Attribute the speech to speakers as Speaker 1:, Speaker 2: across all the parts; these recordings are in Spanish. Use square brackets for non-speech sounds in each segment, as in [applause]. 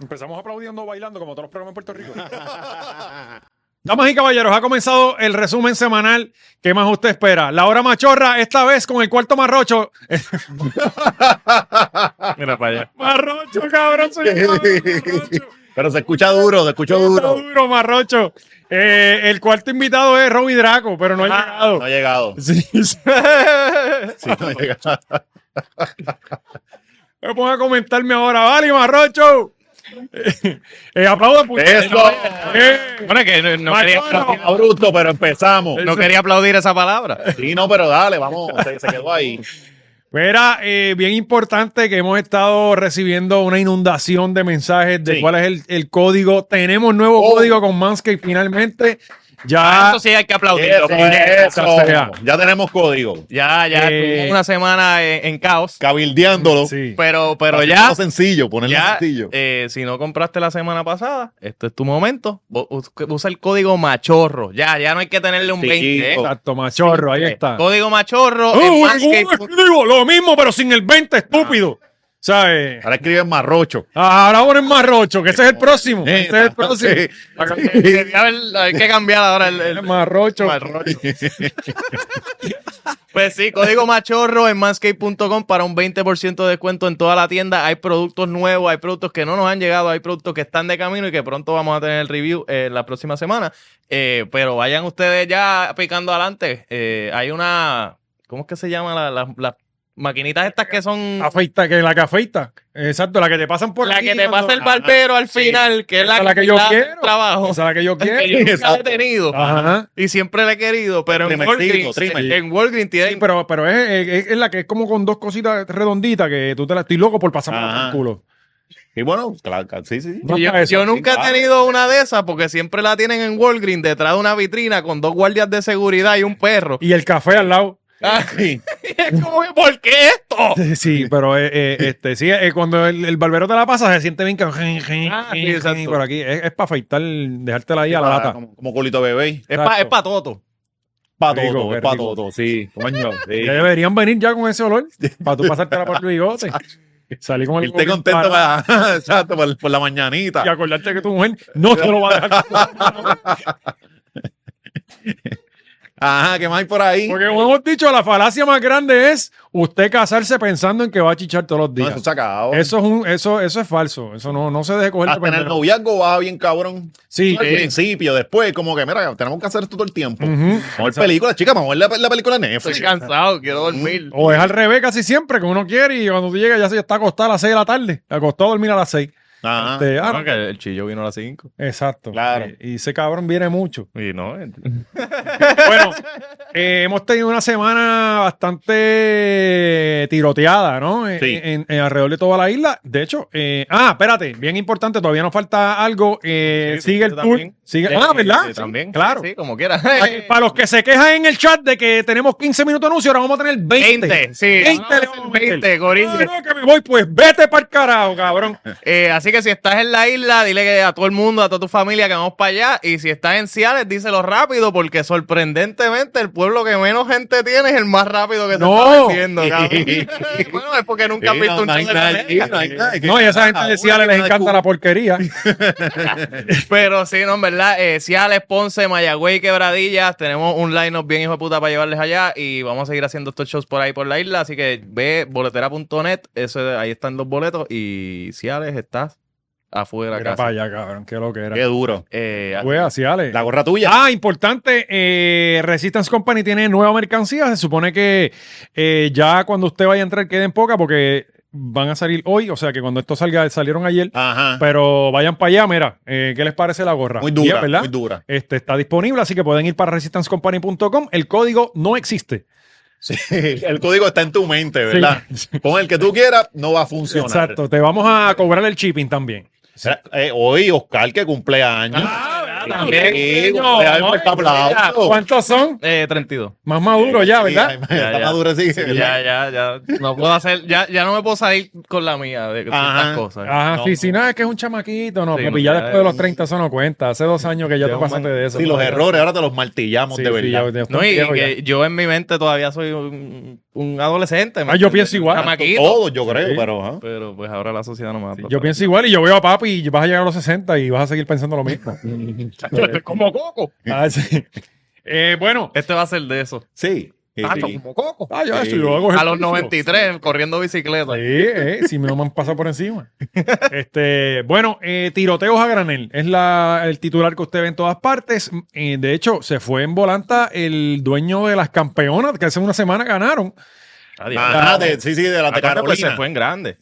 Speaker 1: Empezamos aplaudiendo, bailando, como todos los programas en Puerto
Speaker 2: [laughs]
Speaker 1: Rico. Damas y caballeros, ha comenzado el resumen semanal. ¿Qué más usted espera? La hora machorra, esta vez con el cuarto marrocho.
Speaker 2: [laughs] Mira para allá.
Speaker 1: marrocho, cabrón,
Speaker 2: [laughs]
Speaker 1: soy yo, marrocho.
Speaker 2: Pero se escucha duro, se escucha
Speaker 1: Está
Speaker 2: duro.
Speaker 1: duro, marrocho. Eh, el cuarto invitado es Robbie Draco, pero no ha llegado.
Speaker 2: Ah, No ha llegado.
Speaker 1: [laughs] Sí, sí.
Speaker 2: Sí, no ha llegado.
Speaker 1: Me pongo a comentarme ahora, vale, marrocho. [laughs] Eh, aplaudo, puñeta.
Speaker 2: Eso.
Speaker 1: Eh,
Speaker 3: Bueno, es que no, no quería,
Speaker 1: Maestro.
Speaker 3: aplaudir,
Speaker 2: Abrupto, pero empezamos.
Speaker 3: no quería aplaudir esa palabra.
Speaker 2: Sí, no, pero dale, vamos. Se, se quedó ahí.
Speaker 1: Mira, eh, bien importante que hemos estado recibiendo una inundación de mensajes de
Speaker 2: Sí.
Speaker 1: cuál es el, el código. Tenemos nuevo
Speaker 2: Oh.
Speaker 1: código con Manscaped finalmente. Ya.
Speaker 3: Eso sí hay que aplaudirlo.
Speaker 2: Eso, eso.
Speaker 1: sea.
Speaker 2: Ya tenemos código.
Speaker 3: Ya,
Speaker 1: Eh,
Speaker 3: ya, tuvimos una semana en, en caos,
Speaker 2: Cabildeándolo.
Speaker 1: Sí.
Speaker 3: pero, pero
Speaker 2: Haciéndolo
Speaker 3: ya,
Speaker 2: sencillo, ponerlo
Speaker 3: ya
Speaker 2: sencillo.
Speaker 3: eh, si no compraste la semana pasada, este es tu momento. Bu- us- Usa el código machorro. Ya, ya no hay que tenerle un
Speaker 2: Sí,
Speaker 3: 20. ¿eh?
Speaker 2: chico.
Speaker 1: Exacto, machorro, ahí está.
Speaker 3: pues,
Speaker 1: ¡Uh,
Speaker 3: Código machorro.
Speaker 1: Uy,
Speaker 3: en
Speaker 1: uy,
Speaker 3: Manscaped. Ah.
Speaker 1: uy, digo, lo mismo, pero sin el 20, estúpido. ¿Sabes?
Speaker 2: Ahora escriben Marrocho.
Speaker 1: Ahora ponen marrocho, que ese es el próximo.
Speaker 2: Eh,
Speaker 1: Ese es el próximo.
Speaker 2: sí.
Speaker 3: Debería haber- hay que cambiar ahora el, el-
Speaker 1: Marrocho.
Speaker 3: Marrocho. Pues sí, código machorro en manscape.com para un 20% de descuento en toda la tienda. Hay productos nuevos, hay productos que no nos han llegado, hay productos que están de camino y que pronto vamos a tener el review eh, la próxima semana. Eh, pero vayan ustedes ya picando adelante. Eh, hay una, ¿cómo es que se llama? La- la- Las maquinitas estas que son...
Speaker 1: Afeita, que la que afeita. Exacto, la que te pasan por
Speaker 3: La
Speaker 1: aquí
Speaker 3: que te
Speaker 1: cuando-
Speaker 3: pasa el barbero al final, que es la,
Speaker 1: Esa es la que
Speaker 3: me
Speaker 1: yo
Speaker 3: da
Speaker 1: quiero.
Speaker 3: trabajo.
Speaker 1: Esa es
Speaker 3: [laughs]
Speaker 1: la que yo
Speaker 3: que yo
Speaker 1: quiero.
Speaker 3: nunca
Speaker 2: Exacto.
Speaker 3: he tenido.
Speaker 1: Ajá.
Speaker 3: Y siempre la he querido, pero en
Speaker 2: Trimercito,
Speaker 3: Walgreens,
Speaker 2: trimer.
Speaker 3: en Walgreens tiene
Speaker 1: Sí, pero, pero es, es- es la que es como con dos cositas redonditas que tú te la estoy loco por pasarme por
Speaker 2: Ajá.
Speaker 1: el culo.
Speaker 2: Y bueno, claro, sí, sí.
Speaker 1: No
Speaker 3: yo,
Speaker 1: está eso.
Speaker 3: yo nunca he
Speaker 2: claro.
Speaker 3: tenido una de esas porque siempre la tienen en Walgreens detrás de una vitrina con dos guardias de seguridad y un perro.
Speaker 1: Y el café al lado. [laughs]
Speaker 3: Ah,
Speaker 2: Sí.
Speaker 3: [laughs] es como que, ¿por qué
Speaker 2: Oh.
Speaker 3: esto?
Speaker 1: Sí, pero eh,
Speaker 2: [laughs]
Speaker 1: eh, este, sí, eh, cuando el, el barbero te la pasa se siente bien que
Speaker 3: Ah, sí, exacto.
Speaker 1: por aquí. Es, para afeitar, dejártela ahí a la lata.
Speaker 2: Como, como colito bebé.
Speaker 3: Es
Speaker 1: Exacto.
Speaker 3: para es pa Toto.
Speaker 2: Pa'
Speaker 1: Rico,
Speaker 2: todo,
Speaker 1: qué
Speaker 2: es pa'
Speaker 1: rico.
Speaker 2: todo, sí. Coño, sí.
Speaker 1: Ya deberían venir ya con ese olor para tú pasártela
Speaker 2: [laughs]
Speaker 1: por tu bigote. Salí con el
Speaker 2: Y esté
Speaker 1: bigote
Speaker 2: contento
Speaker 1: parado
Speaker 2: para- [laughs] exacto, por, por la mañanita.
Speaker 1: Y acordarte que tu mujer no te lo va a
Speaker 2: [laughs]
Speaker 1: dejar.
Speaker 2: Ajá, ¿qué más hay por ahí?
Speaker 1: Porque como hemos dicho, la falacia más grande es usted casarse pensando en que va a chichar todos los
Speaker 2: No,
Speaker 1: días.
Speaker 2: eso se acabó.
Speaker 1: Eso es un, eso, eso es falso. Eso no, no se deje coger de
Speaker 2: Hasta en el
Speaker 1: pendejo.
Speaker 2: noviazgo va bien cabrón.
Speaker 1: Sí.
Speaker 2: Al principio, después, como que, mira, tenemos que hacer esto todo el tiempo.
Speaker 1: Ujú.
Speaker 2: Vamos a ver películas, chicas, vamos a ver la, la película de Netflix.
Speaker 3: Estoy cansado, quiero
Speaker 1: Mm.
Speaker 3: dormir.
Speaker 1: O es al revés casi siempre, que uno quiere y cuando tú llegas ya se está acostado a las 6 de la tarde. Acostado a dormir a las 6.
Speaker 2: Ajá.
Speaker 1: Este, ah,
Speaker 3: No, que el chillo vino a las 5.
Speaker 1: Exacto. Eh,
Speaker 2: Claro.
Speaker 1: Y, y ese cabrón viene mucho.
Speaker 3: Y no, eh,
Speaker 1: [laughs] Bueno, eh, hemos tenido una semana bastante tiroteada, ¿no? Eh,
Speaker 2: Sí.
Speaker 1: En, en- alrededor de toda la isla. De hecho, eh, ah, espérate, bien importante, todavía nos falta algo. eh,
Speaker 3: Sí, sí,
Speaker 1: sigue el
Speaker 3: yo
Speaker 1: tour.
Speaker 3: también.
Speaker 1: Sigue,
Speaker 3: Sí,
Speaker 1: ah, ¿verdad?
Speaker 3: sí, también.
Speaker 1: Claro.
Speaker 3: Sí, como quiera. [laughs]
Speaker 1: Para los que se quejan en el chat de que tenemos 15 minutos de anuncio, ahora vamos a tener 20.
Speaker 3: 20, sí.
Speaker 1: 20,
Speaker 3: No, no,
Speaker 1: le vamos a meter.
Speaker 3: 20, Corillo.
Speaker 1: Ah, no, que me voy, pues vete para el carajo,
Speaker 2: [laughs]
Speaker 1: cabrón.
Speaker 3: Eh, así que si estás en la isla, dile que a todo el mundo, a toda tu familia que vamos para allá. Y si estás en Ciales, díselo rápido, porque sorprendentemente el pueblo que menos gente tiene es el más rápido que
Speaker 1: No.
Speaker 3: se está
Speaker 2: [laughs]
Speaker 3: metiendo. cabrón. [laughs] bueno, es porque nunca has
Speaker 2: Sí,
Speaker 3: visto
Speaker 2: no,
Speaker 3: un
Speaker 2: no hay
Speaker 3: show de
Speaker 2: nada
Speaker 3: comedia.
Speaker 2: allí, no hay nada.
Speaker 1: No, y a esa gente
Speaker 2: Ah,
Speaker 1: de
Speaker 2: una
Speaker 1: Ciales les
Speaker 2: que
Speaker 1: encanta
Speaker 2: no
Speaker 1: la
Speaker 2: [laughs]
Speaker 1: porquería.
Speaker 3: [laughs] Pero sí, no, en verdad, eh, Ciales, Ponce, Mayagüey, Quebradillas, tenemos un line-up bien hijo de puta para llevarles allá y vamos a seguir haciendo estos shows por ahí por la isla, así que ve boletera.net, eso, ahí están los boletos y Ciales, estás afuera
Speaker 1: Mira para
Speaker 3: casi.
Speaker 1: allá, cabrón, qué lo que
Speaker 2: Qué
Speaker 1: era.
Speaker 2: duro.
Speaker 3: Eh,
Speaker 1: Fue a Ciales.
Speaker 2: La gorra tuya.
Speaker 1: Ah, importante, eh, Resistance Company tiene nueva mercancía. Se supone que eh, ya cuando usted vaya a entrar queden poca porque van a salir hoy. O sea que cuando esto salga, salieron ayer.
Speaker 2: Ajá.
Speaker 1: Pero vayan para allá, mira, eh, ¿qué les parece la gorra?
Speaker 2: Ah. Muy
Speaker 1: Bien,
Speaker 2: dura,
Speaker 1: ¿verdad?
Speaker 2: muy dura.
Speaker 1: Este, está disponible, así que pueden ir para resistancecompany.com. El código no existe.
Speaker 2: Sí, [laughs] el código está en tu mente, ¿verdad? Con el que tú quieras, no va a funcionar.
Speaker 1: Exacto, te vamos a cobrar el shipping también.
Speaker 2: Eh, hoy, Oscar, que cumple años.
Speaker 3: Ah,
Speaker 2: también. Sí,
Speaker 1: Coño,
Speaker 2: cumpleaños,
Speaker 1: no,
Speaker 2: fuerte aplauso.
Speaker 1: ¿Cuántos son?
Speaker 3: eh, 32.
Speaker 1: Más maduro ya, ¿verdad?
Speaker 2: Sí, está
Speaker 3: Ya, ya.
Speaker 2: maduro, sí, ¿verdad?
Speaker 3: Ya, ya, ya. No puedo hacer, ya, ya no me puedo salir con la mía de
Speaker 2: Ajá. Ah,
Speaker 3: estas cosas.
Speaker 1: Ajá,
Speaker 2: No,
Speaker 1: sí,
Speaker 2: no.
Speaker 1: sí, nada, es que es un chamaquito, no,
Speaker 3: Sí,
Speaker 1: papi,
Speaker 3: no,
Speaker 1: ya
Speaker 3: ya
Speaker 1: después de los
Speaker 3: es-
Speaker 1: 30 eso no cuenta. Hace dos años que ya
Speaker 3: Ya
Speaker 1: te
Speaker 3: es
Speaker 1: pasaste
Speaker 3: un-
Speaker 1: de eso.
Speaker 2: Sí, los errores ahora te los martillamos,
Speaker 1: Sí,
Speaker 2: de
Speaker 1: sí,
Speaker 2: verdad.
Speaker 1: ya- ya
Speaker 3: No, y
Speaker 1: estoy viejo ya.
Speaker 3: que yo en mi mente todavía soy un un adolescente. ¿me
Speaker 1: Ah, yo
Speaker 3: entiendes?
Speaker 1: pienso igual.
Speaker 3: Chamaquito.
Speaker 2: Todos, yo creo,
Speaker 1: Sí.
Speaker 2: pero. ajá.
Speaker 3: Pero pues ahora la sociedad no me va a
Speaker 1: Yo
Speaker 3: tratar
Speaker 1: pienso igual y yo veo a papi y vas a llegar a los 60 y vas a seguir pensando lo mismo.
Speaker 4: como coco.
Speaker 1: Ah, sí. Eh,
Speaker 2: [laughs]
Speaker 1: bueno,
Speaker 3: así. Este va a ser de eso.
Speaker 2: Sí. sí,
Speaker 4: Tacho,
Speaker 2: sí.
Speaker 4: como coco.
Speaker 1: ah, yo,
Speaker 2: Pues, Sí.
Speaker 1: yo hago
Speaker 3: A los
Speaker 1: ejercicio.
Speaker 3: 93, corriendo bicicleta.
Speaker 1: Sí, eh, si no me han pasado por
Speaker 2: [laughs]
Speaker 1: encima. Este, bueno, eh, tiroteos a granel es la, el titular que usted ve en todas partes. Eh, de hecho, se fue en volanta el dueño de las campeonas que hace una semana ganaron.
Speaker 3: Adiós.
Speaker 2: Ajá, de- sí, sí, de la de
Speaker 3: Aparte, pues, se
Speaker 2: Carolina.
Speaker 3: fue en grande.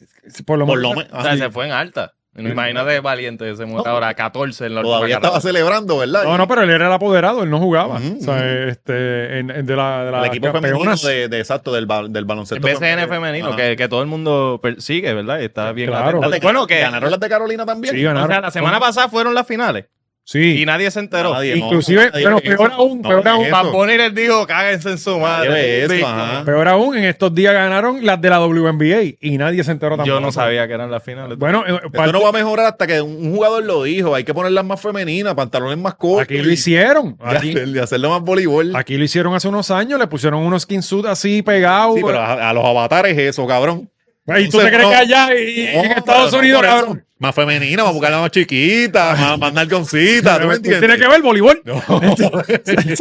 Speaker 1: Por lo
Speaker 2: Por lo
Speaker 1: menos.
Speaker 2: menos.
Speaker 3: O sea,
Speaker 2: ajá.
Speaker 3: se fue en alta. No Imagínate valiente ese muerto ahora, 14 en la última
Speaker 2: Todavía
Speaker 3: carrera.
Speaker 2: estaba celebrando, ¿verdad?
Speaker 1: No, no, pero él era el apoderado, él no jugaba.
Speaker 2: Ujú,
Speaker 1: O sea,
Speaker 2: ujú.
Speaker 1: este, en- en de la, de las
Speaker 2: Mm. el equipo femenino
Speaker 1: campeonas.
Speaker 2: de, de- exacto del, ba- del
Speaker 3: El
Speaker 2: baloncesto.
Speaker 3: BCN femenino,
Speaker 2: Ajá.
Speaker 3: que, que todo el mundo persigue, ¿verdad? Y está bien
Speaker 1: Claro.
Speaker 3: atento.
Speaker 2: Fíjate que
Speaker 3: Bueno, que
Speaker 2: ganaron las de Carolina también.
Speaker 1: Sí,
Speaker 3: o
Speaker 1: ganaron.
Speaker 3: sea, la semana pasada fueron las finales
Speaker 1: Sí.
Speaker 3: y nadie se enteró.
Speaker 2: Nadie, no,
Speaker 1: Inclusive,
Speaker 2: nadie
Speaker 1: pero
Speaker 2: ve
Speaker 1: peor
Speaker 2: eso.
Speaker 1: aún,
Speaker 2: No
Speaker 1: peor
Speaker 2: ve
Speaker 1: aún.
Speaker 2: eso.
Speaker 3: Bad Bunny les dijo, cáguense en su
Speaker 2: Nadie
Speaker 3: madre.
Speaker 2: ve eso,
Speaker 3: Sí.
Speaker 2: ajá.
Speaker 1: Peor aún, en estos días ganaron las de la WNBA y nadie se enteró tampoco.
Speaker 3: Yo no sabía que eran las finales.
Speaker 1: Bueno, eh,
Speaker 2: Esto no va a mejorar hasta que un un jugador lo dijo. Hay que ponerlas más femeninas, pantalones más cortos.
Speaker 1: aquí lo
Speaker 2: y-
Speaker 1: hicieron.
Speaker 2: [laughs] y
Speaker 1: Aquí,
Speaker 2: hacer- y hacerlo más voleibol.
Speaker 1: aquí lo hicieron hace unos años, le pusieron unos skin suit así pegados.
Speaker 2: Sí, pero a, a los avatares eso,
Speaker 1: y
Speaker 2: cabrón.
Speaker 1: tú te
Speaker 2: entonces,
Speaker 1: crees
Speaker 2: no.
Speaker 1: que allá y, y en
Speaker 2: No,
Speaker 1: Estados
Speaker 2: pero no
Speaker 1: Unidos,
Speaker 2: por eso.
Speaker 1: cabrón.
Speaker 2: Más femenina, más buscarla más chiquita, más, más nalgoncita. ¿Tú me
Speaker 1: Pero tú
Speaker 2: entiendes?
Speaker 1: Tienes que ver voleibol.
Speaker 2: [laughs]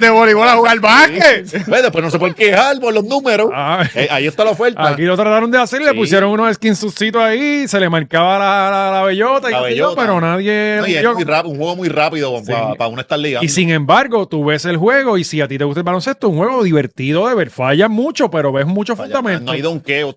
Speaker 3: de voleibol a jugar
Speaker 1: [laughs]
Speaker 3: básquet.
Speaker 2: Pues después [laughs] no se puede quejar por los números.
Speaker 1: Ah,
Speaker 2: Eh, ahí está la oferta.
Speaker 1: Aquí lo trataron de hacer, le
Speaker 2: Sí.
Speaker 1: pusieron unos skin suitcitos ahí, se le marcaba la, la, la bellota, y
Speaker 2: La
Speaker 1: qué sé yo,
Speaker 2: bellota.
Speaker 1: pero nadie.
Speaker 2: No, y es
Speaker 1: yo-
Speaker 2: muy rápido, un juego muy rápido
Speaker 1: Sí.
Speaker 2: para, uno estar ligando.
Speaker 1: Y sin embargo, tú ves el juego y si a ti te gusta el baloncesto, un juego divertido de ver. Fallan mucho, pero ves mucho
Speaker 2: Vaya,
Speaker 1: fundamento.
Speaker 2: no hay donkeos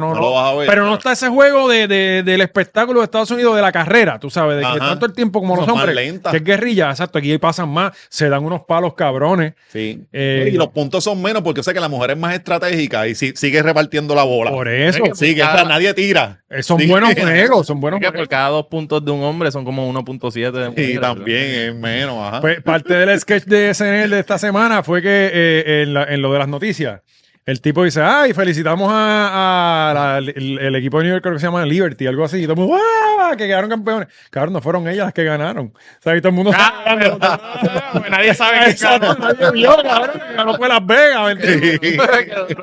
Speaker 1: no, no, no.
Speaker 2: lo vas a ver.
Speaker 1: pero no está ese juego de, de- del espectáculo de Estados Unidos, de la carrera, tú sabes, de que
Speaker 2: Ajá.
Speaker 1: tanto el tiempo como
Speaker 2: Son
Speaker 1: los
Speaker 2: más
Speaker 1: hombres,
Speaker 2: lentas.
Speaker 1: que es guerrilla, exacto, aquí pasan más, se dan unos palos cabrones.
Speaker 2: Sí.
Speaker 1: Eh,
Speaker 2: y los puntos son menos porque sé que la mujer es más estratégica y si- sigue repartiendo la bola.
Speaker 1: Por eso,
Speaker 3: Es
Speaker 2: Sí, que
Speaker 3: Cada-
Speaker 2: esa nadie tira.
Speaker 1: eh, son
Speaker 2: [laughs] sí.
Speaker 1: buenos juegos, son buenos
Speaker 3: Porque
Speaker 1: juegos.
Speaker 3: por cada dos puntos de un hombre son como 1.7 de
Speaker 2: Y
Speaker 3: mujeres,
Speaker 2: también es menos, ajá.
Speaker 1: Pues, parte del sketch de SNL de esta semana fue que eh, en, la- en lo de las noticias, el tipo dice, ay, felicitamos a, a la- el, el equipo de New York, creo que se llama Liberty, algo así, y todo el mundo, "¡Ah! que quedaron campeones. Cabrón, no fueron ellas las que ganaron. O sea, y todo el mundo...
Speaker 3: Ah,
Speaker 1: [laughs]
Speaker 3: pero- pero nadie sabe qué
Speaker 1: Exacto, nadie vio, cabrón, que ganó fue Las Vegas, ¿me [laughs]
Speaker 2: Sí.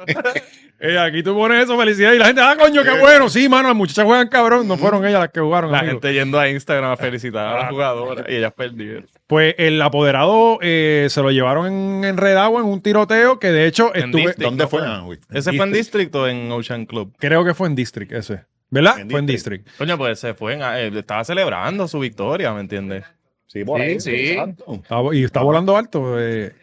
Speaker 1: eh, aquí tú pones eso, felicidad, y la gente, ah, coño, qué bueno, sí, mano, las muchachas juegan cabrón, no fueron ellas las que jugaron.
Speaker 3: La
Speaker 1: amigo.
Speaker 3: gente yendo a Instagram a felicitar a las jugadoras y ellas perdieron.
Speaker 1: Pues el apoderado eh, se lo llevaron en, enredado en un tiroteo que de hecho
Speaker 3: En
Speaker 1: estuve...
Speaker 3: District.
Speaker 2: ¿Dónde
Speaker 3: no
Speaker 2: fue?
Speaker 3: fue.
Speaker 2: Ah, güey.
Speaker 3: ¿Ese fue en distrito o en Ocean Club?
Speaker 1: Creo que fue en District ese. ¿Verdad?
Speaker 2: En
Speaker 1: fue en
Speaker 2: District.
Speaker 1: District.
Speaker 3: Coño, pues se fue, en- eh, estaba celebrando su victoria, ¿me entiendes?
Speaker 2: Sí, por
Speaker 3: Sí,
Speaker 2: ahí,
Speaker 3: sí.
Speaker 2: exacto.
Speaker 1: Está vo- Ah, y está volando alto. eh.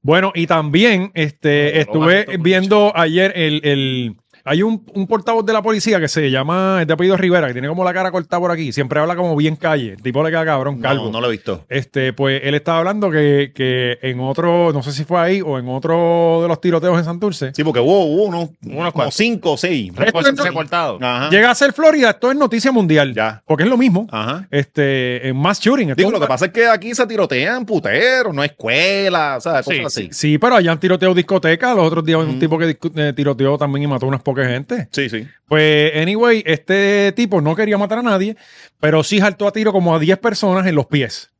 Speaker 1: Bueno, y también este,
Speaker 3: Voló
Speaker 1: estuve
Speaker 2: pues,
Speaker 3: alto, muchacho.
Speaker 1: viendo ayer el... el- hay un, un portavoz de la policía que se llama, es de apellido Rivera, que tiene como la cara cortada por aquí. Siempre habla como bien calle. El tipo le queda cabrón, calvo.
Speaker 2: No, no lo he visto.
Speaker 1: Este, pues él estaba hablando que, que en otro, no sé si fue ahí o en otro de los tiroteos en Santurce,
Speaker 2: Sí, porque hubo uno, unos
Speaker 3: cuantos.
Speaker 2: cinco o seis.
Speaker 3: Se ha cortado.
Speaker 2: Ajá.
Speaker 1: llega a ser Florida, esto es noticia mundial.
Speaker 2: Ya.
Speaker 1: Porque es lo mismo.
Speaker 2: Ajá.
Speaker 1: Este, en mass shooting. esto
Speaker 2: Digo,
Speaker 1: es
Speaker 2: lo
Speaker 1: una-
Speaker 2: que pasa es que aquí se tirotean puteros, no hay escuela, o sea, cosas
Speaker 3: Sí,
Speaker 2: así.
Speaker 1: Sí, pero allá han tiroteado discotecas. Los otros días
Speaker 2: Mm.
Speaker 1: un tipo que discu- eh, tiroteó también y mató unas pocas gente.
Speaker 2: Sí, sí.
Speaker 1: Pues, anyway, este tipo no quería matar a nadie, pero sí saltó a tiro como a 10 personas en los pies.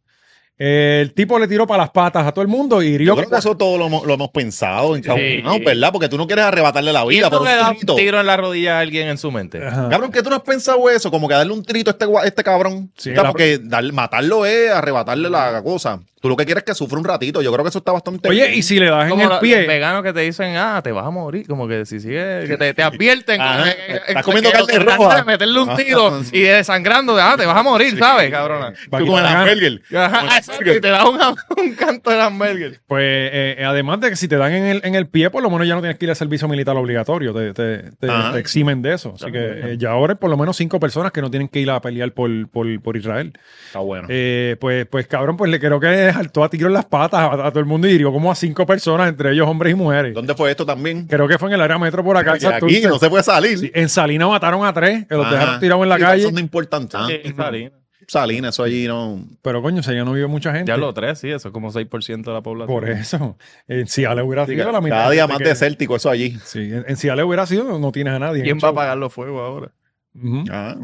Speaker 1: El tipo le tiró para las patas a todo el mundo y hirió.
Speaker 2: Yo creo que eso todo lo, hemos- lo hemos pensado en
Speaker 3: Sí.
Speaker 2: no, ¿verdad? Porque tú no quieres arrebatarle la
Speaker 3: ¿Quién
Speaker 2: vida por
Speaker 3: no
Speaker 2: un
Speaker 3: le da un
Speaker 2: trito.
Speaker 3: tiro en la rodilla a alguien en su mente?
Speaker 1: Ajá.
Speaker 2: Cabrón, que tú no has pensado eso, como que darle un trito a este, gua- este cabrón.
Speaker 1: Sí,
Speaker 2: O sea,
Speaker 1: la-
Speaker 2: porque dar- matarlo es arrebatarle la cosa. Tú lo que quieres es que sufra un ratito. Yo creo que eso está bastante
Speaker 1: Oye,
Speaker 2: bien.
Speaker 1: y si le das en
Speaker 3: Como
Speaker 1: el
Speaker 3: lo- los
Speaker 1: pie.
Speaker 3: veganos que te dicen, ah, te vas a morir. Como que si sigue, que te, te advierten.
Speaker 2: Ajá,
Speaker 3: como
Speaker 2: estás comiendo
Speaker 3: que-
Speaker 2: carne
Speaker 3: que-
Speaker 2: roja.
Speaker 3: antes de Meterle un [laughs] tiro y desangrando, ah, te vas a morir, ¿sabes, cabrona?
Speaker 1: para que
Speaker 2: Tú como el
Speaker 1: te hagan-
Speaker 2: hamburger.
Speaker 3: Ajá, [laughs] exacto, y te da un, un canto de hamburger.
Speaker 1: Pues eh, eh, además de que si te dan en el, en el pie, por lo menos ya no tienes que ir al servicio militar obligatorio, te, te- te-
Speaker 2: Ajá.
Speaker 1: te eximen de eso. Así que eh, ya ahora hay por lo menos cinco personas que no tienen que ir a pelear por, por, por Israel.
Speaker 2: Está bueno.
Speaker 1: Eh, pues, pues cabrón, pues le creo que saltó a tiro en las patas a, a todo el mundo y hirió como a cinco personas, entre ellos hombres y mujeres.
Speaker 2: ¿Dónde fue esto también?
Speaker 1: Creo que fue en el área metro por acá. en
Speaker 2: Y aquí
Speaker 1: Santurce.
Speaker 2: no se puede salir.
Speaker 1: Sí, en Salinas mataron a tres, que los
Speaker 2: Ajá.
Speaker 1: dejaron tirados en la
Speaker 2: Sí,
Speaker 1: calle.
Speaker 2: Eso no es importante. Ah,
Speaker 3: Sí, Sarina.
Speaker 2: Salinas, eso allí no.
Speaker 1: Pero coño, si allá no vive mucha gente.
Speaker 3: Ya lo tres, sí, eso es como 6% de la población.
Speaker 1: Por eso. En Ciales hubiera
Speaker 2: Sí,
Speaker 1: sido la mitad.
Speaker 2: cada día
Speaker 1: gente
Speaker 2: más
Speaker 1: que-
Speaker 2: desértico eso allí.
Speaker 1: Sí, en, en Ciales hubiera sido, no tienes a nadie.
Speaker 3: ¿Quién va a
Speaker 1: chavo.
Speaker 3: pagar los fuegos ahora?
Speaker 1: Ujú.
Speaker 2: Ah.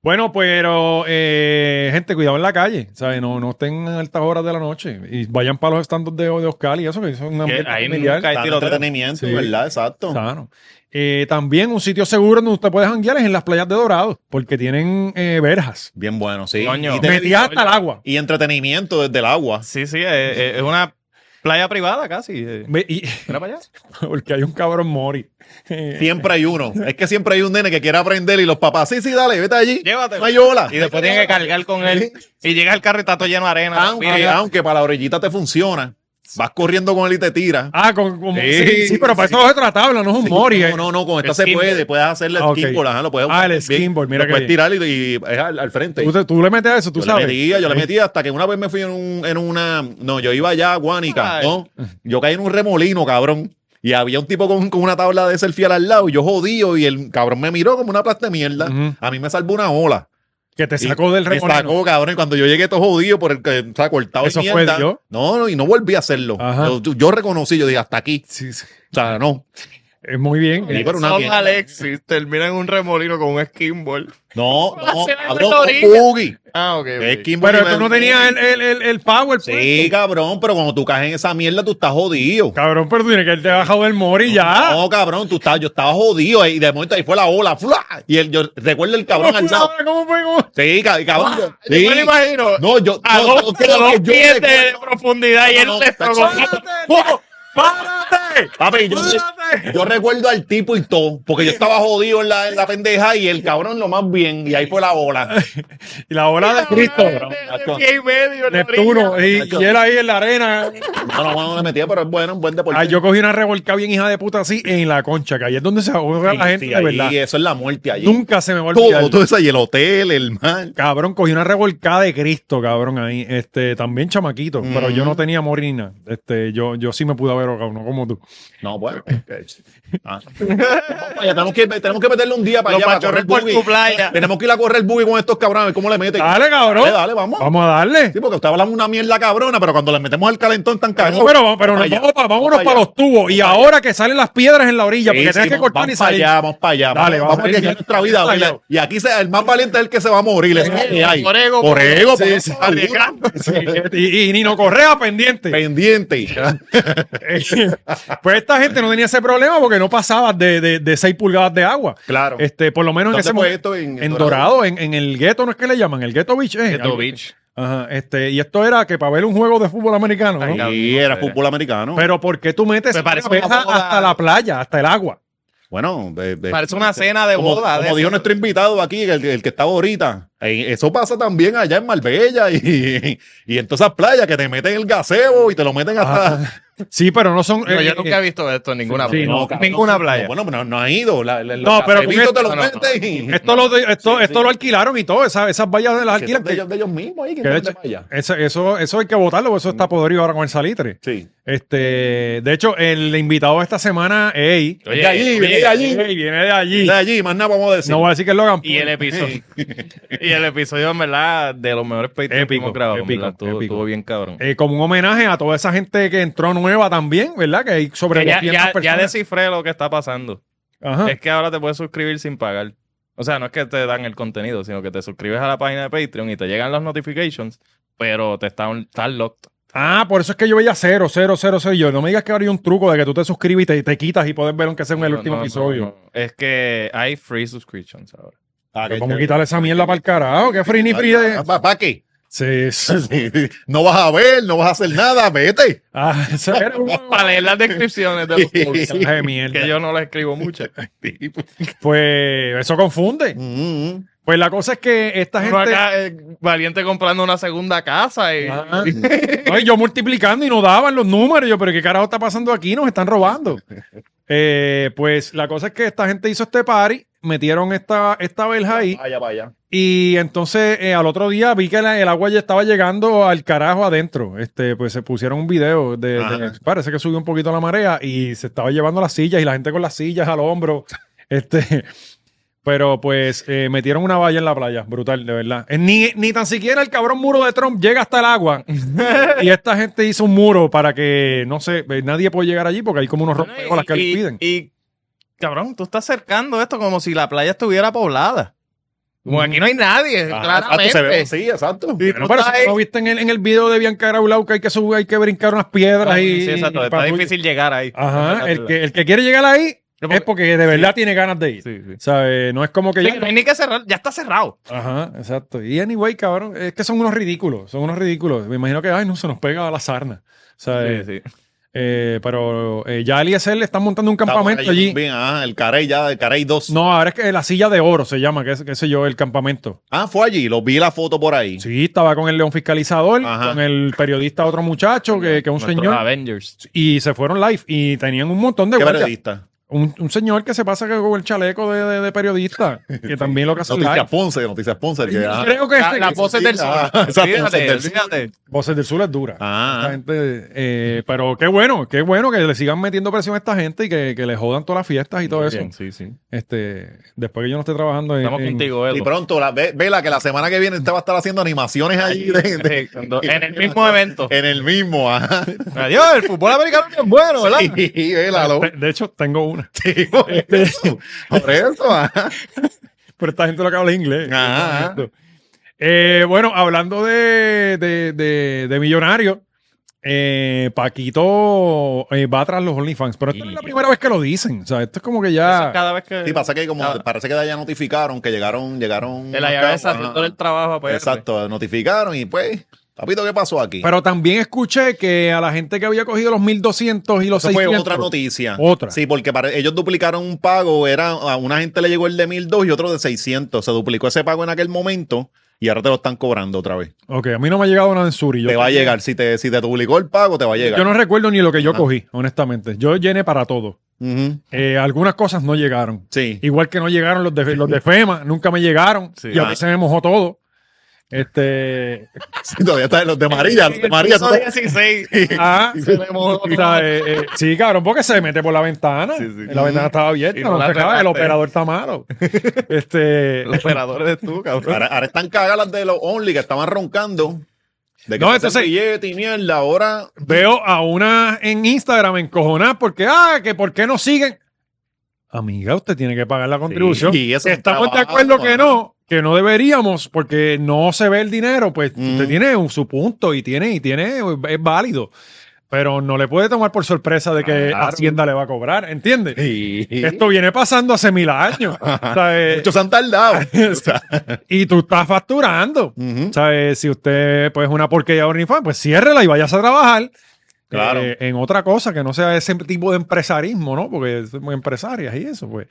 Speaker 1: Bueno, pero eh, gente, cuidado en la calle, ¿sabes? No, no estén a altas horas de la noche y vayan para los estandos de, de Oscar y eso, que eso es un ambiente
Speaker 3: ahí
Speaker 1: familiar.
Speaker 3: nunca hay
Speaker 2: Tanto
Speaker 3: tiroteo.
Speaker 2: entretenimiento,
Speaker 1: Sí.
Speaker 2: ¿verdad? Exacto.
Speaker 1: Sano. Eh, también un sitio seguro donde usted puede janguear es en las playas de Dorado, porque tienen eh, verjas.
Speaker 2: Bien bueno, sí.
Speaker 3: Coño.
Speaker 2: Y, te-
Speaker 1: Metidas hasta el agua.
Speaker 2: y entretenimiento desde el agua.
Speaker 3: Sí, sí, es, es- es una playa privada casi. eh.
Speaker 1: Ve- y- [laughs]
Speaker 3: Mira para allá.
Speaker 1: porque hay un cabrón mori. Eh,
Speaker 2: Siempre hay uno. Es que siempre hay un nene que quiere aprender y los papás, sí, sí, dale, vete allí.
Speaker 3: Llévatelo.
Speaker 2: No hay ola.
Speaker 3: Y después tienen que cargar con él. Ah, Y llega el carro y está todo lleno de arena.
Speaker 2: Aunque,
Speaker 3: Mira,
Speaker 2: aunque para la orillita te funciona, vas corriendo con él y te tira.
Speaker 1: ah, con, con- sí,
Speaker 2: Sí,
Speaker 1: sí, pero para
Speaker 2: sí.
Speaker 1: eso es otra tabla, no es un mori. eh.
Speaker 2: No, no, no, con esta se
Speaker 3: Skimboard.
Speaker 2: puede. Puedes hacerle
Speaker 1: Ah, ok.
Speaker 2: skimboard, ajá, lo puedes
Speaker 1: Ah, el
Speaker 2: bien.
Speaker 1: skimboard, mira
Speaker 2: Lo
Speaker 1: qué
Speaker 2: puedes
Speaker 1: bien.
Speaker 2: tirar y, y es al, al frente.
Speaker 1: Tú, te- tú le metes a eso, tú
Speaker 2: yo
Speaker 1: sabes.
Speaker 2: le metía, yo le
Speaker 1: Sí.
Speaker 2: metía hasta que una vez me fui en, un- en una. No, yo iba allá a Guánica,
Speaker 3: Ay.
Speaker 2: ¿no? Yo caí en un remolino, cabrón. Y había un tipo con, con una tabla de selfie al lado. Y yo jodido. Y el cabrón me miró como una plasta de mierda.
Speaker 1: Ujú.
Speaker 2: A mí me salvó una ola.
Speaker 1: Que te
Speaker 2: Y
Speaker 1: sacó del
Speaker 2: Me
Speaker 1: remolino.
Speaker 2: sacó, cabrón. Y cuando yo llegué todo jodido por el que o sea, cortado de
Speaker 1: Eso fue
Speaker 2: mierda.
Speaker 1: Dios.
Speaker 2: No, no, y no volví a hacerlo.
Speaker 1: Ajá.
Speaker 2: Yo, yo reconocí, yo dije, hasta aquí.
Speaker 1: Sí, sí.
Speaker 2: O sea, no.
Speaker 1: Eh, Muy bien.
Speaker 2: Sí,
Speaker 1: Eh,
Speaker 2: pero una
Speaker 3: son
Speaker 2: mierda.
Speaker 3: Alexis termina en un remolino con un skimboard.
Speaker 2: No, no.
Speaker 3: Se va a
Speaker 2: cabrón,
Speaker 3: la
Speaker 2: un
Speaker 3: orilla.
Speaker 2: boogie.
Speaker 3: Ah, ok. ok.
Speaker 2: Es skimboard
Speaker 1: Pero
Speaker 2: y
Speaker 1: tú
Speaker 2: me-
Speaker 1: no tenías el, el, el, el power. pues.
Speaker 2: Sí, cabrón, pero cuando tú caes en esa mierda, tú estás jodido.
Speaker 1: Cabrón, pero tú tienes que haberte bajado del mori ya.
Speaker 3: Ah.
Speaker 2: No, cabrón, tú estabas, yo estaba jodido eh, y de momento ahí fue la ola. ¡fla! Y el, yo recuerdo el cabrón alzado.
Speaker 1: [laughs] ¿Cómo fue? ¿Cómo?
Speaker 2: Sí, cab- cabrón. yo-
Speaker 3: Yo
Speaker 2: sí.
Speaker 3: me lo imagino.
Speaker 2: No, yo.
Speaker 3: a
Speaker 2: no,
Speaker 3: dos,
Speaker 2: yo creo
Speaker 3: a dos
Speaker 2: que yo
Speaker 3: pies de
Speaker 2: recuerdo-
Speaker 3: profundidad y
Speaker 2: No,
Speaker 3: él
Speaker 2: no,
Speaker 3: le
Speaker 2: está
Speaker 3: tocó.
Speaker 2: chido.
Speaker 1: ¡Párate!
Speaker 2: [laughs]
Speaker 1: ¡Párate!
Speaker 2: Papi, yo, yo recuerdo al tipo y todo, porque yo estaba jodido en la, en la pendeja y el cabrón lo más bien, y ahí fue la ola.
Speaker 1: [laughs] Y la ola de Cristo.
Speaker 3: De- de- de pie y medio, la
Speaker 1: Neptuno.
Speaker 3: orilla.
Speaker 1: Y, y él ahí en la arena.
Speaker 2: No, no, no le metía, pero es bueno, un buen deporte.
Speaker 1: Ah, yo cogí una revolcada bien hija de puta así en la concha, que ahí es donde se ahoga
Speaker 2: Sí,
Speaker 1: la gente
Speaker 2: sí,
Speaker 1: de
Speaker 2: ahí,
Speaker 1: verdad.
Speaker 2: eso es la muerte allí.
Speaker 1: Nunca se me va a olvidar.
Speaker 2: todo, todo eso, y el hotel, el mar.
Speaker 1: Cabrón, cogí una revolcada de Cristo, cabrón, ahí. Este, también chamaquito, pero yo
Speaker 2: Ujú.
Speaker 1: no tenía morina. Este, yo, yo sí me pude haber ahogado, no como tú.
Speaker 2: No, bueno. eh, ah. Vaya, tenemos, que, tenemos que meterle un día para
Speaker 3: Los
Speaker 2: allá. Para
Speaker 3: pachorros
Speaker 2: correr
Speaker 3: por
Speaker 2: buggy.
Speaker 3: tu playa.
Speaker 2: Tenemos que ir a correr el buggy con estos cabrones, a ver cómo le meten.
Speaker 1: Dale, cabrón.
Speaker 2: dale, dale, vamos.
Speaker 1: Vamos a darle.
Speaker 2: Sí, porque usted hablando una mierda cabrona, pero cuando le metemos al calentón tan
Speaker 1: Pero,
Speaker 2: cagado.
Speaker 1: pero, pero nos
Speaker 2: allá,
Speaker 1: vamos pa- vámonos
Speaker 2: allá.
Speaker 1: para los tubos. Y ahora que salen las piedras en la orilla,
Speaker 2: Sí,
Speaker 1: porque
Speaker 2: sí,
Speaker 1: tienes que
Speaker 2: vamos-
Speaker 1: cortar y
Speaker 2: vamos para
Speaker 1: salir.
Speaker 2: allá, vamos para allá.
Speaker 1: Dale,
Speaker 2: vamos,
Speaker 1: vamos
Speaker 2: vamos a llegar
Speaker 1: allá.
Speaker 2: nuestra vida.
Speaker 1: Vamos
Speaker 2: ¿verdad? Y aquí se- el más valiente es el que se va a morir. Eso es lo que hay.
Speaker 3: Por ego,
Speaker 2: Por
Speaker 3: por-
Speaker 2: ego,
Speaker 3: sí,
Speaker 2: por-
Speaker 3: sí, arriesgando.
Speaker 1: [laughs] Sí, y, y Nino Correa pendiente.
Speaker 2: Pendiente.
Speaker 1: pues esta gente no tenía ese problema porque no pasaba de, de, 6 pulgadas de agua.
Speaker 2: Claro.
Speaker 1: Este, por lo menos en
Speaker 2: ¿Dónde
Speaker 1: ese
Speaker 2: fue
Speaker 1: momento.
Speaker 2: esto? ¿En
Speaker 1: en
Speaker 2: Dorado?
Speaker 1: Dorado, en, en el gueto, ¿no es que le llaman? El Gueto Beach. eh,
Speaker 3: Ghetto
Speaker 1: algo
Speaker 3: Beach.
Speaker 1: así. Ajá, este, y esto era que para ver un juego de fútbol americano, ¿no?
Speaker 3: Ay, cabrón.
Speaker 2: Y era fútbol americano.
Speaker 1: Pero ¿por qué tú metes
Speaker 3: Me parece
Speaker 1: una
Speaker 3: una
Speaker 1: abeja
Speaker 3: boda.
Speaker 1: hasta la playa, hasta el agua?
Speaker 2: bueno, de- de-
Speaker 3: Parece una cena de
Speaker 2: como,
Speaker 3: boda.
Speaker 2: como
Speaker 3: de-
Speaker 2: dijo nuestro invitado aquí, el, el que estaba ahorita, eh, eso pasa también allá en Marbella y, y en todas esas playas que te meten el gazebo y te lo meten hasta. [laughs]
Speaker 1: Sí, pero no son...
Speaker 3: No,
Speaker 1: eh,
Speaker 3: yo
Speaker 1: eh,
Speaker 3: nunca he visto esto en ninguna
Speaker 1: Ah, sí,
Speaker 3: playa.
Speaker 1: no,
Speaker 2: cabrón.
Speaker 3: ninguna playa.
Speaker 2: No, bueno, pero no, no ha ido. La, la-
Speaker 1: No,
Speaker 2: los
Speaker 1: pero tú
Speaker 2: gazebitos
Speaker 1: que-
Speaker 2: te los
Speaker 3: no, no,
Speaker 2: meten y-
Speaker 1: Esto, lo, esto, esto lo alquilaron y todo, esas, esas vallas de las
Speaker 2: que son
Speaker 1: alquilan.
Speaker 2: de,
Speaker 1: que-
Speaker 2: ellos, de ellos mismos ahí que
Speaker 1: que de
Speaker 2: están de
Speaker 1: hecho-
Speaker 2: playa.
Speaker 1: eso, eso, eso hay que votarlo, eso está podrido ahora con el salitre.
Speaker 2: Sí.
Speaker 1: Este, de hecho, el invitado de esta semana, ey,
Speaker 2: Oye, de allí, viene de allí.
Speaker 1: ey, viene de allí.
Speaker 2: De allí, más nada vamos a decir.
Speaker 1: No voy a decir que es Logan Paul.
Speaker 3: Y el episodio. y el episodio, en verdad, de los mejores Patreons que
Speaker 1: Épico,
Speaker 3: hemos grabado. en
Speaker 1: épico,
Speaker 3: verdad, estuvo,
Speaker 1: épico.
Speaker 3: estuvo bien cabrón.
Speaker 1: Eh, como un homenaje a toda esa gente que entró nueva también, ¿verdad? Que hay sobre
Speaker 3: ya,
Speaker 1: 200
Speaker 3: ya- eh. ya
Speaker 1: personas.
Speaker 3: descifré lo que está pasando.
Speaker 1: Ajá.
Speaker 3: Es que ahora te puedes suscribir sin pagar. O sea, no es que te dan el contenido, sino que te suscribes a la página de Patreon y te llegan las notifications, pero te están, están locked.
Speaker 1: Ah, por eso es que yo veía cero, cero, cero, cero. Y Yo, no me digas que ahora hay un truco de que tú te suscribes y te, te quitas y puedes ver aunque sea en el
Speaker 3: No,
Speaker 1: último
Speaker 3: no, no,
Speaker 1: episodio.
Speaker 3: no. Es que hay free subscriptions [laughs] ahora.
Speaker 2: Ah,
Speaker 1: Pero ¿Cómo quitarle esa mierda para el carajo? ¿Qué free ni free de-
Speaker 2: ¿Para qué?
Speaker 1: Sí, [laughs] sí.
Speaker 2: Sí, sí. [laughs] No vas a ver, no vas a hacer nada, vete.
Speaker 1: Ah, [laughs] eso era un-
Speaker 3: Para leer las descripciones [laughs] de los podcasts,
Speaker 1: de mierda.
Speaker 3: que yo no les
Speaker 2: [laughs]
Speaker 3: escribo muchas.
Speaker 1: Pues eso confunde.
Speaker 2: Mm, mm.
Speaker 1: Pues la cosa es que esta
Speaker 3: Uno
Speaker 1: gente.
Speaker 3: acá, eh, valiente comprando una segunda casa y...
Speaker 1: Ah. No, y yo multiplicando y no daban los números. Yo, pero ¿qué carajo está pasando aquí? Nos están robando. Eh, pues la cosa es que esta gente hizo este party, metieron esta, esta verja ahí.
Speaker 2: Vaya, vaya.
Speaker 1: Y entonces eh, al otro día vi que la- el agua ya estaba llegando al carajo adentro. Este, pues se pusieron un video de, de-
Speaker 2: Ajá.
Speaker 1: parece que subió un poquito la marea y se estaba llevando las sillas y la gente con las sillas al hombro. Este, pero pues eh, metieron una valla en la playa, brutal, de verdad. Eh, Ni, ni tan siquiera el cabrón muro de Trump llega hasta el agua. y esta gente hizo un muro para que, no sé, eh, nadie puede llegar allí porque hay como unos
Speaker 3: Bueno, y-
Speaker 1: rompeolas que
Speaker 3: y-
Speaker 1: les piden.
Speaker 3: Y, cabrón, tú estás acercando esto como si la playa estuviera poblada. Como aquí no hay nadie,
Speaker 2: Ajá, exacto, Ah, pues se ve
Speaker 3: claramente.
Speaker 2: así, exacto.
Speaker 3: Y
Speaker 1: Bueno,
Speaker 3: tú
Speaker 1: pero
Speaker 3: estás
Speaker 1: si
Speaker 3: Pues ahí-
Speaker 1: no viste en el, en el video de Bianca Graulau que hay que subir, hay que brincar unas piedras y.
Speaker 3: Sí, exacto.
Speaker 1: y-
Speaker 3: Está
Speaker 1: para-
Speaker 3: difícil llegar ahí.
Speaker 1: Ajá, el que, el que quiere llegar ahí es porque de verdad tiene ganas de ir.
Speaker 3: Sí, sí.
Speaker 1: ¿Sabe? No es como que
Speaker 3: Sí,
Speaker 1: ya-
Speaker 3: no hay ni que cerrar, ya está cerrado.
Speaker 1: Ajá, exacto. Y anyway, cabrón, es que son unos ridículos, son unos ridículos. Me imagino que, ay, no, se nos pega a la sarna. ¿Sabes?
Speaker 3: sí.
Speaker 1: Eh, pero eh, ya al ISL le están montando un
Speaker 2: Está por
Speaker 1: campamento
Speaker 2: ahí
Speaker 1: allí.
Speaker 2: también, ajá, el Carey ya, el Carey 2.
Speaker 1: No, ahora es que la silla de oro se llama, qué, qué sé yo, el campamento.
Speaker 2: Ah, fue allí, lo vi la foto por ahí.
Speaker 1: Sí, estaba con el león fiscalizador,
Speaker 2: Ajá.
Speaker 1: con el periodista, otro muchacho, que es un
Speaker 3: Nuestros
Speaker 1: señor.
Speaker 3: Avengers.
Speaker 1: Y se fueron live y tenían un montón de
Speaker 2: ¿Qué
Speaker 1: guardias.
Speaker 2: periodista?
Speaker 1: Un, un señor que se pasa que con el chaleco de, de- de periodista, que también lo que
Speaker 2: [laughs]
Speaker 1: hace
Speaker 2: Noticias
Speaker 1: live.
Speaker 2: Ponce, Noticias Ponce. el que- ah, ajá.
Speaker 1: Creo que
Speaker 3: La,
Speaker 1: este-
Speaker 3: la pose del sol.
Speaker 2: Ah, exacto,
Speaker 3: Fíjate,
Speaker 2: del sol.
Speaker 3: fíjate.
Speaker 1: Voces del Sur es dura.
Speaker 2: Ah.
Speaker 1: Esta gente, eh, pero qué bueno, qué bueno que le sigan metiendo presión a esta gente y que, que le jodan todas las fiestas y todo eso.
Speaker 3: Bien, sí, sí.
Speaker 1: Este, después que yo no esté trabajando en,
Speaker 3: Estamos
Speaker 1: en-
Speaker 3: contigo,
Speaker 2: Y
Speaker 3: Edu.
Speaker 2: pronto, la, ve- vela que la semana que viene usted va a estar haciendo animaciones allí de- de-
Speaker 1: [laughs]
Speaker 3: En el mismo evento. [laughs]
Speaker 2: en el mismo. [laughs] Ajá.
Speaker 3: Adiós, el fútbol americano es bien bueno, ¿verdad?
Speaker 2: Sí, vela, lo-
Speaker 1: Te- De hecho, tengo una.
Speaker 2: sí, por eso. Por eso, ah. ajá.
Speaker 1: Pero esta gente lo que habla inglés.
Speaker 2: Ajá.
Speaker 1: Esto. Eh, bueno, hablando de, de, de, de millonarios, eh, Paquito eh, va tras los OnlyFans. Pero esta no es la primera vez que lo dicen. O sea, esto es como que
Speaker 3: Eso es
Speaker 1: ya.
Speaker 3: Cada vez que
Speaker 2: Sí, pasa que como
Speaker 3: Ah.
Speaker 2: parece que de allá notificaron que llegaron, llegaron.
Speaker 3: el
Speaker 2: unos
Speaker 3: IRS
Speaker 2: cabos,
Speaker 3: haciendo
Speaker 2: ajá.
Speaker 3: el trabajo a PR.
Speaker 2: Exacto, notificaron y pues, papito, ¿qué pasó aquí?
Speaker 1: Pero también escuché que a la gente que había cogido los 1200 y los
Speaker 2: Eso
Speaker 1: 600.
Speaker 2: fue otra noticia.
Speaker 1: Otra.
Speaker 2: Sí, porque para- ellos duplicaron un pago. Era, a una gente le llegó el de 1.200 y otro de 600. Se duplicó ese pago en aquel momento y ahora te lo están cobrando otra vez.
Speaker 1: Ok, a mí no me ha llegado una de Suri. Yo-
Speaker 2: te va a llegar. Ah. Si te, si te duplicó el pago, te va a llegar.
Speaker 1: Yo no recuerdo ni lo que yo
Speaker 2: Ajá.
Speaker 1: cogí, honestamente. Yo llené para todo.
Speaker 2: Ujú,
Speaker 1: Eh, algunas cosas no llegaron. [laughs]
Speaker 2: Sí.
Speaker 1: Igual que no llegaron los de,
Speaker 3: [laughs]
Speaker 1: los de FEMA, nunca me llegaron.
Speaker 3: Sí.
Speaker 1: y a mí
Speaker 2: Ah.
Speaker 1: se me mojó todo.
Speaker 3: [laughs]
Speaker 1: Este.
Speaker 2: Sí, todavía están los de María. Los de María. tú
Speaker 3: Eso
Speaker 2: te- [laughs]
Speaker 3: 16.
Speaker 1: ah,
Speaker 3: Se me mojó
Speaker 1: o sea, eh, eh, sí, cabrón, porque se mete por la ventana.
Speaker 3: Sí, sí.
Speaker 1: La ventana estaba abierta.
Speaker 3: Y no
Speaker 1: no
Speaker 3: la
Speaker 1: se acaba, el
Speaker 3: cerraste.
Speaker 1: operador está malo.
Speaker 3: [laughs]
Speaker 1: Este.
Speaker 3: El operador eres tú, cabrón.
Speaker 2: Ahora, ahora están cagadas las de los Only que estaban roncando. De que
Speaker 1: No,
Speaker 2: no,
Speaker 1: entonces-
Speaker 2: billete y mierda. Ahora.
Speaker 1: Veo a una en Instagram encojonada porque, ah, que por qué no siguen. Amiga, usted tiene que pagar la contribución.
Speaker 2: y eso es un
Speaker 1: Estamos de
Speaker 2: trabajo,
Speaker 1: acuerdo que
Speaker 2: ajá.
Speaker 1: no, que no deberíamos porque no se ve el dinero, pues
Speaker 2: Mm.
Speaker 1: usted tiene un- su punto y tiene, y tiene, es válido. Pero no le puede tomar por sorpresa de que
Speaker 2: Claro.
Speaker 1: Hacienda le va a cobrar, ¿entiendes?
Speaker 2: Esto-
Speaker 1: Esto viene pasando hace mil años. ¿sabes?
Speaker 2: [laughs] Muchos se
Speaker 1: [laughs]
Speaker 2: han tardado. [laughs] O sea,
Speaker 1: y tú estás facturando.
Speaker 2: ujú.
Speaker 1: ¿Sabes? Si usted pues es una porquería de OnlyFans, pues ciérrela y vayas a trabajar.
Speaker 2: Claro.
Speaker 1: eh, en otra cosa que no sea ese tipo de empresarismo, ¿no? Porque son empresarias y eso, pues.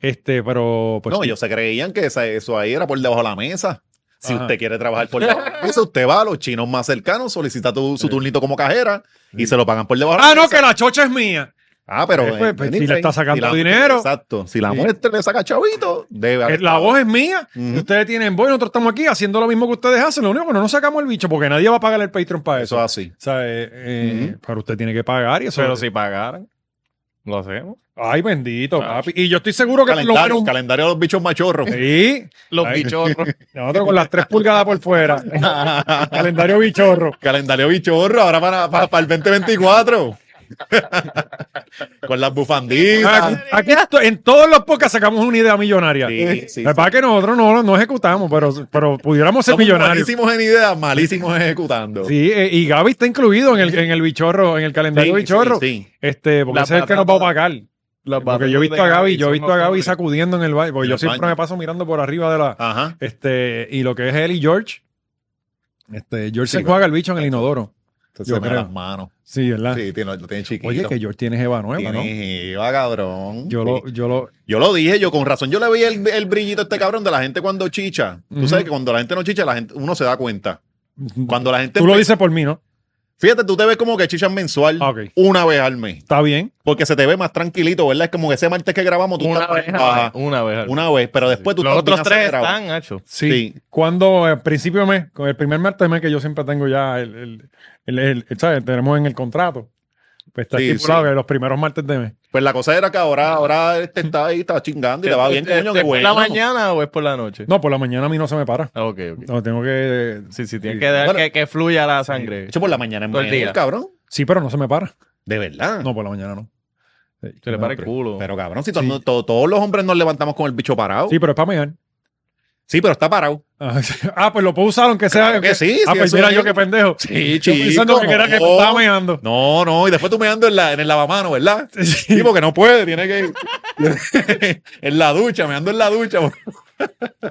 Speaker 1: Este, pero pues
Speaker 2: no, ellos se creían que esa- eso ahí era por debajo de la mesa. Si
Speaker 1: Ajá.
Speaker 2: usted quiere trabajar por debajo de la mesa, usted va a los chinos más cercanos, solicita tu- su turnito como cajera y se lo pagan por debajo de la
Speaker 1: Ah, no,
Speaker 2: mesa.
Speaker 1: que la chocha es mía.
Speaker 2: Ah, pero.
Speaker 1: Eh, pues,
Speaker 2: eh,
Speaker 1: pues,
Speaker 2: Benítez,
Speaker 1: si le está sacando
Speaker 2: la-
Speaker 1: dinero.
Speaker 2: Exacto. Si la
Speaker 1: Sí.
Speaker 2: muerte le saca chavito, debe
Speaker 1: Eh,
Speaker 2: haber
Speaker 1: La
Speaker 2: estado.
Speaker 1: voz es mía. y
Speaker 2: Ujú.
Speaker 1: Ustedes tienen voz y nosotros estamos aquí haciendo lo mismo que ustedes hacen. Lo único que no nos sacamos el bicho porque nadie va a pagar el Patreon para
Speaker 2: Eso
Speaker 1: eso.
Speaker 2: es así.
Speaker 1: O sea, eh, eh, pero usted tiene que pagar y eso.
Speaker 3: Pero si pagaran, lo hacemos.
Speaker 1: Ay, bendito,
Speaker 3: Ah.
Speaker 1: papi. Y yo estoy seguro que por lo
Speaker 2: Calendario,
Speaker 1: menos-
Speaker 2: calendario de los bichos machorros.
Speaker 1: Sí,
Speaker 3: Los
Speaker 1: Ay.
Speaker 3: bichorros.
Speaker 1: nosotros con las tres pulgadas por
Speaker 2: [laughs]
Speaker 1: fuera. Calendario bichorro.
Speaker 2: [laughs] calendario bichorro, ahora para, para, para el 2024. [laughs] Con las bufanditas.
Speaker 1: Aquí, aquí esto- en todos los podcasts sacamos una idea millonaria.
Speaker 2: Sí, sí,
Speaker 1: La verdad que nosotros no, no ejecutamos, pero, pero pudiéramos ser
Speaker 2: Somos
Speaker 1: millonarios.
Speaker 2: Malísimos en ideas, malísimos ejecutando.
Speaker 1: Sí, eh, y Gaby está incluido en el, en el bichorro, en el calendario
Speaker 2: Sí,
Speaker 1: bichorro.
Speaker 2: sí, sí.
Speaker 1: Este, porque
Speaker 3: La
Speaker 1: ese es el que nos va a
Speaker 3: patata-
Speaker 1: pagar.
Speaker 3: Los
Speaker 1: Porque yo he visto a
Speaker 3: batones de
Speaker 1: Gaby, yo he
Speaker 3: son
Speaker 1: visto a
Speaker 3: los
Speaker 1: Gaby
Speaker 3: hombres.
Speaker 1: sacudiendo en el baño, porque
Speaker 2: En
Speaker 1: yo
Speaker 2: el
Speaker 1: siempre
Speaker 2: baño.
Speaker 1: me paso mirando por arriba de la.
Speaker 2: Ajá.
Speaker 1: Este, y lo que es él y George. Este, George
Speaker 2: Sí,
Speaker 1: se juega el bicho en el inodoro.
Speaker 2: Entonces
Speaker 1: Yo
Speaker 2: se me
Speaker 1: creo.
Speaker 2: las manos.
Speaker 1: Sí, ¿verdad?
Speaker 2: Sí, tiene- lo tiene chiquito.
Speaker 1: Oye, que George tiene jeva nueva, ¿no?
Speaker 2: Tiene jeva, cabrón.
Speaker 1: Yo lo, yo lo,
Speaker 2: Yo lo dije, yo con razón, yo le veía el, el brillito a este cabrón de la gente cuando chicha. Tú
Speaker 1: Ujú.
Speaker 2: sabes que cuando la gente no chicha, la gente, uno se da cuenta. Cuando la gente...
Speaker 1: tú lo dices por mí, ¿no?
Speaker 2: Fíjate, tú te ves como que chichas mensual
Speaker 1: Ah, ok.
Speaker 2: una vez al mes.
Speaker 1: Está bien.
Speaker 2: Porque se te ve más tranquilito, ¿verdad? Es como que ese martes que grabamos, tú
Speaker 3: Una
Speaker 2: estás-
Speaker 3: vez,
Speaker 2: Ajá,
Speaker 3: una vez.
Speaker 2: una vez, pero después Pues tú
Speaker 3: Los
Speaker 2: estás
Speaker 3: otros
Speaker 2: bien
Speaker 3: tres
Speaker 2: acelerado.
Speaker 3: están, Nacho.
Speaker 1: Sí.
Speaker 2: Sí.
Speaker 1: Cuando al principio de mes, con el primer martes de mes que yo siempre tengo ya el, el, el- el- el- ¿sabes? Tenemos en el contrato. Pues está
Speaker 2: Sí,
Speaker 1: estipulado
Speaker 2: sí.
Speaker 1: que los primeros martes de mes.
Speaker 2: Pues la cosa era que ahora, ahora este está ahí, está chingando y le va bien, coño,
Speaker 3: ¿Es
Speaker 2: qué
Speaker 3: Este, por
Speaker 2: bueno.
Speaker 3: la mañana o es por la noche?
Speaker 1: No, por la mañana a mí no se me para.
Speaker 3: Ah, Ok, ok.
Speaker 1: No, tengo que.
Speaker 3: Sí, sí, tienes que dejar
Speaker 2: Bueno.
Speaker 3: que, que fluya la sangre.
Speaker 2: Hecho por la mañana en
Speaker 3: Todo el
Speaker 2: medio,
Speaker 3: día.
Speaker 2: cabrón.
Speaker 1: Sí, pero no se me
Speaker 2: [laughs]
Speaker 1: para.
Speaker 2: De verdad.
Speaker 1: No, por la mañana no. Sí,
Speaker 3: Se le
Speaker 1: no,
Speaker 3: para el
Speaker 1: pero-
Speaker 3: culo.
Speaker 2: Pero cabrón, si
Speaker 1: Sí.
Speaker 2: to- to- todos los hombres nos levantamos con el bicho parado.
Speaker 1: Sí, pero es para mear.
Speaker 2: Sí, pero está parado.
Speaker 1: Ah, pues lo puedo usar aunque sea.
Speaker 2: Claro que
Speaker 1: aunque-
Speaker 2: sí,
Speaker 1: Ah,
Speaker 2: sí,
Speaker 1: pues
Speaker 2: eso
Speaker 1: mira
Speaker 2: es.
Speaker 1: yo qué pendejo.
Speaker 2: Sí,
Speaker 1: Yo pensando que era que
Speaker 2: no.
Speaker 1: estaba meando. [laughs]
Speaker 2: No, no, y después tú me ando en, la, en el lavamano, ¿verdad?
Speaker 1: Sí, sí.
Speaker 2: Sí, porque no puede, tiene que. [laughs] en la ducha, me ando en la ducha. [laughs]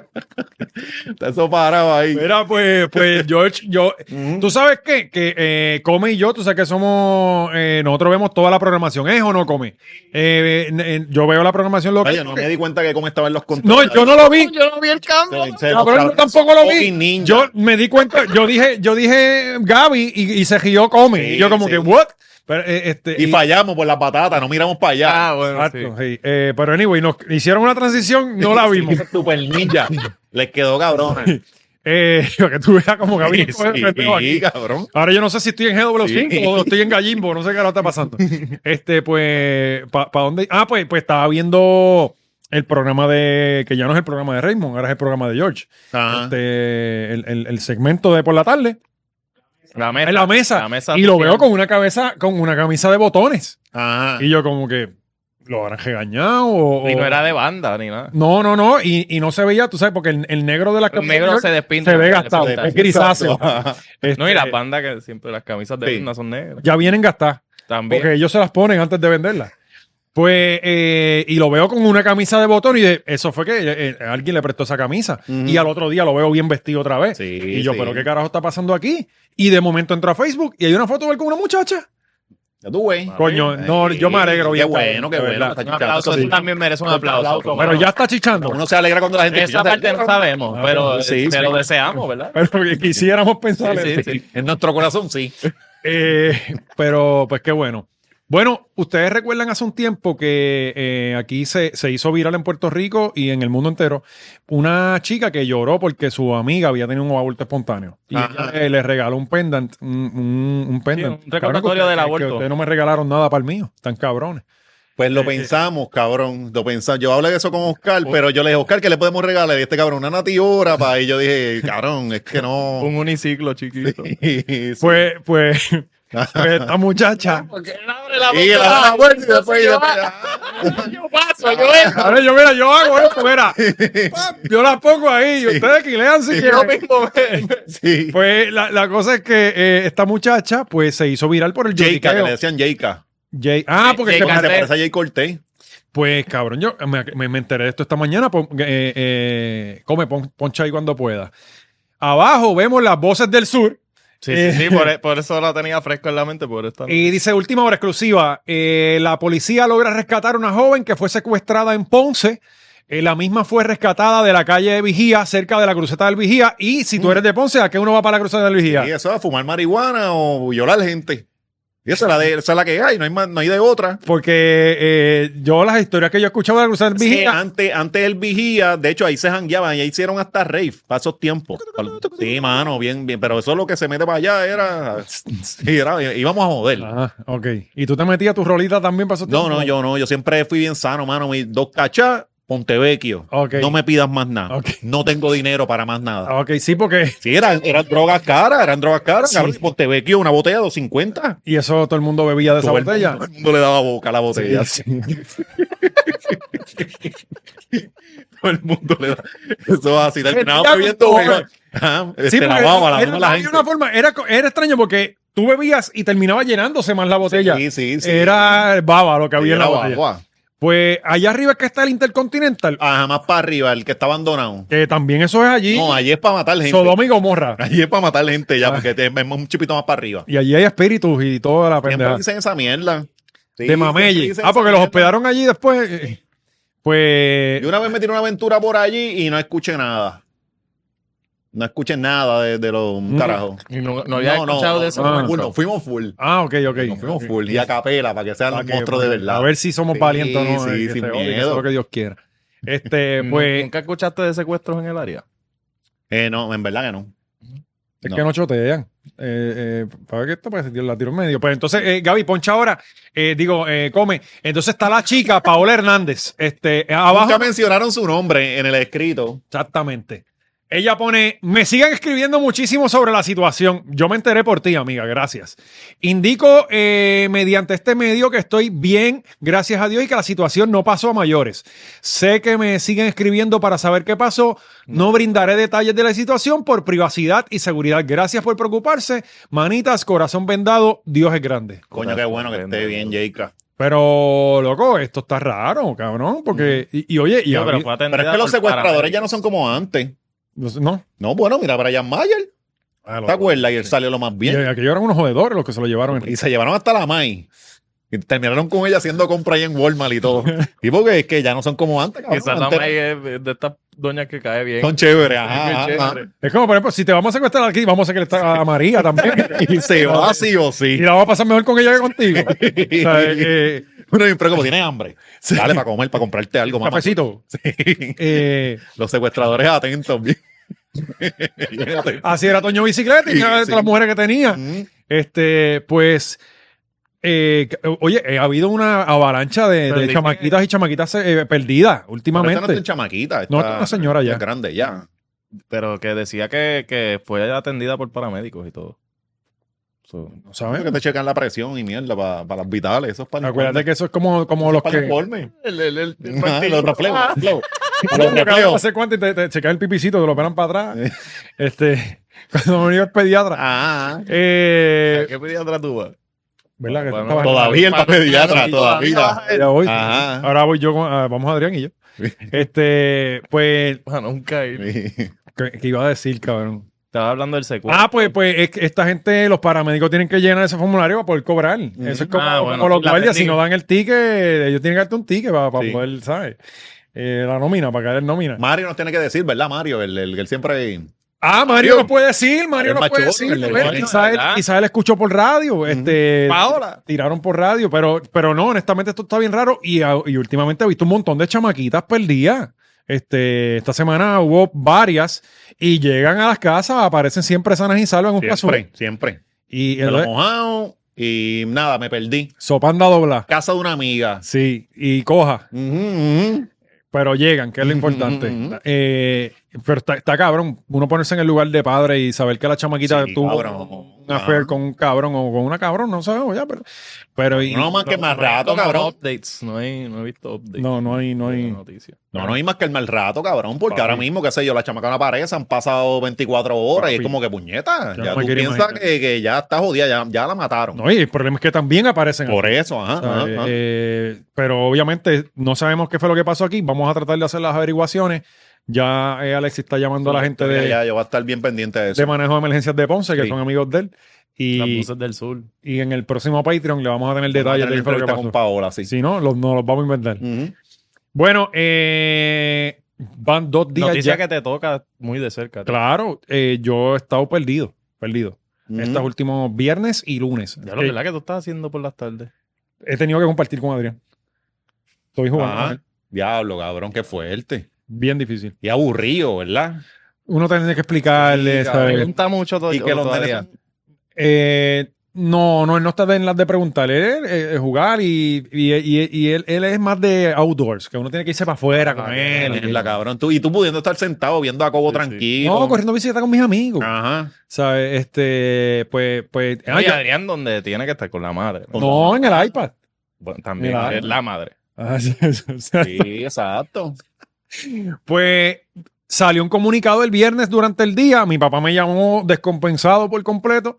Speaker 2: Está eso parado ahí.
Speaker 1: [laughs] Mira, pues, pues George, yo, tú sabes qué? que eh, Come y yo, tú sabes que somos, eh, nosotros vemos toda la programación, ¿es o no Come? Eh, n- n- yo veo la programación local.
Speaker 2: Vaya, no me di cuenta que cómo estaban los
Speaker 1: No,
Speaker 2: contratos.
Speaker 1: yo no lo vi.
Speaker 3: Yo no vi el cambio.
Speaker 2: Se- se
Speaker 1: Cabrón,
Speaker 2: mostraron-
Speaker 1: yo tampoco lo vi.
Speaker 2: Fucking ninja.
Speaker 1: Yo me di cuenta, yo dije, yo dije Gaby y, y se rió Come.
Speaker 2: Sí,
Speaker 1: y yo como
Speaker 2: sí.
Speaker 1: que, ¿what? Pero, eh, este,
Speaker 2: y fallamos por las patatas, no miramos para allá.
Speaker 3: Ah, bueno, sí.
Speaker 1: Exacto, sí. Eh, pero anyway, nos hicieron una transición,
Speaker 2: [laughs]
Speaker 1: no la vimos.
Speaker 2: Super ninja. Les quedó cabrona. Sí,
Speaker 1: Eh, [laughs] para que tú veas como Gaby
Speaker 2: sí,
Speaker 1: coge el pendejo aquí.
Speaker 2: cabrón.
Speaker 1: Ahora yo no sé si estoy en GW5
Speaker 2: Sí.
Speaker 1: o estoy en Gallimbo, no sé qué ahora está pasando. Este, pues, ¿para dónde? Ah, pues, pues estaba viendo el programa de, que ya no es el programa de Raymond, ahora es el programa de George.
Speaker 3: Ah.
Speaker 2: Ajá.
Speaker 1: Este, el, el- el segmento de por la tarde,
Speaker 3: La mesa.
Speaker 1: en la mesa, y lo veo con una cabeza, con una camisa de botones.
Speaker 2: Ajá.
Speaker 1: Y yo como que, ¿lo habrán regañado? O,
Speaker 3: Ah. Y no
Speaker 1: o-
Speaker 3: era de banda ni nada.
Speaker 1: No, no, no, y, y no se veía, tú sabes, porque el, el negro de la
Speaker 3: El negro se despinta.
Speaker 1: ve gastado,
Speaker 3: despinta.
Speaker 1: es grisáceo. [laughs]
Speaker 2: Ajá.
Speaker 1: Este,
Speaker 3: No, y las bandas que siempre las camisas de
Speaker 2: Sí.
Speaker 3: banda son negras.
Speaker 1: ya vienen gastadas.
Speaker 3: También.
Speaker 1: Porque ellos se las ponen antes de venderlas. Pues, eh, y lo veo con una camisa de botón y de, eso fue que eh, eh, alguien le prestó esa camisa.
Speaker 2: Ujú.
Speaker 1: Y al otro día lo veo bien vestido otra vez.
Speaker 2: Sí,
Speaker 1: y yo,
Speaker 2: sí.
Speaker 1: pero ¿qué carajo está pasando aquí? Y de momento entro a Facebook y hay una foto de él con una muchacha.
Speaker 2: Ya tú, güey.
Speaker 1: Coño, no, yo me alegro
Speaker 2: Qué
Speaker 1: bien, cabrón,
Speaker 2: bueno, qué
Speaker 1: de
Speaker 2: bueno.
Speaker 1: verdad.
Speaker 2: está
Speaker 3: Un
Speaker 2: chichando,
Speaker 3: aplauso,
Speaker 2: eso sí.
Speaker 3: tú también mereces un aplauso.
Speaker 2: Aplauso,
Speaker 1: Pero
Speaker 2: Bueno.
Speaker 1: ya está chichando.
Speaker 2: Uno se alegra cuando la gente
Speaker 3: Esa parte no sabemos, pero
Speaker 2: Ah, Sí,
Speaker 3: eh,
Speaker 2: sí.
Speaker 3: te lo deseamos, ¿verdad?
Speaker 1: Pero que quisiéramos pensar
Speaker 3: Sí,
Speaker 1: en-
Speaker 3: sí.
Speaker 2: En nuestro corazón, sí.
Speaker 1: Eh, [laughs] pero pues qué bueno. Bueno, ustedes recuerdan hace un tiempo que eh, aquí se, se hizo viral en Puerto Rico y en el mundo entero una chica que lloró porque su amiga había tenido un aborto espontáneo. Y
Speaker 2: Ajá.
Speaker 1: ella, eh, le regaló un pendant, un, un- un pendant.
Speaker 3: un recordatorio
Speaker 1: que-
Speaker 3: del
Speaker 1: que
Speaker 3: aborto.
Speaker 1: ustedes no me regalaron nada para el mío, están cabrones.
Speaker 2: Pues lo pensamos, cabrón. Lo pensamos. Yo hablé de eso con Oscar, pero yo le dije, Oscar, ¿qué le podemos regalar? Y este cabrón, una natiora para ahí. Yo dije, cabrón, es que no.
Speaker 3: Un uniciclo chiquito.
Speaker 2: [laughs] Y
Speaker 1: Pues, pues,
Speaker 3: [laughs]
Speaker 1: pues esta muchacha.
Speaker 4: Porque él abre
Speaker 2: la
Speaker 4: la boca,
Speaker 1: Ah,
Speaker 2: da la vuelta y después. y
Speaker 4: yo,
Speaker 2: después-
Speaker 4: yo paso, yo entro.
Speaker 1: Ahora yo, mira, yo hago esto,
Speaker 3: [laughs]
Speaker 1: mira. Pam, Yo la pongo ahí y ustedes quilean si
Speaker 3: Yo
Speaker 1: quieren.
Speaker 3: mismo me-
Speaker 2: Sí.
Speaker 1: Pues la, la cosa es que eh, esta muchacha pues se hizo viral por el
Speaker 2: Jayca, que
Speaker 1: lloriqueo.
Speaker 2: le decían Jayca.
Speaker 1: Jay- Ah, porque
Speaker 3: Jay
Speaker 1: se-
Speaker 2: Se
Speaker 3: Cortés.
Speaker 2: parece a Jay Cortés.
Speaker 1: pues cabrón, yo me, me- me enteré de esto esta mañana. pon- eh, eh, come, pon- poncha ahí cuando pueda. Abajo vemos las voces del sur
Speaker 3: Sí, sí, sí,
Speaker 2: [laughs]
Speaker 3: por, e- por eso la tenía fresco en la mente, por esta.
Speaker 1: y dice última hora exclusiva. eh, la policía logra rescatar a una joven que fue secuestrada en Ponce. Eh, la misma fue rescatada de la calle de Vigía, cerca de la cruceta del Vigía. Y si tú eres de Ponce, ¿a qué uno va para la cruceta del Vigía?
Speaker 2: Y eso, a fumar marihuana o violar gente. Y esa es la, de, esa es la que hay, no hay, más, no hay de otra.
Speaker 1: Porque eh, yo las historias que yo he escuchado de la cruceta del
Speaker 2: Sí,
Speaker 1: Vigía,
Speaker 2: antes, antes el vigía, de hecho ahí se jangueaban y ahí hicieron hasta rave para esos tiempos. Sí, mano, bien, bien. Pero eso es lo que se mete para allá era. Sí, era íbamos a joder.
Speaker 1: Ah, ok. ¿Y tú te metías tu rolita también para esos
Speaker 2: No, no,
Speaker 1: tiempos?
Speaker 2: yo no. Yo siempre fui bien sano, mano. Mis dos cachas, Pontevecchio.
Speaker 1: Ok.
Speaker 2: No me pidas más nada.
Speaker 1: Ok.
Speaker 2: No tengo dinero para más nada.
Speaker 1: Ah, Ok, sí, porque.
Speaker 2: Sí, eran, eran drogas caras, eran drogas caras.
Speaker 1: Sí.
Speaker 2: cabrón. Y Pontevecchio, una botella de 250.
Speaker 1: Y eso todo el mundo bebía de esa
Speaker 2: Todo el-
Speaker 1: botella.
Speaker 2: todo el mundo le daba boca a la botella.
Speaker 1: [laughs] Sí,
Speaker 2: Todo el mundo le da. Eso así, terminaba
Speaker 1: Mentira,
Speaker 2: bebiendo.
Speaker 1: cojones.
Speaker 2: güey. Ajá,
Speaker 1: eh. Sí,
Speaker 2: este,
Speaker 1: porque
Speaker 2: lavaba,
Speaker 1: era-
Speaker 2: lavaba
Speaker 1: era-
Speaker 2: la
Speaker 1: había
Speaker 2: gente.
Speaker 1: una forma, era, co- era extraño porque tú bebías y terminaba llenándose más la botella.
Speaker 2: Sí, sí, sí.
Speaker 1: Era baba lo que había en la
Speaker 2: Era
Speaker 1: botella.
Speaker 2: guagua.
Speaker 1: Pues allá arriba es que está el Intercontinental,
Speaker 2: Ajá, más para arriba, el que está abandonado.
Speaker 1: que también eso es allí,
Speaker 2: No, allí es para matar gente.
Speaker 1: Sodoma Ah. y Gomorra.
Speaker 2: Allí es para matar gente ya, porque te- es un chipito más para arriba.
Speaker 1: Y allí hay espíritus y toda la
Speaker 2: Siempre
Speaker 1: pendeja.
Speaker 2: dicen esa mierda. Sí,
Speaker 1: Pues De Mamelle.
Speaker 2: siempre dicen
Speaker 1: Ah, porque
Speaker 2: esa
Speaker 1: los
Speaker 2: mierda.
Speaker 1: hospedaron allí después. eh, Pues.
Speaker 2: Yo una vez me tiré una aventura por allí y no escuché nada. No escuché nada de, de los
Speaker 1: Mm.
Speaker 2: carajo.
Speaker 3: Y no, no había
Speaker 2: no,
Speaker 3: escuchado de eso.
Speaker 2: no,
Speaker 1: Ah.
Speaker 2: full, no, fuimos full.
Speaker 1: Ah, ok, ok.
Speaker 2: Nos fuimos full. Y a capela, para que sean
Speaker 1: Para
Speaker 2: los
Speaker 1: que,
Speaker 2: monstruos de
Speaker 1: pues,
Speaker 2: verdad.
Speaker 1: A ver si somos
Speaker 2: Sí,
Speaker 1: valientes o no.
Speaker 2: sí,
Speaker 1: eh, que
Speaker 2: sin
Speaker 1: se odie, que
Speaker 2: miedo.
Speaker 1: eso es lo que Dios quiera.
Speaker 2: [laughs]
Speaker 1: Este,
Speaker 3: ¿Nun-
Speaker 1: pues,
Speaker 3: ¿Nunca escuchaste de secuestros en el área?
Speaker 2: Eh, no, en verdad que no.
Speaker 1: es
Speaker 2: no.
Speaker 1: que no chotean. Eh, eh, para que esto pues, se tira- la tiro en medio. Pues entonces, eh, Gaby, poncha ahora. Eh, digo, eh, come. Entonces está la chica, Paola Hernández. Este, abajo.
Speaker 2: Nunca mencionaron su nombre en el escrito.
Speaker 1: Exactamente. Ella pone, me sigan escribiendo muchísimo sobre la situación. Yo me enteré por ti, amiga, gracias. Indico eh, mediante este medio que estoy bien, gracias a Dios, y que la situación no pasó a mayores. Sé que me siguen escribiendo para saber qué pasó. No brindaré detalles de la situación por privacidad y seguridad. Gracias por preocuparse. Manitas, corazón vendado, Dios es grande.
Speaker 2: Coño, qué bueno que esté bien, Jacob.
Speaker 1: Pero, loco, esto está raro, cabrón, porque... Y, y oye, y
Speaker 3: Tío, pero
Speaker 1: abri-
Speaker 3: fue atendida
Speaker 2: Pero es que los
Speaker 3: por
Speaker 2: secuestradores
Speaker 3: paramédicos.
Speaker 2: ya no son como antes.
Speaker 1: no.
Speaker 2: No, bueno, mira, Brian Mayer. ¿Te acuerdas? Y él salió lo más
Speaker 1: Y
Speaker 2: bien.
Speaker 1: aquellos eran unos jodedores los que se lo llevaron. Enrique.
Speaker 2: Y se llevaron hasta la May. Y terminaron con ella haciendo compra ahí en Walmart y todo. Y porque es que ya no son como antes, cabrón.
Speaker 3: Quizás la
Speaker 2: Antes
Speaker 3: May es de estas doñas que cae bien.
Speaker 2: Son chéveres. ajá,
Speaker 3: [laughs] Qué
Speaker 2: ajá,
Speaker 3: chévere.
Speaker 2: ajá.
Speaker 1: Es como, por ejemplo, si te vamos a secuestrar aquí, vamos a secuestrar a María
Speaker 2: [laughs]
Speaker 1: también.
Speaker 2: Y se va sí o
Speaker 1: y
Speaker 2: sí.
Speaker 1: la vamos a pasar mejor con ella que
Speaker 2: [laughs]
Speaker 1: contigo. O sea, eh, eh,
Speaker 2: Bueno, pero como tiene hambre, dale para comer, para comprarte algo más.
Speaker 1: cafecito. Eh,
Speaker 2: Los secuestradores atentos. bien. [laughs] Bien atentos.
Speaker 1: así era Toño Bicicleta y
Speaker 2: Sí,
Speaker 1: una de
Speaker 2: sí.
Speaker 1: todas las mujeres que tenía.
Speaker 2: Mm.
Speaker 1: Este, pues. eh, oye, eh, ha habido una avalancha de,
Speaker 3: Pero
Speaker 1: de
Speaker 3: dicen
Speaker 1: chamaquitas y chamaquitas eh, perdidas
Speaker 2: Pero esta no es
Speaker 1: últimamente.
Speaker 2: tan chamaquita.
Speaker 1: No, esta es una señora ya.
Speaker 2: Es grande ya.
Speaker 3: Pero que decía que, que fue atendida por paramédicos y todo. So,
Speaker 1: No
Speaker 2: ¿Sabes?
Speaker 1: sabes.
Speaker 2: Que te checan la presión y mierda para las vitales. Eso es para
Speaker 1: Acuérdate que eso es como, como los
Speaker 2: para
Speaker 1: que.
Speaker 2: informe.
Speaker 4: El, el, el,
Speaker 2: [laughs]
Speaker 4: el
Speaker 2: Los reflejos.
Speaker 4: Ah,
Speaker 2: los reflejos.
Speaker 1: [laughs]
Speaker 2: [laughs] Los
Speaker 1: No
Speaker 2: reflejos.
Speaker 1: sé cuánto y te, te- se cae el pipicito, te lo operan para atrás. Este, [laughs] cuando me venido el pediatra.
Speaker 2: Ah,
Speaker 1: Eh,
Speaker 3: ¿Qué pediatra tú vas?
Speaker 1: ¿Verdad? Que tú
Speaker 3: Bueno,
Speaker 1: estabas-
Speaker 2: todavía el pediatra, todavía.
Speaker 1: Ya voy.
Speaker 2: Ajá.
Speaker 1: Ahora voy yo, con- ah, vamos Adrián y yo. Este, pues,
Speaker 3: Para nunca ir.
Speaker 1: ¿qué, qué iba a decir, cabrón?
Speaker 3: Estaba hablando del secuestro.
Speaker 1: Ah, pues, pues, es que esta gente, los paramédicos tienen que llenar ese formulario para poder cobrar. Eso es como,
Speaker 3: Ah, bueno,
Speaker 1: como los
Speaker 3: la
Speaker 1: guardias, si
Speaker 3: técnica.
Speaker 1: no dan el ticket, ellos tienen que darte un ticket para, para
Speaker 2: Sí.
Speaker 1: poder, ¿sabes? Eh, la nómina, para caer en nómina.
Speaker 2: Mario nos tiene que decir, ¿verdad, Mario? El, el, el siempre.
Speaker 1: ah, Mario nos puede decir, Mario
Speaker 2: El
Speaker 1: nos puede
Speaker 2: machote,
Speaker 1: decir.
Speaker 2: el
Speaker 1: ¿verdad?
Speaker 2: machote,
Speaker 1: Quizá él,
Speaker 3: ¿verdad?
Speaker 1: quizá él escuchó por radio, este...
Speaker 3: Paola.
Speaker 1: tiraron por radio, pero, pero no, honestamente esto está bien raro y, a- y últimamente he visto un montón de chamaquitas perdidas. Este, esta semana hubo varias y llegan a las casas, aparecen siempre sanas y salvas en un
Speaker 2: Siempre,
Speaker 1: paso
Speaker 2: siempre.
Speaker 1: Y
Speaker 2: Me lo
Speaker 1: entonces,
Speaker 2: mojado y nada, me perdí.
Speaker 1: sopanda dobla.
Speaker 2: Casa de una amiga.
Speaker 1: Sí, y coja,
Speaker 2: Ujú, ujú.
Speaker 1: pero llegan, que es lo
Speaker 2: Ujú,
Speaker 1: importante.
Speaker 2: ujú, ujú.
Speaker 1: Eh, pero está, está cabrón, uno ponerse en el lugar de padre y saber que la chamaquita
Speaker 2: Sí,
Speaker 1: tuvo
Speaker 2: cabrón.
Speaker 1: un affair
Speaker 2: Ajá.
Speaker 1: con un cabrón o con una cabrón, no sabemos ya, pero, pero y-
Speaker 2: Ah, No más que más rato,
Speaker 3: Como
Speaker 2: cabrón.
Speaker 3: Updates. No, hay, no he visto updates.
Speaker 1: no, no hay, no hay.
Speaker 3: noticias.
Speaker 2: No, no hay más que el mal rato, cabrón, porque
Speaker 1: Papi.
Speaker 2: ahora mismo, qué sé yo, la chamacana pareja, se han pasado 24 horas y
Speaker 1: Papi.
Speaker 2: es como que puñeta.
Speaker 1: Yo
Speaker 2: ya
Speaker 1: no me
Speaker 2: tú
Speaker 1: quiero
Speaker 2: piensas
Speaker 1: imaginar.
Speaker 2: que, que ya está jodida, ya, ya la mataron.
Speaker 1: No, y el problema es que también aparecen
Speaker 2: Por eso, ajá.
Speaker 1: O sea,
Speaker 2: ajá, ajá.
Speaker 1: eh, pero obviamente no sabemos qué fue lo que pasó aquí. Vamos a tratar de hacer las averiguaciones. Ya eh, Alexis está llamando a la gente
Speaker 2: Mira,
Speaker 1: de,
Speaker 2: ya, yo voy a estar bien pendiente de eso.
Speaker 1: de manejo de emergencias de Ponce, que
Speaker 2: Sí.
Speaker 1: son amigos de él.
Speaker 3: Las
Speaker 1: Y,
Speaker 3: luces del sur.
Speaker 1: y en el próximo Patreon le vamos a tener
Speaker 2: Vamos a
Speaker 1: detalles
Speaker 2: tener
Speaker 1: de qué fue lo que
Speaker 2: entrevista con
Speaker 1: pasó.
Speaker 2: Paola, sí.
Speaker 1: Si no, los, no los vamos a inventar.
Speaker 2: Ujú.
Speaker 1: Bueno, eh, van dos días
Speaker 3: Noticia
Speaker 1: ya.
Speaker 3: que te toca muy de cerca.
Speaker 1: Claro, eh, yo he estado perdido, perdido.
Speaker 2: Ujú.
Speaker 1: Estos últimos viernes y lunes.
Speaker 3: Ya lo
Speaker 1: Eh,
Speaker 3: verdad que tú estás haciendo por las tardes.
Speaker 1: he tenido que compartir con Adrián. Estoy jugando.
Speaker 2: Ajá.
Speaker 1: con él.
Speaker 2: Diablo, cabrón, qué fuerte.
Speaker 1: Bien difícil.
Speaker 2: Y aburrido, ¿verdad?
Speaker 1: Uno tiene que explicarle.
Speaker 2: Sí,
Speaker 1: ¿sabes?
Speaker 3: Pregunta mucho todo
Speaker 2: Y que los
Speaker 3: todavía.
Speaker 2: nenes-
Speaker 1: Eh, no, no, él no está en las de preguntar. Él es jugar y, y, y- y él, él es más de outdoors, que uno tiene que irse para afuera con él.
Speaker 2: en la cabrón. Tú, y tú pudiendo estar sentado viendo a Cobo
Speaker 3: Sí, sí.
Speaker 2: tranquilo.
Speaker 1: No, corriendo bicicleta con mis amigos.
Speaker 2: Ajá.
Speaker 1: ¿Sabes? Este, pues, pues. ah,
Speaker 3: Oye,
Speaker 1: ya-
Speaker 3: Adrián, donde tiene que estar con la madre. ¿no?
Speaker 1: no, en el iPad.
Speaker 3: Bueno, también
Speaker 1: Mira.
Speaker 3: es la madre.
Speaker 1: Ah, [laughs] sí, sí, sí.
Speaker 2: Sí, exacto.
Speaker 1: Pues salió un comunicado el viernes durante el día. Mi papá me llamó descompensado por completo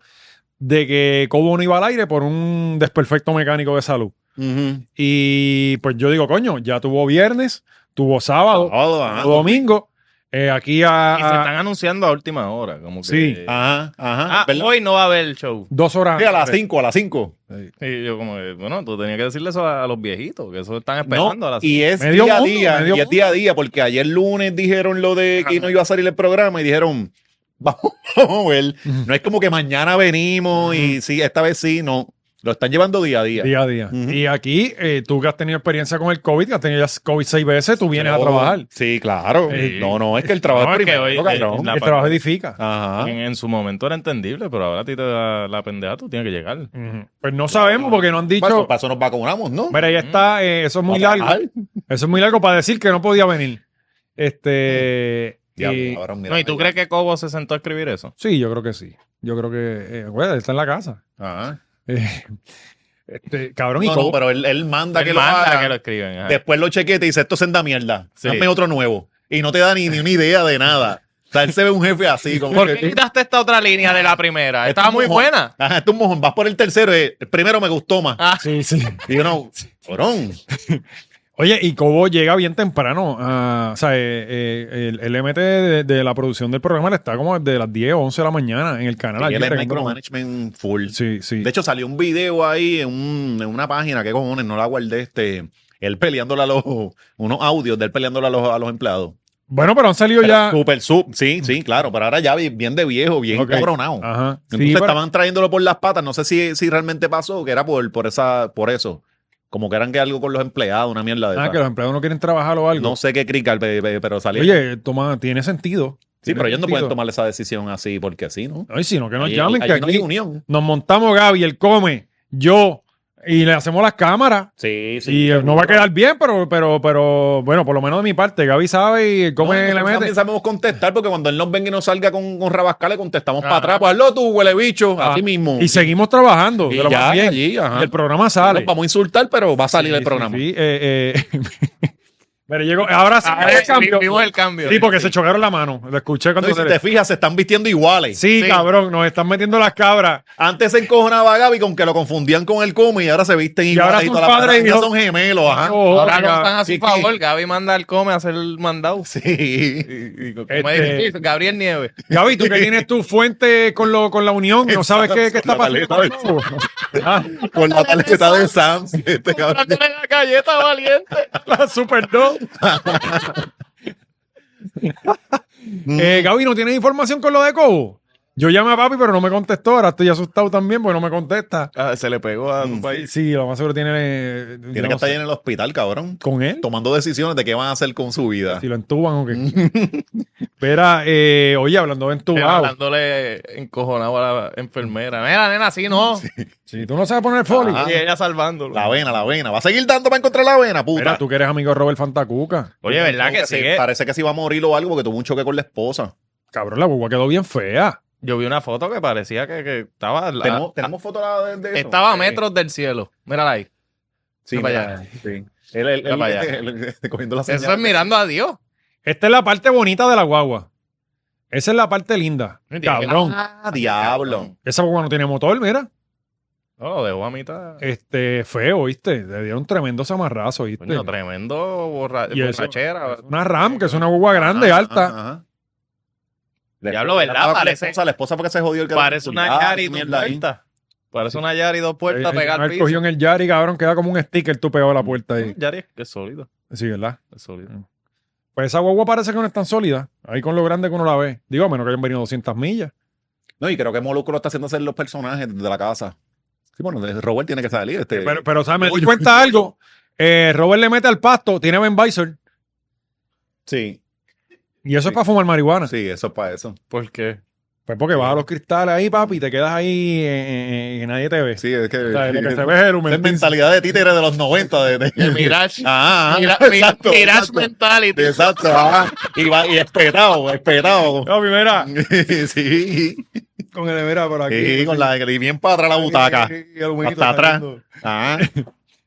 Speaker 1: de que Cobo no iba al aire por un desperfecto mecánico de salud.
Speaker 2: Ujú.
Speaker 1: Y pues yo digo, coño, ya tuvo viernes, tuvo sábado,
Speaker 2: Todo, ajá.
Speaker 1: tuvo domingo. eh, aquí a,
Speaker 3: Y se
Speaker 1: a
Speaker 3: están anunciando a última hora. Como que,
Speaker 1: Sí.
Speaker 2: Ajá, ajá.
Speaker 3: Ah, Ah,
Speaker 2: ¿verdad?
Speaker 3: hoy no va a haber el show.
Speaker 1: dos horas.
Speaker 2: Sí, a las 5, a las 5.
Speaker 3: Y yo como, que, bueno, tú tenías que decirle eso a, a los viejitos, que eso están
Speaker 2: No,
Speaker 3: esperando a las
Speaker 2: y es
Speaker 1: Medio
Speaker 2: día a
Speaker 1: mundo,
Speaker 2: día,
Speaker 1: medio
Speaker 2: y es día a día, porque ayer lunes dijeron lo de que
Speaker 3: Ajá.
Speaker 2: no iba a salir el programa y dijeron, [laughs] vamos, vamos a ver. No es como que mañana venimos y sí, esta vez sí, no. Lo están llevando día a día.
Speaker 1: Día a día.
Speaker 2: Ujú.
Speaker 1: Y aquí, eh, tú que has tenido experiencia con el COVID, que has tenido ya COVID seis veces, tú vienes a
Speaker 2: Oh,
Speaker 1: trabajar.
Speaker 2: Sí, claro.
Speaker 1: Sí.
Speaker 2: No, no, es que el trabajo
Speaker 3: No,
Speaker 2: es Ah.
Speaker 3: es que
Speaker 2: primero,
Speaker 3: hoy-
Speaker 2: cabrón.
Speaker 3: eh, la-
Speaker 1: el trabajo edifica.
Speaker 2: Ajá.
Speaker 3: En, en su momento era entendible, pero ahora a ti te da la pendeja, tú tienes que llegar.
Speaker 1: Ujú. Pues no sabemos porque no han
Speaker 2: Paso,
Speaker 1: dicho.
Speaker 2: paso nos vacunamos, ¿no?
Speaker 1: Mira, ya está, eh, eso es muy
Speaker 2: Vamos a
Speaker 1: largo. Eso es muy largo para decir que no podía venir. Este.
Speaker 2: Diablo,
Speaker 1: Y-
Speaker 2: cabrón, mira,
Speaker 3: No, ¿y tú
Speaker 2: mira.
Speaker 3: crees que Cobo se sentó a escribir eso?
Speaker 1: Sí, yo creo que sí. Yo creo que, eh, bueno, él está en la casa. [laughs]
Speaker 2: Ajá.
Speaker 1: Eh, este, cabrón, y
Speaker 2: No, no,
Speaker 1: Cobo-
Speaker 2: pero él, él manda que
Speaker 3: Él
Speaker 2: lo haga.
Speaker 3: manda que lo escriben. ajá.
Speaker 2: Después lo chequea y te dice, esto es senda mierda.
Speaker 3: Sí.
Speaker 2: Hazme otro nuevo. Y no te da ni, ni una idea de nada. O sea, él se ve un jefe así, como
Speaker 3: ¿Por
Speaker 2: que-
Speaker 3: qué quitaste esta otra línea de la primera?
Speaker 2: Esto
Speaker 3: Estaba
Speaker 2: es
Speaker 3: muy
Speaker 2: mojón.
Speaker 3: buena.
Speaker 2: Ajá, tú mojón, vas por el tercero, eh, el primero me gustó más.
Speaker 3: Ah,
Speaker 1: Sí, sí.
Speaker 2: Y yo no,
Speaker 3: [laughs]
Speaker 2: cabrón.
Speaker 1: Oye, y Cobo llega bien temprano. ah, o sea, eh, eh, el, el MT de, de la producción del programa le está como desde las 10 o 11 de la mañana en el canal.
Speaker 2: Y
Speaker 3: Ah,
Speaker 1: aquí
Speaker 2: él es
Speaker 1: pegando-
Speaker 2: micromanagement full.
Speaker 1: Sí, sí.
Speaker 2: De hecho, salió un video ahí en, un- en una página, que cojones, no la guardé, este, él peleándole a los, unos audios de él peleándole a los, a los empleados.
Speaker 1: bueno, pero han salido
Speaker 2: Pero
Speaker 1: ya.
Speaker 2: Super sub, sí,
Speaker 3: Mm.
Speaker 2: sí, claro, pero ahora ya bi- bien de viejo, bien
Speaker 1: Ok.
Speaker 3: Ah,
Speaker 2: cabronado.
Speaker 1: Ajá. Sí,
Speaker 2: Entonces
Speaker 1: pero-
Speaker 2: estaban trayéndolo por las patas, no sé si, si realmente pasó, que era por, por esa, por eso. Como que eran que algo con los empleados, una mierda de
Speaker 1: Ah,
Speaker 2: esa.
Speaker 1: que los empleados no quieren trabajar o algo.
Speaker 2: No sé qué crical, pe- pe- pero salió.
Speaker 1: Oye, toma, tiene sentido.
Speaker 2: sí,
Speaker 1: Tiene
Speaker 2: pero ellos no
Speaker 1: sentido.
Speaker 2: pueden tomar esa decisión así porque sí, ¿no?
Speaker 1: Ay, sino que nos
Speaker 2: Allí-
Speaker 1: llamen,
Speaker 2: allí
Speaker 1: que
Speaker 2: no
Speaker 1: aquí
Speaker 2: hay unión.
Speaker 1: nos montamos Gaby, él come, yo, y le hacemos las cámaras.
Speaker 2: Sí, sí.
Speaker 1: y eh, no va a quedar bien, pero, pero, pero, bueno, por lo menos de mi parte, Gaby sabe y él
Speaker 2: No,
Speaker 1: come le
Speaker 2: nosotros
Speaker 1: mete.
Speaker 2: también sabemos contestar porque cuando él nos venga y nos salga con, con rabascales, contestamos
Speaker 1: Ajá.
Speaker 2: para atrás. Pues hazlo tú, huele bicho,
Speaker 1: Ah,
Speaker 2: así mismo.
Speaker 1: Y seguimos trabajando.
Speaker 2: Y
Speaker 1: de lo
Speaker 2: ya,
Speaker 1: más bien.
Speaker 2: allí, ajá.
Speaker 1: Y el programa sale.
Speaker 2: Nos vamos a insultar, pero va a salir
Speaker 1: Sí,
Speaker 2: el
Speaker 1: sí,
Speaker 2: programa.
Speaker 1: sí, eh, eh. [laughs] Pero llegó, ahora sí,
Speaker 3: ah,
Speaker 1: ahora
Speaker 3: eh,
Speaker 1: cambió.
Speaker 3: vimos el cambio.
Speaker 1: Sí, porque se chocaron la mano. Lo escuché
Speaker 2: No,
Speaker 1: cuando
Speaker 2: y si
Speaker 1: se-
Speaker 2: te fijas, se están vistiendo iguales.
Speaker 1: Sí,
Speaker 3: Sí.
Speaker 1: cabrón, nos están metiendo las cabras.
Speaker 2: Antes se encojonaba a Gaby con que lo confundían con el come y ahora se visten iguales.
Speaker 1: ahora son
Speaker 2: toda la-
Speaker 1: padres y
Speaker 2: ahora
Speaker 1: hijos.
Speaker 2: son gemelos, ajá.
Speaker 1: Oh,
Speaker 3: Ahora no
Speaker 1: Gaby.
Speaker 3: están a su
Speaker 2: Sí,
Speaker 3: favor.
Speaker 2: sí.
Speaker 3: Gaby manda al come a hacer el mandado.
Speaker 2: Sí.
Speaker 3: Y- y- como
Speaker 1: Este-
Speaker 3: dice, [laughs] sí, Gabriel Nieves.
Speaker 1: Gaby, tú
Speaker 2: [laughs]
Speaker 1: que tienes tu fuente con, lo, con la unión, no sabes qué, qué está
Speaker 2: Con la
Speaker 1: pasando. Ah,
Speaker 2: Con la tarjeta de Sam. [laughs] Este cabrón.
Speaker 4: [laughs] Dándole la galleta valiente.
Speaker 1: la Super no.
Speaker 2: Mm.
Speaker 1: eh, Gaby, ¿no tienes información con lo de Cobo? Yo llamé a papi, pero no me contestó. Ahora estoy asustado también porque no me contesta.
Speaker 3: Ah, se le pegó a su país.
Speaker 1: Sí, lo más seguro tiene. eh, yo
Speaker 2: Tiene
Speaker 1: no
Speaker 2: que estar
Speaker 1: sé,
Speaker 2: ahí en el hospital, cabrón.
Speaker 1: ¿Con él?
Speaker 2: Tomando decisiones de qué van a hacer con su vida.
Speaker 1: Si lo entuban o qué.
Speaker 2: Mm.
Speaker 1: Espera, eh, oye, hablando de
Speaker 3: Era
Speaker 1: entubado.
Speaker 3: Hablándole encojonado a la enfermera. Mira, nena, así no. Ah.
Speaker 1: Si tú no sabes poner foli.
Speaker 2: Ajá.
Speaker 3: Y ella salvándolo.
Speaker 2: La vena, la vena. Va a seguir dando para encontrar la vena, puta.
Speaker 1: Mira, tú que eres amigo de Robert Fantacuca.
Speaker 3: Oye, ¿verdad
Speaker 2: Como
Speaker 3: que
Speaker 2: que
Speaker 3: sí?
Speaker 2: se-
Speaker 3: que-
Speaker 2: Parece que se iba a morir o algo porque tuvo un choque con la esposa.
Speaker 1: Cabrón, la guagua quedó bien fea.
Speaker 3: Yo vi una foto que parecía que, que estaba... la-
Speaker 2: ¿Tenemos, tenemos foto de, de eso?
Speaker 3: Estaba a
Speaker 2: Sí.
Speaker 3: metros del cielo. Mírala ahí.
Speaker 2: Sí,
Speaker 3: Mira para
Speaker 2: mira, sí. Él, él-
Speaker 3: Mira
Speaker 2: él-
Speaker 3: para allá.
Speaker 2: él- él- cogiendo la señal.
Speaker 3: Eso es mirando a Dios.
Speaker 1: Esta es la parte bonita de la guagua. Esa es la parte linda.
Speaker 3: Mentira,
Speaker 1: Cabrón.
Speaker 2: Ah, diablo.
Speaker 1: Esa guagua no tiene motor, mira.
Speaker 3: No, lo dejó a mitad.
Speaker 1: Este, feo, ¿viste? Le dieron tremendo samarrazo, ¿viste?
Speaker 3: Coño, tremendo borra-
Speaker 1: Y eso-
Speaker 3: borrachera.
Speaker 1: Es una RAM, que es una guagua grande,
Speaker 2: Ajá,
Speaker 3: Ah,
Speaker 1: alta.
Speaker 2: ajá, ajá. Le-
Speaker 3: Diablo, ¿verdad?
Speaker 2: le daba con
Speaker 3: Parece-
Speaker 2: La esposa, la esposa porque se jodió el cara.
Speaker 3: Parece una Yari dos
Speaker 2: mierda ahí.
Speaker 3: puertas. Parece una Yari dos puertas
Speaker 1: Eh,
Speaker 3: pegada al
Speaker 1: él
Speaker 3: piso.
Speaker 1: cogió en el Yari, cabrón, queda como un sticker tú pegado a la puerta ahí.
Speaker 3: Mm, Yari es que es sólido.
Speaker 1: Sí, ¿verdad?
Speaker 3: es sólido.
Speaker 1: Pues esa guagua parece que no es tan sólida. Ahí con lo grande que uno la ve. Digo, a menos que hayan venido 200 millas.
Speaker 2: No, y creo que Molusco lo está haciendo hacer los personajes de la casa. Sí, bueno, de- Robert tiene que salir. Este.
Speaker 1: Pero, pero ¿sabes? Me di
Speaker 2: Oye.
Speaker 1: cuenta algo. Eh, Robert le mete al pasto, tiene Ben Visor.
Speaker 2: sí,
Speaker 1: Y eso
Speaker 2: Sí.
Speaker 1: es para fumar marihuana.
Speaker 2: sí, eso es para eso.
Speaker 3: ¿Por qué?
Speaker 1: Pues porque baja los cristales ahí, papi, y te quedas ahí eh, eh, y nadie te ve.
Speaker 2: Sí, es que.
Speaker 1: O sea, lo que se
Speaker 2: es
Speaker 1: ve es el humedal.
Speaker 2: mentalidad de títere de los 90. De, de-
Speaker 4: El Mirage.
Speaker 2: [laughs] Ah, ah,
Speaker 4: Mira-
Speaker 2: exacto,
Speaker 4: Mirage
Speaker 2: exacto.
Speaker 4: Mentality.
Speaker 2: Exacto, ajá. Y, va, y esperado, esperado.
Speaker 1: No, mira,
Speaker 2: [laughs] sí,
Speaker 1: [laughs] con el mira por aquí.
Speaker 2: sí, con la, y bien para atrás
Speaker 1: [laughs]
Speaker 2: la butaca.
Speaker 1: Y el humito
Speaker 2: Hasta atrás.
Speaker 1: saliendo.
Speaker 2: Ah,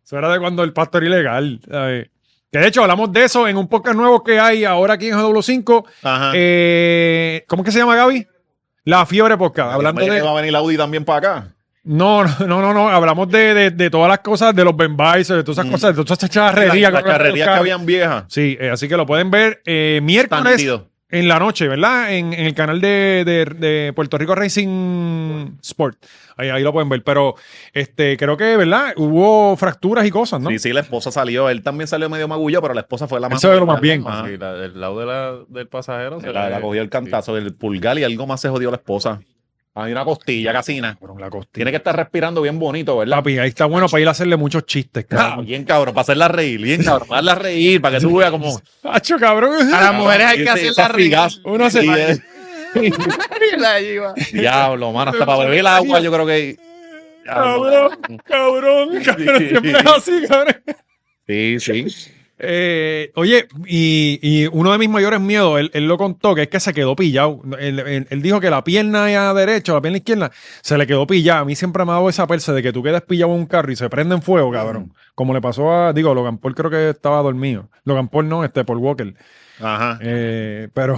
Speaker 1: Eso era de cuando el pasto era ilegal. ¿sabes? Que de hecho hablamos de eso en un podcast nuevo que hay ahora aquí en GW5.
Speaker 2: ajá.
Speaker 1: Eh, ¿Cómo es que se llama, Gaby? La fiebre podcast. Hablando
Speaker 2: Oye, que
Speaker 1: de.
Speaker 2: va a venir Audi también para acá.
Speaker 1: No, no, no, no, no. Hablamos de, de, de todas las cosas, de los Ben Bison, de todas esas
Speaker 2: Mm.
Speaker 1: cosas, de todas esas charrerías.
Speaker 2: Las
Speaker 1: que-
Speaker 2: carrerías que habían viejas.
Speaker 1: Sí, eh, así que lo pueden ver eh,
Speaker 2: Tan
Speaker 1: miércoles
Speaker 2: nítido.
Speaker 1: en la noche, ¿verdad? En, en el canal de, de- de Puerto Rico Racing Sport. Ahí, ahí lo pueden ver. Pero este, creo que, ¿verdad? Hubo fracturas y cosas, ¿no?
Speaker 2: Sí, sí, la esposa salió. Él también salió medio magullado, pero la esposa fue la
Speaker 1: Eso es lo más bien.
Speaker 2: Ajá.
Speaker 3: Sí, la- el lado de la- del pasajero. se
Speaker 2: Ah. La,
Speaker 3: le-
Speaker 2: la
Speaker 3: [laughs]
Speaker 2: cogió el cantazo del pulgar y algo más se jodió la esposa. Hay una costilla casina.
Speaker 1: Cabrón, la costilla.
Speaker 2: Tiene que estar respirando bien bonito, ¿verdad?
Speaker 1: Papi, ahí está bueno para ir a hacerle muchos chistes,
Speaker 2: Ah,
Speaker 1: cabrón.
Speaker 2: bien cabrón, para hacerla reír, bien cabrón, para hacerla reír, para que tú veas como.
Speaker 1: Hacho, cabrón.
Speaker 3: A las mujeres hay que hacerla reír.
Speaker 1: Uno se-
Speaker 2: Sí, es-
Speaker 4: Y la lleva.
Speaker 2: Diablo, mano, hasta para beber el agua, yo creo que. Diablo.
Speaker 1: ah, Cabrón, cabrón, cabrón. Siempre es así, cabrón.
Speaker 2: Sí, sí.
Speaker 1: Eh, oye, y, y uno de mis mayores miedos, él, él lo contó, que es que se quedó pillado. Él, él- él dijo que la pierna ya derecha, la pierna izquierda, se le quedó pillada. A mí siempre me ha dado esa persa de que tú quedas pillado en un carro y se prende en fuego, cabrón. Como le pasó a, digo, Logan Paul creo que estaba dormido. Logan Paul no, este, Paul Walker.
Speaker 2: Ajá.
Speaker 1: Eh, pero,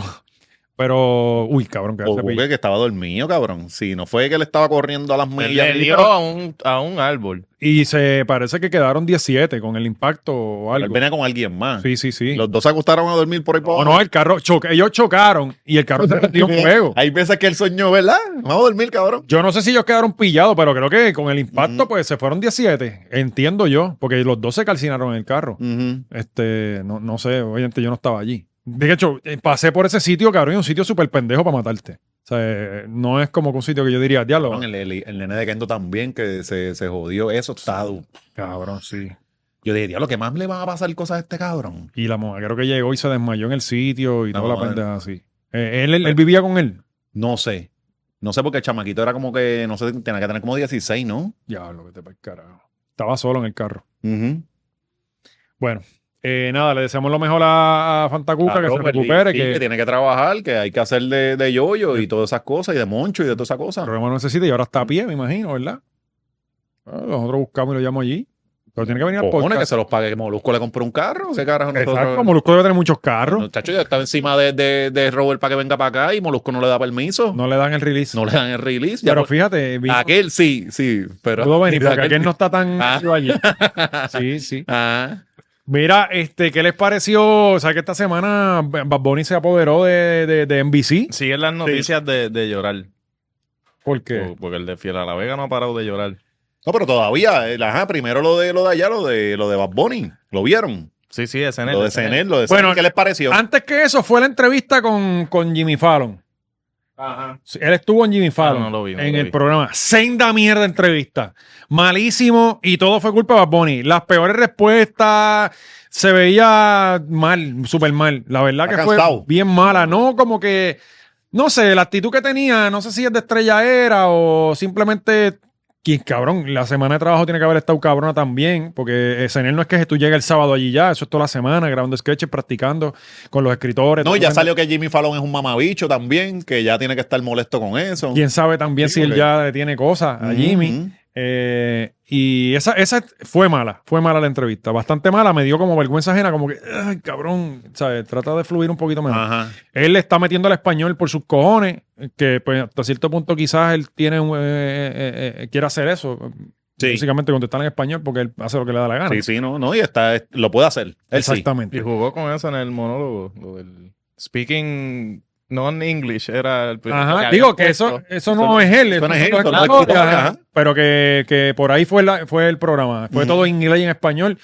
Speaker 1: pero, uy, cabrón, que
Speaker 2: O
Speaker 1: se pilló.
Speaker 2: Google que estaba dormido, cabrón. Si no fue que le estaba corriendo a las
Speaker 3: Me
Speaker 2: millas.
Speaker 3: le dio a un, a un árbol.
Speaker 1: Y se parece que quedaron 17 con el impacto o
Speaker 2: Él
Speaker 1: algo.
Speaker 2: venía con alguien más.
Speaker 1: Sí, sí, sí.
Speaker 2: Los dos se acostaron a dormir por ahí por
Speaker 1: O no, el carro, choca- ellos chocaron y el
Speaker 2: [laughs]
Speaker 1: carro se prendió en fuego.
Speaker 2: Hay veces que él soñó, ¿verdad? Vamos a dormir, cabrón.
Speaker 1: Yo no sé si ellos quedaron pillados, pero creo que con el impacto, pues se fueron 17. Entiendo yo, porque los dos se calcinaron en el carro.
Speaker 2: Ujú.
Speaker 1: Este, no, no sé, obviamente yo no estaba allí. De hecho, eh, pasé por ese sitio, cabrón, y un sitio súper pendejo para matarte. O sea, eh, no es como que un sitio que yo diría, diálogo.
Speaker 2: Cabrón, El, el- el nene de Kendo también que se, se jodió. Eso está. du-
Speaker 1: Cabrón, sí.
Speaker 2: Yo diría, lo que más le van a pasar cosas a este cabrón.
Speaker 1: Y la mujer creo que llegó y se desmayó en el sitio y
Speaker 2: La
Speaker 1: toda
Speaker 2: Pues
Speaker 1: la
Speaker 2: mujer.
Speaker 1: pendeja así. Eh, él, él- él vivía con él.
Speaker 2: No sé. No sé porque el chamaquito era como que, no sé, tenía que tener como 16, ¿no?
Speaker 1: Diablo, que te pa'l carajo. Estaba solo en el carro.
Speaker 2: Ujú.
Speaker 1: Bueno, eh, nada, le deseamos lo mejor a, a Fantacuca, que
Speaker 2: Claro,
Speaker 1: se
Speaker 2: pues,
Speaker 1: recupere,
Speaker 2: sí,
Speaker 1: que,
Speaker 2: tiene que trabajar, que hay que hacer de, de yoyo y todas esas cosas, y de moncho y de todas esas
Speaker 1: El
Speaker 2: cosas.
Speaker 1: programa no necesita y ahora está a pie, me imagino, ¿verdad? Ah, nosotros buscamos y lo llamo allí. Pero tiene que venir al
Speaker 2: Cojones, que
Speaker 1: podcast.
Speaker 2: se los pague. que Molusco le compró un carro. ¿Qué carajo nosotros?
Speaker 1: Exacto, Molusco debe tener muchos carros.
Speaker 2: Muchacho, ya estaba encima de, de, de Robert para que venga para acá y Molusco no le da permiso.
Speaker 1: No,
Speaker 2: No,
Speaker 1: le dan el release.
Speaker 2: le dan el release. Ya
Speaker 1: pero
Speaker 2: por-
Speaker 1: fíjate, vi-
Speaker 2: aquel sí, sí. Pero,
Speaker 1: pudo venir porque aquel
Speaker 2: aquel-
Speaker 1: no está tan
Speaker 2: Ah.
Speaker 1: activo allí. Sí, sí.
Speaker 2: [laughs] Ah,
Speaker 1: Mira, este, ¿qué les pareció? O sea, que esta semana Bad Bunny se apoderó de, de, de NBC.
Speaker 3: Siguen las noticias de, de llorar.
Speaker 1: Porque
Speaker 3: Por- Porque el de Fiel a la Vega no ha parado de llorar.
Speaker 2: No, pero todavía. eh, Ajá, primero lo de lo de allá, lo de lo de Bad Bunny. ¿Lo vieron?
Speaker 3: Sí, sí, de CNN.
Speaker 2: Lo de CNN, lo de
Speaker 1: Bueno,
Speaker 2: CNN, ¿Qué les pareció?
Speaker 1: antes que eso fue la entrevista con, con Jimmy Fallon.
Speaker 3: Ajá.
Speaker 1: Sí, Él estuvo en Jimmy Fallon
Speaker 3: Ah, no lo vi, no
Speaker 1: en
Speaker 3: lo
Speaker 1: el
Speaker 3: vi.
Speaker 1: programa. Senda mierda de entrevista. Malísimo y todo fue culpa de Bad Bunny. Las peores respuestas se veía mal, súper mal. La verdad
Speaker 2: Está
Speaker 1: que fue
Speaker 2: cansado.
Speaker 1: bien mala, ¿no? Como que, no sé, la actitud que tenía, no sé si es de estrella era o simplemente... que, Cabrón, la semana de trabajo tiene que haber estado cabrona también, porque SNL no es que tú llegues el sábado allí ya, eso es toda la semana, grabando sketches, practicando con los escritores.
Speaker 2: no,
Speaker 1: todo
Speaker 2: ya
Speaker 1: el-
Speaker 2: salió que Jimmy Fallon es un mamabicho también, que ya tiene que estar molesto con eso. Ah,
Speaker 1: Quién sabe también
Speaker 2: Sí,
Speaker 1: si él
Speaker 2: porque-
Speaker 1: ya le tiene cosas a Jimmy.
Speaker 2: Ujú.
Speaker 1: Eh, y esa, esa fue mala, fue mala la entrevista, bastante mala, me dio como vergüenza ajena, como que, ay, cabrón, ¿sabes? Trata de fluir un poquito mejor.
Speaker 2: Ajá.
Speaker 1: Él le está metiendo al español por sus cojones, que pues hasta cierto punto quizás él tiene un, eh, eh, eh, quiere hacer eso,
Speaker 2: Sí.
Speaker 1: básicamente contestar en español porque él hace lo que le da la gana.
Speaker 2: Sí, sí, no, no, y está, es- lo puede hacer. Él sí.
Speaker 1: Exactamente.
Speaker 3: Y jugó con eso en el monólogo. Lo del speaking non-English era el
Speaker 2: pues,
Speaker 3: primer-
Speaker 1: Ajá,
Speaker 3: habían
Speaker 1: digo que
Speaker 3: puesto.
Speaker 1: eso, eso no es él,
Speaker 2: eso no es él,
Speaker 1: son
Speaker 2: eso no
Speaker 1: los
Speaker 2: es culpa,
Speaker 1: actores,
Speaker 2: ajá.
Speaker 1: ajá, pero que, que por ahí fue, la, fue el programa, fue
Speaker 2: Ujú.
Speaker 1: todo en inglés y en español,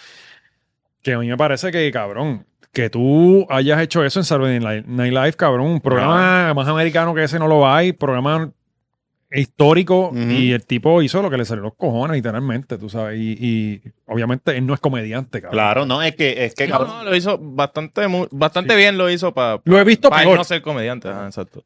Speaker 1: que a mí me parece que, cabrón, que tú hayas hecho eso en Saturday Night Night Live, cabrón, un programa más americano que ese no lo hay, programa histórico,
Speaker 2: Ujú.
Speaker 1: y el tipo hizo lo que le salió los cojones, literalmente, tú sabes, y, y obviamente él no es comediante, cabrón.
Speaker 2: Claro, no, es que, es que
Speaker 3: No,
Speaker 2: cabrón,
Speaker 3: no, lo hizo bastante, mu- bastante bien, lo hizo para
Speaker 1: Lo he visto peor.
Speaker 3: no ser comediante. Ajá, exacto.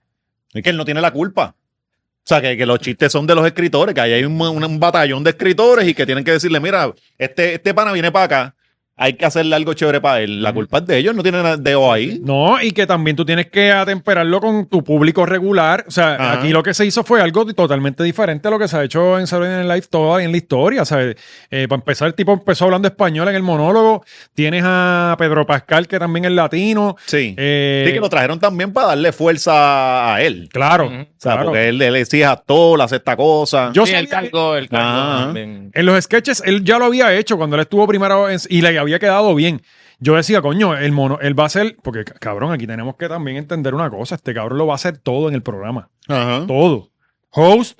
Speaker 2: es que él no tiene la culpa. O sea, que, que los chistes son de los escritores, que ahí hay un, un- un batallón de escritores y que tienen que decirle, mira, este, este pana viene para acá, hay que hacerle algo chévere para él. La culpa es de ellos, no tienen nada de dedo ahí.
Speaker 1: No, y que también tú tienes que atemperarlo con tu público regular. O sea,
Speaker 2: Ajá.
Speaker 1: aquí lo que se hizo fue algo totalmente diferente a lo que se ha hecho en Saturday Night Live toda en la historia. ¿sabes? Eh, para empezar, el tipo empezó hablando español en el monólogo. Tienes a Pedro Pascal, que también es latino.
Speaker 2: Sí.
Speaker 1: Eh,
Speaker 2: Sí, que lo trajeron también para darle fuerza a él.
Speaker 1: Claro.
Speaker 3: Ujú. O sea,
Speaker 2: O sea,
Speaker 1: claro.
Speaker 2: porque él, él exige a todo, le hace esta cosa.
Speaker 1: Yo
Speaker 3: Sí, el
Speaker 1: sabía-
Speaker 3: cargo, el cargo
Speaker 2: Ajá.
Speaker 3: también.
Speaker 1: En los sketches él ya lo había hecho cuando él estuvo primero en- y le había quedado bien. Yo decía, coño, el mono, él va a ser, porque ca- cabrón, aquí tenemos que también entender una cosa, este cabrón lo va a hacer todo en el programa.
Speaker 2: Ajá.
Speaker 1: todo. Host,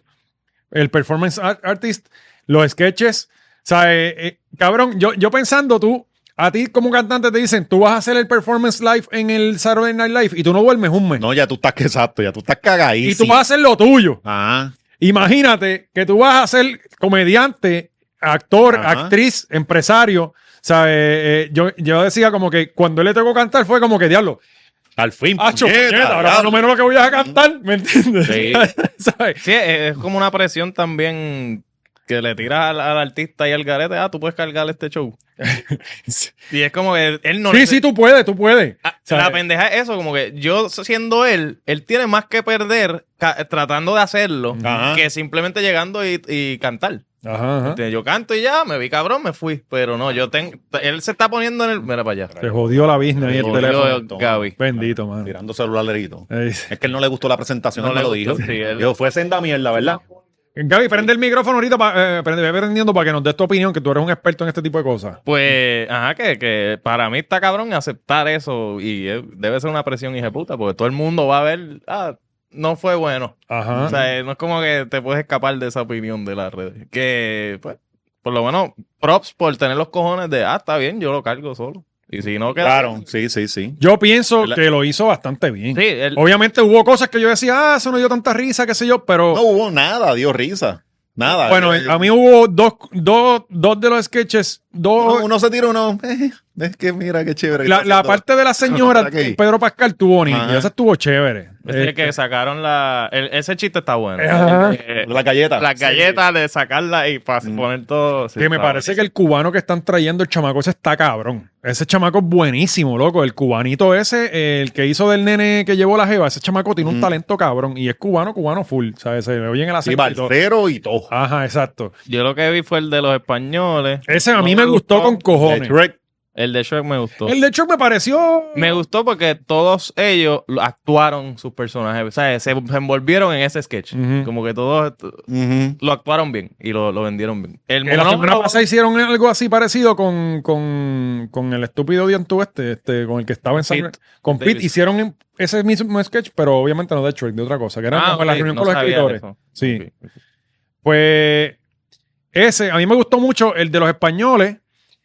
Speaker 1: el performance ar- artist, los sketches. O sea, eh, eh, cabrón, yo, yo pensando tú, a ti como cantante te dicen, tú vas a hacer el performance live en el Saturday Night Live y tú no duermes un mes.
Speaker 2: No, ya tú estás exacto, ya tú estás
Speaker 1: y
Speaker 2: cagadísimo. Ah,
Speaker 1: tú vas a hacer lo tuyo.
Speaker 2: Ajá.
Speaker 1: Imagínate que tú vas a ser comediante, actor,
Speaker 2: Ajá.
Speaker 1: actriz, empresario. O sea, eh, eh, yo, yo decía como que cuando él le tocó cantar fue como que
Speaker 2: [laughs]
Speaker 1: diablo.
Speaker 2: Al fin.
Speaker 1: Hacho,
Speaker 2: puñeta,
Speaker 1: puñeta, ahora
Speaker 2: ya.
Speaker 1: por lo menos lo que [laughs] voy a cantar, ¿me entiendes?
Speaker 2: Sí. [laughs]
Speaker 1: ¿Sabes?
Speaker 3: Sí, es es como una presión también que le tiras al, al artista y al garete, ah, tú puedes cargar este show. y es como que él, él no
Speaker 1: sí,
Speaker 3: le-
Speaker 1: sí, tú puedes, tú puedes.
Speaker 3: Ah,
Speaker 1: sea,
Speaker 3: la
Speaker 1: eh,
Speaker 3: pendeja es eso, como que yo siendo él, él tiene más que perder ca- tratando de hacerlo
Speaker 2: Ajá.
Speaker 3: que simplemente llegando y, y cantar.
Speaker 1: Ajá, ajá.
Speaker 2: Este,
Speaker 3: Entonces, Yo canto y ya, me vi cabrón, me fui. Pero no, yo tengo. Él se está poniendo en el. Mira para allá.
Speaker 1: Te jodió la business ahí el
Speaker 2: Jodió
Speaker 1: teléfono.
Speaker 2: el-
Speaker 3: Gaby.
Speaker 1: Bendito, mano. Eh,
Speaker 2: Tirando celularito.
Speaker 1: Ey.
Speaker 2: Es que él no le gustó la presentación,
Speaker 3: No
Speaker 2: él me
Speaker 3: le
Speaker 2: lo
Speaker 3: gustó,
Speaker 2: dijo.
Speaker 3: sí, él-
Speaker 2: Dijo, fue senda mierda, ¿verdad?
Speaker 1: Gaby, prende el micrófono ahorita, para, eh, prende, ve prendiendo para que nos des tu opinión, que tú eres un experto en este tipo de cosas.
Speaker 3: Pues, ajá, que, que para mí está cabrón aceptar eso y eh, debe ser una presión hija de puta, porque todo el mundo va a ver, ah, no fue bueno.
Speaker 1: Ajá.
Speaker 3: O sea, eh, no es como que te puedes escapar de esa opinión de las redes. Que, pues, por lo menos, props por tener los cojones de, ah, está bien, yo lo cargo solo. Y si no queda.
Speaker 2: Claro, sí, sí, sí.
Speaker 1: yo pienso
Speaker 2: la-
Speaker 1: que lo hizo bastante bien.
Speaker 3: Sí, el-
Speaker 1: Obviamente hubo cosas que yo decía, ah, eso no dio tanta risa, qué sé yo, pero...
Speaker 2: No hubo nada, dio risa. Nada.
Speaker 1: bueno,
Speaker 2: Eh,
Speaker 1: a mí hubo dos, dos, dos de los sketches, dos...
Speaker 2: uno, uno se tira uno. eh, es que mira qué chévere.
Speaker 1: la,
Speaker 2: Está
Speaker 1: la
Speaker 2: haciendo-
Speaker 1: parte de la señora
Speaker 2: Aquí.
Speaker 1: Pedro Pascal estuvo bonita,
Speaker 2: Ajá.
Speaker 1: esa estuvo chévere.
Speaker 3: este
Speaker 1: Eh,
Speaker 3: que sacaron la. el- ese chiste está bueno.
Speaker 1: Ajá.
Speaker 3: Eh,
Speaker 2: La galleta.
Speaker 3: las galletas de sacarlas y para
Speaker 2: Mm.
Speaker 3: poner todo. sí,
Speaker 1: que me
Speaker 3: está
Speaker 1: parece que
Speaker 3: bueno.
Speaker 1: el cubano que están trayendo el chamaco ese está cabrón. Ese chamaco es buenísimo, loco. El cubanito ese, eh, el que hizo del nene que llevó la jeva, ese chamaco tiene un
Speaker 2: Mm.
Speaker 1: talento cabrón y es cubano, cubano full, ¿sabes? Se le oyen el
Speaker 2: Sí,
Speaker 1: acento. y todo.
Speaker 2: balcero y todo.
Speaker 1: Ajá, exacto.
Speaker 3: Yo lo que vi fue el de los españoles.
Speaker 1: Ese a
Speaker 3: No
Speaker 1: mí
Speaker 3: me
Speaker 1: me gustó
Speaker 3: gustó.
Speaker 1: con cojones.
Speaker 2: Shrek.
Speaker 3: El de Shrek me gustó.
Speaker 1: El de hecho me pareció.
Speaker 3: Me gustó porque todos ellos lo- actuaron sus personajes, o sea, se se envolvieron en ese sketch.
Speaker 1: Ujú.
Speaker 3: Como que todos t-
Speaker 2: Ujú.
Speaker 3: lo actuaron bien y lo, lo vendieron bien. El
Speaker 1: Que la semana
Speaker 3: monólogo,
Speaker 1: pasada hicieron algo así parecido con, con, con el estúpido Diantú este, este, con el que estaba en San
Speaker 3: Pete
Speaker 1: Con Pete
Speaker 3: Davidson.
Speaker 1: hicieron ese mismo sketch, pero obviamente no de Shrek, de otra cosa, que era
Speaker 3: Ah,
Speaker 1: como la
Speaker 3: ok,
Speaker 1: reunión
Speaker 3: no
Speaker 1: con los
Speaker 3: sabía
Speaker 1: escritores.
Speaker 3: eso.
Speaker 1: Sí.
Speaker 3: Ok.
Speaker 1: Pues ese, a mí me gustó mucho el de los españoles,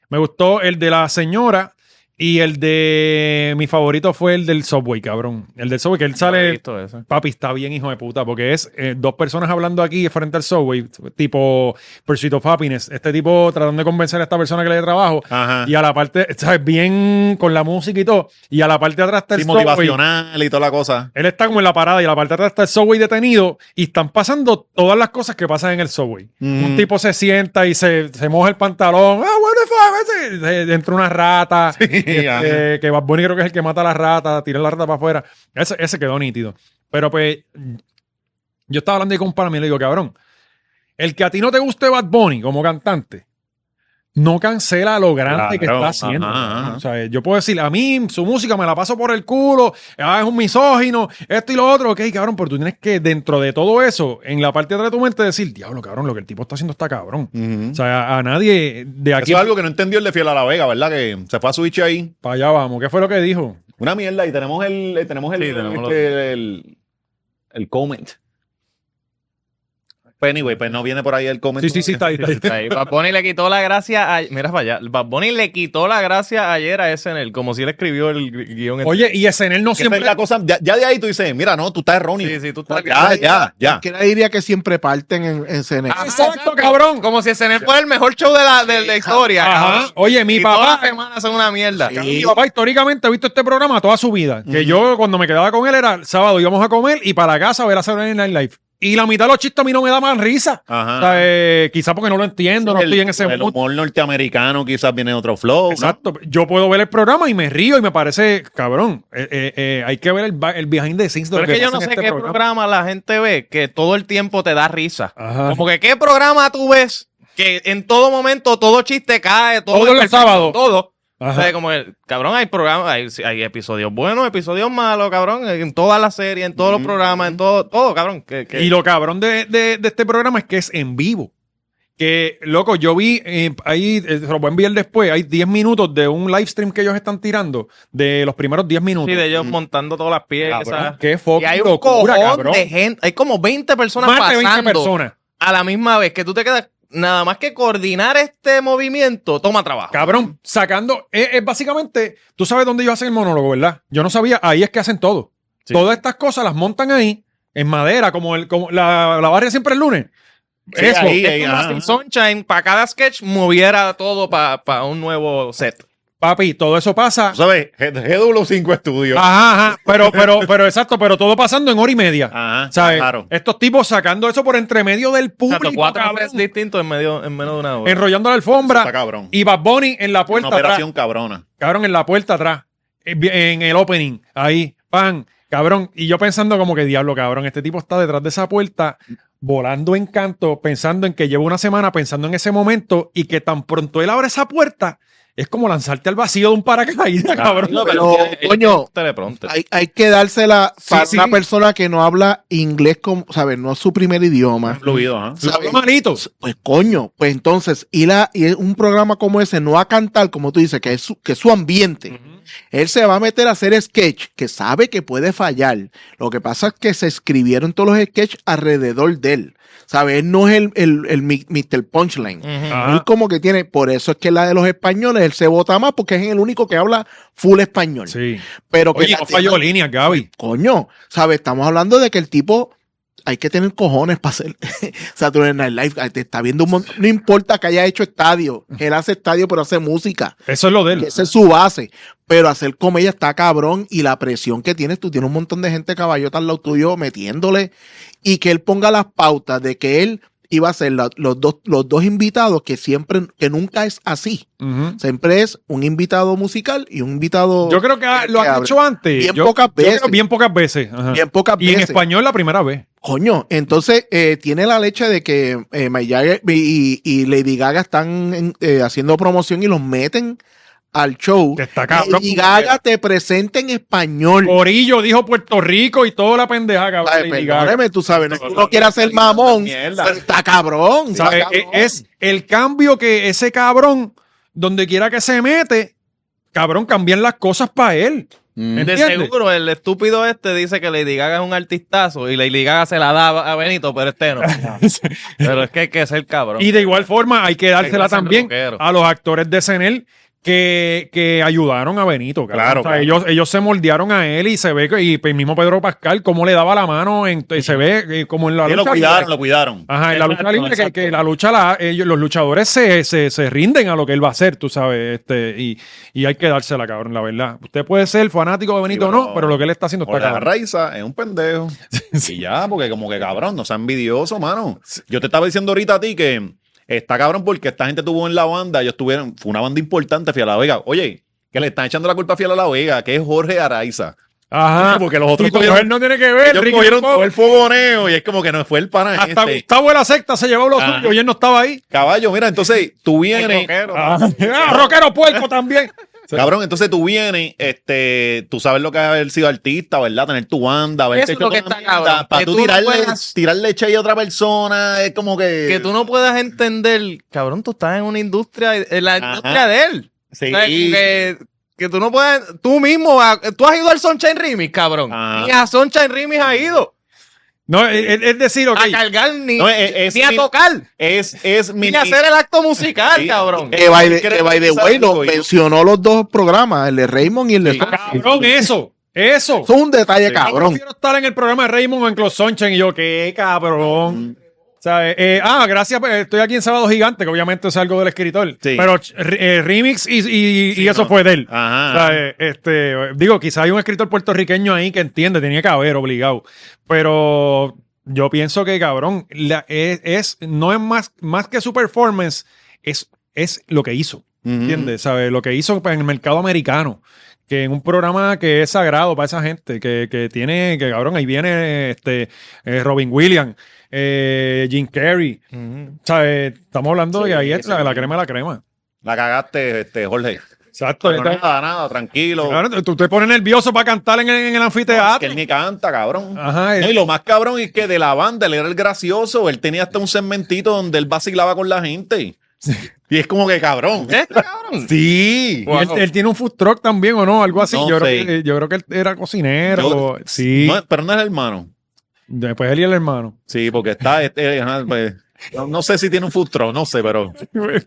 Speaker 1: me gustó el de la señora y el de mi favorito fue el del Subway, cabrón. El del Subway, que él
Speaker 3: No he
Speaker 1: sale,
Speaker 3: visto eso.
Speaker 1: papi, está bien hijo de puta, porque es eh, dos personas hablando aquí frente al Subway, tipo Pursuit of Happiness, este tipo tratando de convencer a esta persona que le dé trabajo.
Speaker 2: Ajá.
Speaker 1: Y a la parte, ¿sabes? Bien con la música y todo. Y a la parte de atrás está el
Speaker 2: Sí,
Speaker 1: Subway.
Speaker 2: motivacional y toda la cosa.
Speaker 1: Él está como en la parada y la parte de atrás está el subway detenido y están pasando todas las cosas que pasan en el subway.
Speaker 2: Mm.
Speaker 1: Un
Speaker 2: [laughs]
Speaker 1: tipo se sienta y se, se moja el pantalón. Ah, what the fuck? Ese- se- Entra una rata. este,
Speaker 2: ajá.
Speaker 1: que Bad Bunny creo que es el que mata a la rata, tira la rata para afuera. Ese, ese quedó nítido. Pero pues, yo estaba hablando ahí con un pana mío y le digo, cabrón, el que a ti no te guste Bad Bunny como cantante, no cancela lo grande
Speaker 2: Claro,
Speaker 1: que está haciendo.
Speaker 2: ajá, ajá.
Speaker 1: O sea, yo puedo decir, a mí su música me la paso por el culo, ah, es un misógino, esto y lo otro. Ok, cabrón, pero tú tienes que, dentro de todo eso, en la parte de atrás de tu mente, decir, diablo, cabrón, lo que el tipo está haciendo está cabrón.
Speaker 2: Ujú.
Speaker 1: O sea, a, a nadie de aquí
Speaker 2: Eso es algo que no entendió el de Fiel a la Vega, ¿verdad? Que se fue a Switch ahí.
Speaker 1: para allá vamos. ¿Qué fue lo que dijo?
Speaker 2: Una mierda y tenemos el eh, tenemos el
Speaker 3: Sí, tenemos
Speaker 2: este, el, el comment. Pues anyway, pues no viene por ahí el comment.
Speaker 1: Sí, sí, sí, está ahí. Está ahí.
Speaker 3: Ahí, Bad Bunny le quitó la gracia a- Mira para allá. Bad Bunny le quitó la gracia ayer a ese en el, como si él escribió el gui- guión.
Speaker 1: Oye, y SNL no
Speaker 2: Que esa es
Speaker 1: siempre.
Speaker 2: la cosa, ya, ya de ahí tú dices, mira, no, tú estás erróneo.
Speaker 3: sí, sí, tú
Speaker 1: Ah,
Speaker 2: Ya,
Speaker 3: estás...
Speaker 2: ya, ya.
Speaker 5: Cualquiera diría que siempre parten en, en CNX.
Speaker 3: Ah,
Speaker 1: Exacto, cabrón.
Speaker 3: Como si ese fuera el mejor show de la, de la historia.
Speaker 1: Ajá.
Speaker 3: cabrón.
Speaker 1: Oye, mi
Speaker 3: y todas
Speaker 1: papá,
Speaker 3: las semanas son una mierda.
Speaker 1: mi papá históricamente ha visto este programa toda su vida. Que yo cuando me quedaba con él era el sábado íbamos a comer y para la casa a ver a Saturday Night Live. Y la mitad de los chistes a mí no me da más risa.
Speaker 3: Ah.
Speaker 1: O
Speaker 2: Ajá.
Speaker 1: sea, eh, quizá porque no lo entiendo, no
Speaker 2: el,
Speaker 1: estoy en ese
Speaker 2: el
Speaker 1: mood.
Speaker 2: humor norteamericano quizás viene otro flow. ¿no?
Speaker 1: Exacto. Yo puedo ver el programa y me río y me parece, cabrón, eh, eh, eh, hay que ver el, ba- el behind the scenes de
Speaker 3: Pero
Speaker 1: lo
Speaker 3: es que yo
Speaker 1: pasa
Speaker 3: no
Speaker 1: en
Speaker 3: sé
Speaker 1: este
Speaker 3: qué programa.
Speaker 1: programa. Ah.
Speaker 3: la gente ve que todo el tiempo te da risa.
Speaker 1: Ajá.
Speaker 3: Como que qué programa tú ves que en todo momento todo chiste cae, todo,
Speaker 1: Todos los sábados.
Speaker 3: todo. O
Speaker 1: Ajá.
Speaker 3: sea, como el, cabrón, hay programas, hay, hay episodios buenos, episodios malos, cabrón, en todas las series, en todos los programas, en todo, todo, cabrón. Que, que-
Speaker 1: Y lo cabrón de, de- de este programa es que es en vivo. Que, loco, yo vi eh, ahí, eh, se lo voy a enviar después, hay 10 minutos de un live stream que ellos están tirando de los primeros 10 minutos.
Speaker 3: Sí, de ellos montando todas las piezas.
Speaker 1: Cabrón, qué fucking
Speaker 3: y hay un
Speaker 1: locura,
Speaker 3: cojón
Speaker 1: cabrón.
Speaker 3: de gente, hay como 20 personas
Speaker 1: Más de
Speaker 3: pasando
Speaker 1: 20 personas.
Speaker 3: a la misma vez que tú te quedas nada más que coordinar este movimiento, toma trabajo.
Speaker 1: Cabrón, sacando, es, es básicamente, tú sabes dónde ellos hacen el monólogo, ¿verdad? Yo no sabía, ahí es que hacen todo.
Speaker 3: Sí.
Speaker 1: Todas estas cosas las montan ahí, en madera, como, el, como la, la barria siempre el lunes.
Speaker 2: Sí,
Speaker 1: Eso,
Speaker 2: ahí,
Speaker 3: Es
Speaker 2: ahí,
Speaker 3: como
Speaker 2: ajá.
Speaker 3: si Sunshine para cada sketch moviera todo para un nuevo set.
Speaker 1: Papi, todo eso pasa.
Speaker 2: Tú sabes, G- GW5 Studios.
Speaker 1: Ajá, ajá. Pero, pero, pero exacto, pero todo pasando en hora y media.
Speaker 2: Ajá,
Speaker 1: ¿Sabes?
Speaker 2: Ah, claro.
Speaker 1: Estos tipos sacando eso por entre medio del
Speaker 3: Exacto,
Speaker 1: público,
Speaker 3: cuatro
Speaker 1: cabrón,
Speaker 3: cafés distintos en, medio, en menos de una hora.
Speaker 1: enrollando la
Speaker 2: Está
Speaker 1: alfombra
Speaker 2: cabrón.
Speaker 1: y Bad Bunny en la
Speaker 2: Una
Speaker 1: puerta atrás.
Speaker 2: operación cabrona.
Speaker 1: Cabrón, en la puerta atrás. En en el opening. Ahí, pan, cabrón. Y yo pensando como que diablo, cabrón, este tipo está detrás de esa puerta volando en canto, pensando en que llevo una semana pensando en ese momento y que tan pronto él abre esa puerta, es como lanzarte al vacío de un paracaídas, [laughs] cabrón.
Speaker 3: No,
Speaker 5: Pero, coño,
Speaker 3: teleprompter.
Speaker 5: hay, hay que dársela
Speaker 1: Sí,
Speaker 5: para
Speaker 1: sí.
Speaker 5: una persona que no habla inglés, como, ¿sabes? No es su primer idioma.
Speaker 2: Fluido, ajá.
Speaker 1: Lo
Speaker 5: ¿sabes?
Speaker 1: habló malito.
Speaker 5: Pues coño, pues entonces, ir a y un programa como ese, no a cantar, como tú dices, que es su, que es su ambiente. Él se va a meter a hacer sketch, que sabe que puede fallar. Lo que pasa es que se escribieron todos los sketches alrededor de él. ¿Sabes? Él no es el, el, el mi- Mr. Punchline.
Speaker 3: Ujú.
Speaker 1: Ajá.
Speaker 5: Él como que tiene, por eso es que la de los españoles, él se vota más porque es el único que habla full español.
Speaker 1: Sí.
Speaker 5: Pero que
Speaker 1: Oye,
Speaker 5: la-
Speaker 1: no falló línea, Gaby.
Speaker 5: coño, ¿sabes? Estamos hablando de que el tipo hay que tener cojones para hacer [laughs] Saturday Night Live. Ay, Te está viendo un montón. No importa que haya hecho estadio. Él hace estadio, pero hace música.
Speaker 1: Eso es lo de [laughs]
Speaker 5: que
Speaker 1: él.
Speaker 5: Esa es su base. Pero hacer comedia está cabrón y la presión que tienes, tú tienes un montón de gente caballota al lado tuyo metiéndole y que él ponga las pautas de que él iba a ser la- los, dos, los dos invitados que siempre, que nunca es así.
Speaker 1: Ujú.
Speaker 5: Siempre es un invitado musical y un invitado
Speaker 1: Yo creo que ah, lo
Speaker 5: que
Speaker 1: han
Speaker 5: abre.
Speaker 1: hecho antes.
Speaker 5: Bien
Speaker 1: Yo-
Speaker 5: pocas
Speaker 1: yo creo
Speaker 5: veces.
Speaker 1: bien pocas veces. ajá.
Speaker 5: bien pocas
Speaker 1: y en
Speaker 5: veces.
Speaker 1: español la primera vez.
Speaker 5: Coño, entonces eh, tiene la leche de que eh, Mick Jagger y, y Lady Gaga están en- eh, haciendo promoción y los meten al show.
Speaker 1: Que está cabrón.
Speaker 5: Lady Gaga te presenta en español.
Speaker 1: Corillo dijo Puerto Rico y toda la pendeja, cabrón.
Speaker 5: ¿Sabes?
Speaker 1: Lady Gaga.
Speaker 5: Perdóname, tú sabes, no es que uno
Speaker 2: no,
Speaker 5: quiera
Speaker 2: no,
Speaker 5: ser
Speaker 2: no,
Speaker 5: mamón,
Speaker 2: mierda.
Speaker 5: pero está cabrón. Eh, está
Speaker 1: ¿Sabes?
Speaker 5: cabrón.
Speaker 1: E- Es el cambio que ese cabrón, donde quiera que se mete, cabrón, cambian las cosas para él.
Speaker 5: Mm.
Speaker 3: De
Speaker 1: ¿Entiendes?
Speaker 3: seguro, el estúpido este dice que Lady Gaga es un artistazo y Lady Gaga se la da a Benito, pero
Speaker 1: [laughs]
Speaker 3: este no. [laughs] pero es que hay que ser cabrón.
Speaker 1: Y de igual forma hay que dársela
Speaker 3: Hay que ser
Speaker 1: también
Speaker 3: rockero.
Speaker 1: a los actores de SNL que, que ayudaron a Benito. cabrón.
Speaker 2: Claro,
Speaker 1: O sea,
Speaker 2: claro.
Speaker 1: Ellos, ellos se moldearon a él y se ve que y pues, el mismo Pedro Pascal cómo le daba la mano, en- y se ve eh, como en la
Speaker 2: Sí, lo
Speaker 1: lucha
Speaker 2: cuidaron,
Speaker 1: libre. Ah,
Speaker 2: lo cuidaron.
Speaker 1: Ajá, en la lucha
Speaker 3: Exacto,
Speaker 1: libre, que,
Speaker 3: exacto.
Speaker 1: que la lucha, la- ellos, los luchadores se, se, se rinden a lo que él va a hacer, tú sabes, este, y, y hay que dársela, cabrón, la verdad. Usted puede ser fanático de Benito
Speaker 2: Sí,
Speaker 1: o no,
Speaker 2: pero-
Speaker 1: pero lo que él está haciendo está
Speaker 2: Jorge
Speaker 1: cabrón.
Speaker 2: Arraiza Pues es un pendejo.
Speaker 3: [laughs]
Speaker 2: Y ya, porque como que cabrón, no sea envidioso, mano. Yo te estaba diciendo ahorita a ti que está cabrón porque esta gente tuvo en la banda, ellos tuvieron, fue una banda importante, Fiel a la Vega. Oye, que le están echando la culpa a Fiel a la Vega, que es Jorge Araiza.
Speaker 1: Ajá.
Speaker 2: Porque los otros
Speaker 1: Tito
Speaker 2: cogieron-
Speaker 1: Joel no tiene que ver,
Speaker 2: ellos
Speaker 1: Ricky
Speaker 2: cogieron
Speaker 1: tampoco.
Speaker 2: todo el fogoneo y es como que no fue el pana
Speaker 1: Hasta
Speaker 2: [laughs] este. Ah.
Speaker 1: Gustavo de la secta se llevó los
Speaker 2: Ajá.
Speaker 1: suyos y él no estaba ahí.
Speaker 2: Caballo, mira, entonces
Speaker 3: [laughs]
Speaker 2: tú vienes.
Speaker 1: Ah, rockero puerco también.
Speaker 2: Cabrón, entonces tú vienes, este, tú sabes lo que es haber sido artista, ¿verdad? Tener tu banda, haberte
Speaker 3: Eso es lo que
Speaker 2: toda una
Speaker 3: está
Speaker 2: mierda,
Speaker 3: cabrón,
Speaker 2: Para
Speaker 3: que
Speaker 2: tú,
Speaker 3: tú no
Speaker 2: tirarle,
Speaker 3: puedas-
Speaker 2: tirarle che a otra persona, es como que.
Speaker 3: que tú no puedas entender, cabrón, tú estás en una industria, en la
Speaker 2: Ajá.
Speaker 3: industria de él.
Speaker 2: Sí.
Speaker 3: ¿Sabes? Que, que tú no puedes, tú mismo, a- tú has ido al Sunshine Remix, cabrón.
Speaker 2: Ajá.
Speaker 3: Ni a Sunshine Remix ha ido
Speaker 1: No, es, es decir, ok.
Speaker 3: a cargar ni,
Speaker 2: No, es- es
Speaker 3: ni a
Speaker 2: mi-
Speaker 3: tocar,
Speaker 2: Es, es mi.
Speaker 3: ni a hacer el acto musical,
Speaker 2: Sí.
Speaker 3: cabrón.
Speaker 5: Que by the-
Speaker 2: creo
Speaker 5: que by the
Speaker 2: que
Speaker 5: way,
Speaker 2: es algo,
Speaker 5: lo
Speaker 2: y yo-
Speaker 5: mencionó los dos programas, el de Raymond y el de
Speaker 2: Sí.
Speaker 5: Fox.
Speaker 1: Cabrón, eso. Eso.
Speaker 5: Eso es un detalle
Speaker 2: Sí.
Speaker 1: Yo
Speaker 5: cabrón.
Speaker 1: prefiero estar en el programa de Raymond o en Close Sunshine y yo, qué
Speaker 2: Mm.
Speaker 1: cabrón. ¿Sabes? Eh, ah, gracias. pues, Estoy aquí en Sábado Gigante, que obviamente es algo del escritor.
Speaker 2: Sí.
Speaker 1: Pero ch- re- eh, remix y, y- y
Speaker 2: Sí,
Speaker 1: eso
Speaker 2: no. Ah.
Speaker 1: fue de él.
Speaker 2: Ajá.
Speaker 1: ¿Sabes? Este, digo, quizá hay un escritor puertorriqueño ahí que entiende, tenía que haber obligado. Pero yo pienso que, cabrón, la- es, es- no es más, más que su performance, es, es lo que hizo.
Speaker 2: Ujú.
Speaker 1: ¿Entiendes? ¿Sabes? Lo que hizo pues, en el mercado americano. Que en un programa que es sagrado para esa gente, que, que tiene, que cabrón, ahí viene este eh, Robin Williams, eh, Jim Carrey.
Speaker 3: Ujú.
Speaker 1: ¿Sabes? Estamos hablando de que ahí es la, la crema de la crema.
Speaker 2: La cagaste, este, Jorge.
Speaker 1: Exacto.
Speaker 2: Pero nada, nada, tranquilo.
Speaker 1: Cabrón, tú te pones nervioso para cantar en, el- en el
Speaker 2: Es que
Speaker 1: anfiteatro.
Speaker 2: él ni canta, cabrón.
Speaker 1: Ajá, es-
Speaker 2: No, y lo más cabrón es que de la banda él era el gracioso. Él tenía hasta un segmentito donde él vacilaba con la gente. Y es como que cabrón.
Speaker 3: Este, cabrón.
Speaker 2: Sí.
Speaker 1: Y él, él tiene un food truck también o no, algo así.
Speaker 2: No
Speaker 1: yo,
Speaker 2: sé.
Speaker 1: creo que, eh, yo creo que él era cocinero.
Speaker 2: Yo-
Speaker 1: sí.
Speaker 2: No, pero no es el hermano.
Speaker 1: Después él y el hermano.
Speaker 2: Sí, porque está. este, ajá, pues, no, no sé si tiene un food truck, no sé, pero. Pero,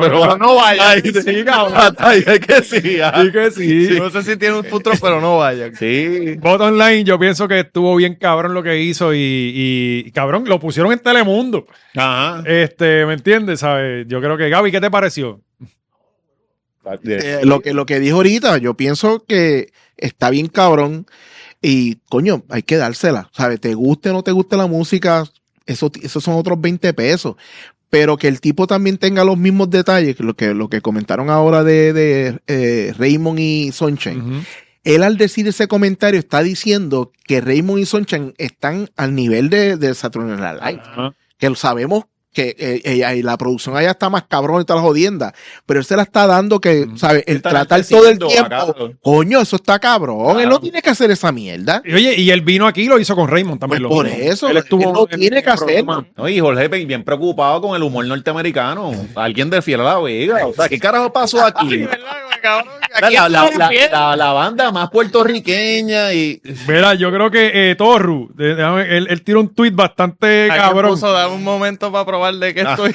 Speaker 3: Pero no vaya.
Speaker 2: Ay,
Speaker 1: sí, cabrón.
Speaker 2: [laughs] ay, es que Ah, sí. ajá.
Speaker 1: Sí que sí.
Speaker 3: No sé si tiene un futuro, pero no vaya.
Speaker 2: Sí.
Speaker 1: Bottom line, yo pienso que estuvo bien cabrón lo que hizo y, y- cabrón, lo pusieron en Telemundo.
Speaker 2: Ajá.
Speaker 1: Este, ¿me entiendes? ¿Sabes? Yo creo que Gaby, ¿qué te pareció?
Speaker 5: Eh, lo, que, lo que dijo ahorita, yo pienso que está bien cabrón y coño, hay que dársela, ¿sabes? Te guste o no te guste la música, eso, esos son otros 20 pesos. Pero que el tipo también tenga los mismos detalles, que lo que, lo que comentaron ahora de, de, eh, Raymond y Sunshine.
Speaker 1: Ujú.
Speaker 5: Él al decir ese comentario está diciendo que Raymond y Sunshine están al nivel de, de Saturday Night Live
Speaker 2: Ajá.
Speaker 5: que lo sabemos que eh, ella- y la producción allá está más cabrón y toda la jodienda, pero él se la está dando que,
Speaker 1: Mm.
Speaker 5: ¿sabes? El
Speaker 2: Está
Speaker 5: tratar todo el
Speaker 2: diciendo,
Speaker 5: tiempo.
Speaker 2: acaso.
Speaker 5: Coño, eso está cabrón. Él
Speaker 2: Claro.
Speaker 5: no tiene que hacer esa mierda.
Speaker 1: Y Oye, y él vino aquí y lo hizo con Raymond
Speaker 5: Pues
Speaker 1: también. lo
Speaker 5: por
Speaker 1: mismo.
Speaker 5: eso,
Speaker 1: Él
Speaker 5: él,
Speaker 1: estuvo
Speaker 5: no
Speaker 1: en-
Speaker 5: tiene
Speaker 1: en
Speaker 5: que
Speaker 1: el
Speaker 5: hacer.
Speaker 1: programa.
Speaker 2: No, y Jorge bien bien preocupado con el humor norteamericano. Alguien de Fiel a la Vega. O sea, ¿qué carajo pasó aquí? La, la- la- la- la banda más puertorriqueña y
Speaker 1: Mira, yo creo que eh, Torru, de- déjame- él, él tiró un tweet bastante
Speaker 3: Cabrón.
Speaker 1: cabrón.
Speaker 3: Puso, dame un momento para probar de qué
Speaker 2: Ah.
Speaker 3: [laughs] estoy.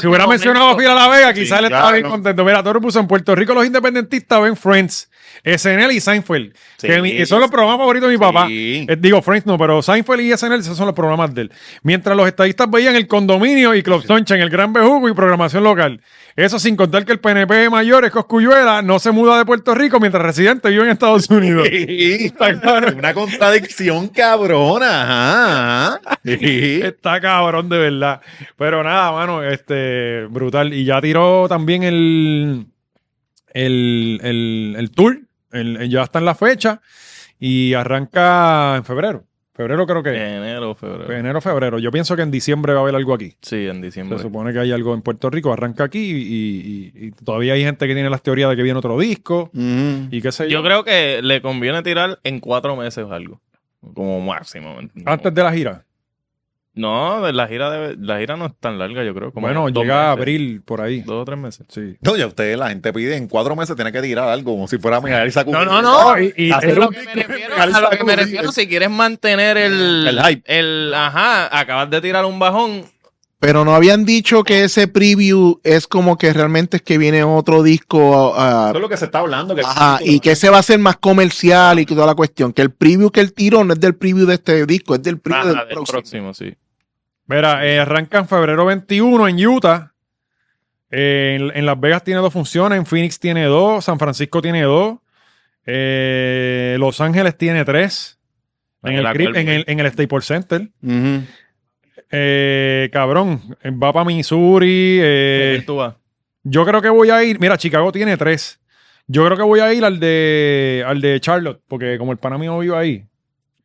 Speaker 1: Si hubiera mencionado a Fiel a la Vega,
Speaker 2: Sí,
Speaker 1: quizás él estaba
Speaker 2: claro.
Speaker 1: bien contento. Mira, Torru puso en Puerto Rico los independentistas ven Friends, SNL y Seinfeld.
Speaker 2: Sí.
Speaker 1: Que mi- esos son los programas favoritos de mi papá.
Speaker 2: Sí.
Speaker 1: Eh, digo, Friends no, pero Seinfeld y SNL esos son los programas de él. Mientras los estadistas veían el condominio y Club en el Gran Bejugo y programación local. Eso sin contar que el PNP mayor es Coscuyuela, no se muda de Puerto Rico mientras residente vive en
Speaker 2: [laughs]
Speaker 1: Estados Unidos. Está cabrón.
Speaker 2: una contradicción cabrona. Ajá.
Speaker 1: [laughs]
Speaker 2: Sí.
Speaker 1: Está cabrón, de verdad. Pero nada, mano, este, brutal. Y ya tiró también el, el, el, el tour. El- el- ya está en la fecha. Y arranca en febrero. Febrero creo
Speaker 3: Eh.
Speaker 1: que es.
Speaker 3: Enero, febrero.
Speaker 1: Enero, febrero. Yo pienso que en diciembre va a haber algo aquí.
Speaker 3: Sí, en
Speaker 1: Se
Speaker 3: diciembre.
Speaker 1: supone que hay algo en Puerto Rico. Arranca aquí y, y- y todavía hay gente que tiene las teorías de que viene otro disco.
Speaker 2: Mm.
Speaker 1: Y qué sé yo.
Speaker 3: Yo creo que le conviene tirar en cuatro meses o algo. Como máximo. ¿me entiendes?
Speaker 1: Antes de la gira.
Speaker 3: No, de la gira debe- la gira no es tan larga, yo creo. Como
Speaker 1: bueno,
Speaker 3: dos
Speaker 1: llega a
Speaker 3: meses,
Speaker 1: abril por ahí.
Speaker 3: Dos o tres meses.
Speaker 1: Sí.
Speaker 2: No, ya ustedes, la gente pide en cuatro meses tiene que tirar algo, como si fuera Miguel Sacudí.
Speaker 3: No, no,
Speaker 1: y, y-
Speaker 2: Hacer
Speaker 1: es
Speaker 2: un
Speaker 1: lo-
Speaker 3: que me
Speaker 2: disco
Speaker 1: [laughs]
Speaker 3: refiero-
Speaker 2: de Miguel
Speaker 3: a lo que me
Speaker 2: Sacudí.
Speaker 3: refiero, si quieres mantener el,
Speaker 2: El hype.
Speaker 3: el- ajá, acabas de tirar un bajón.
Speaker 5: Pero no habían dicho que ese preview es como que realmente es que viene otro disco. ah,
Speaker 2: Eso es lo que se está hablando. Que
Speaker 5: ajá, y que ese va a ser más comercial y toda la cuestión. Que el preview que el tiró no es del preview de este disco, es del preview
Speaker 3: Ajá,
Speaker 5: del
Speaker 3: del
Speaker 5: próximo.
Speaker 3: próximo, sí.
Speaker 1: Mira, eh, arranca en febrero 21 en Utah. Eh, en, en Las Vegas tiene dos funciones, en Phoenix tiene dos, San Francisco tiene dos, eh, Los Ángeles tiene tres, en el,
Speaker 3: La
Speaker 1: Crip-
Speaker 3: cual-
Speaker 1: en el, en el Staples Center.
Speaker 2: Ujú.
Speaker 1: Eh, cabrón, va para Missouri. eh,
Speaker 3: pues ¿Tú vas?
Speaker 1: yo creo que voy a ir, mira, Chicago tiene tres. Yo creo que voy a ir al de, al de Charlotte, porque como el pana mío vive ahí,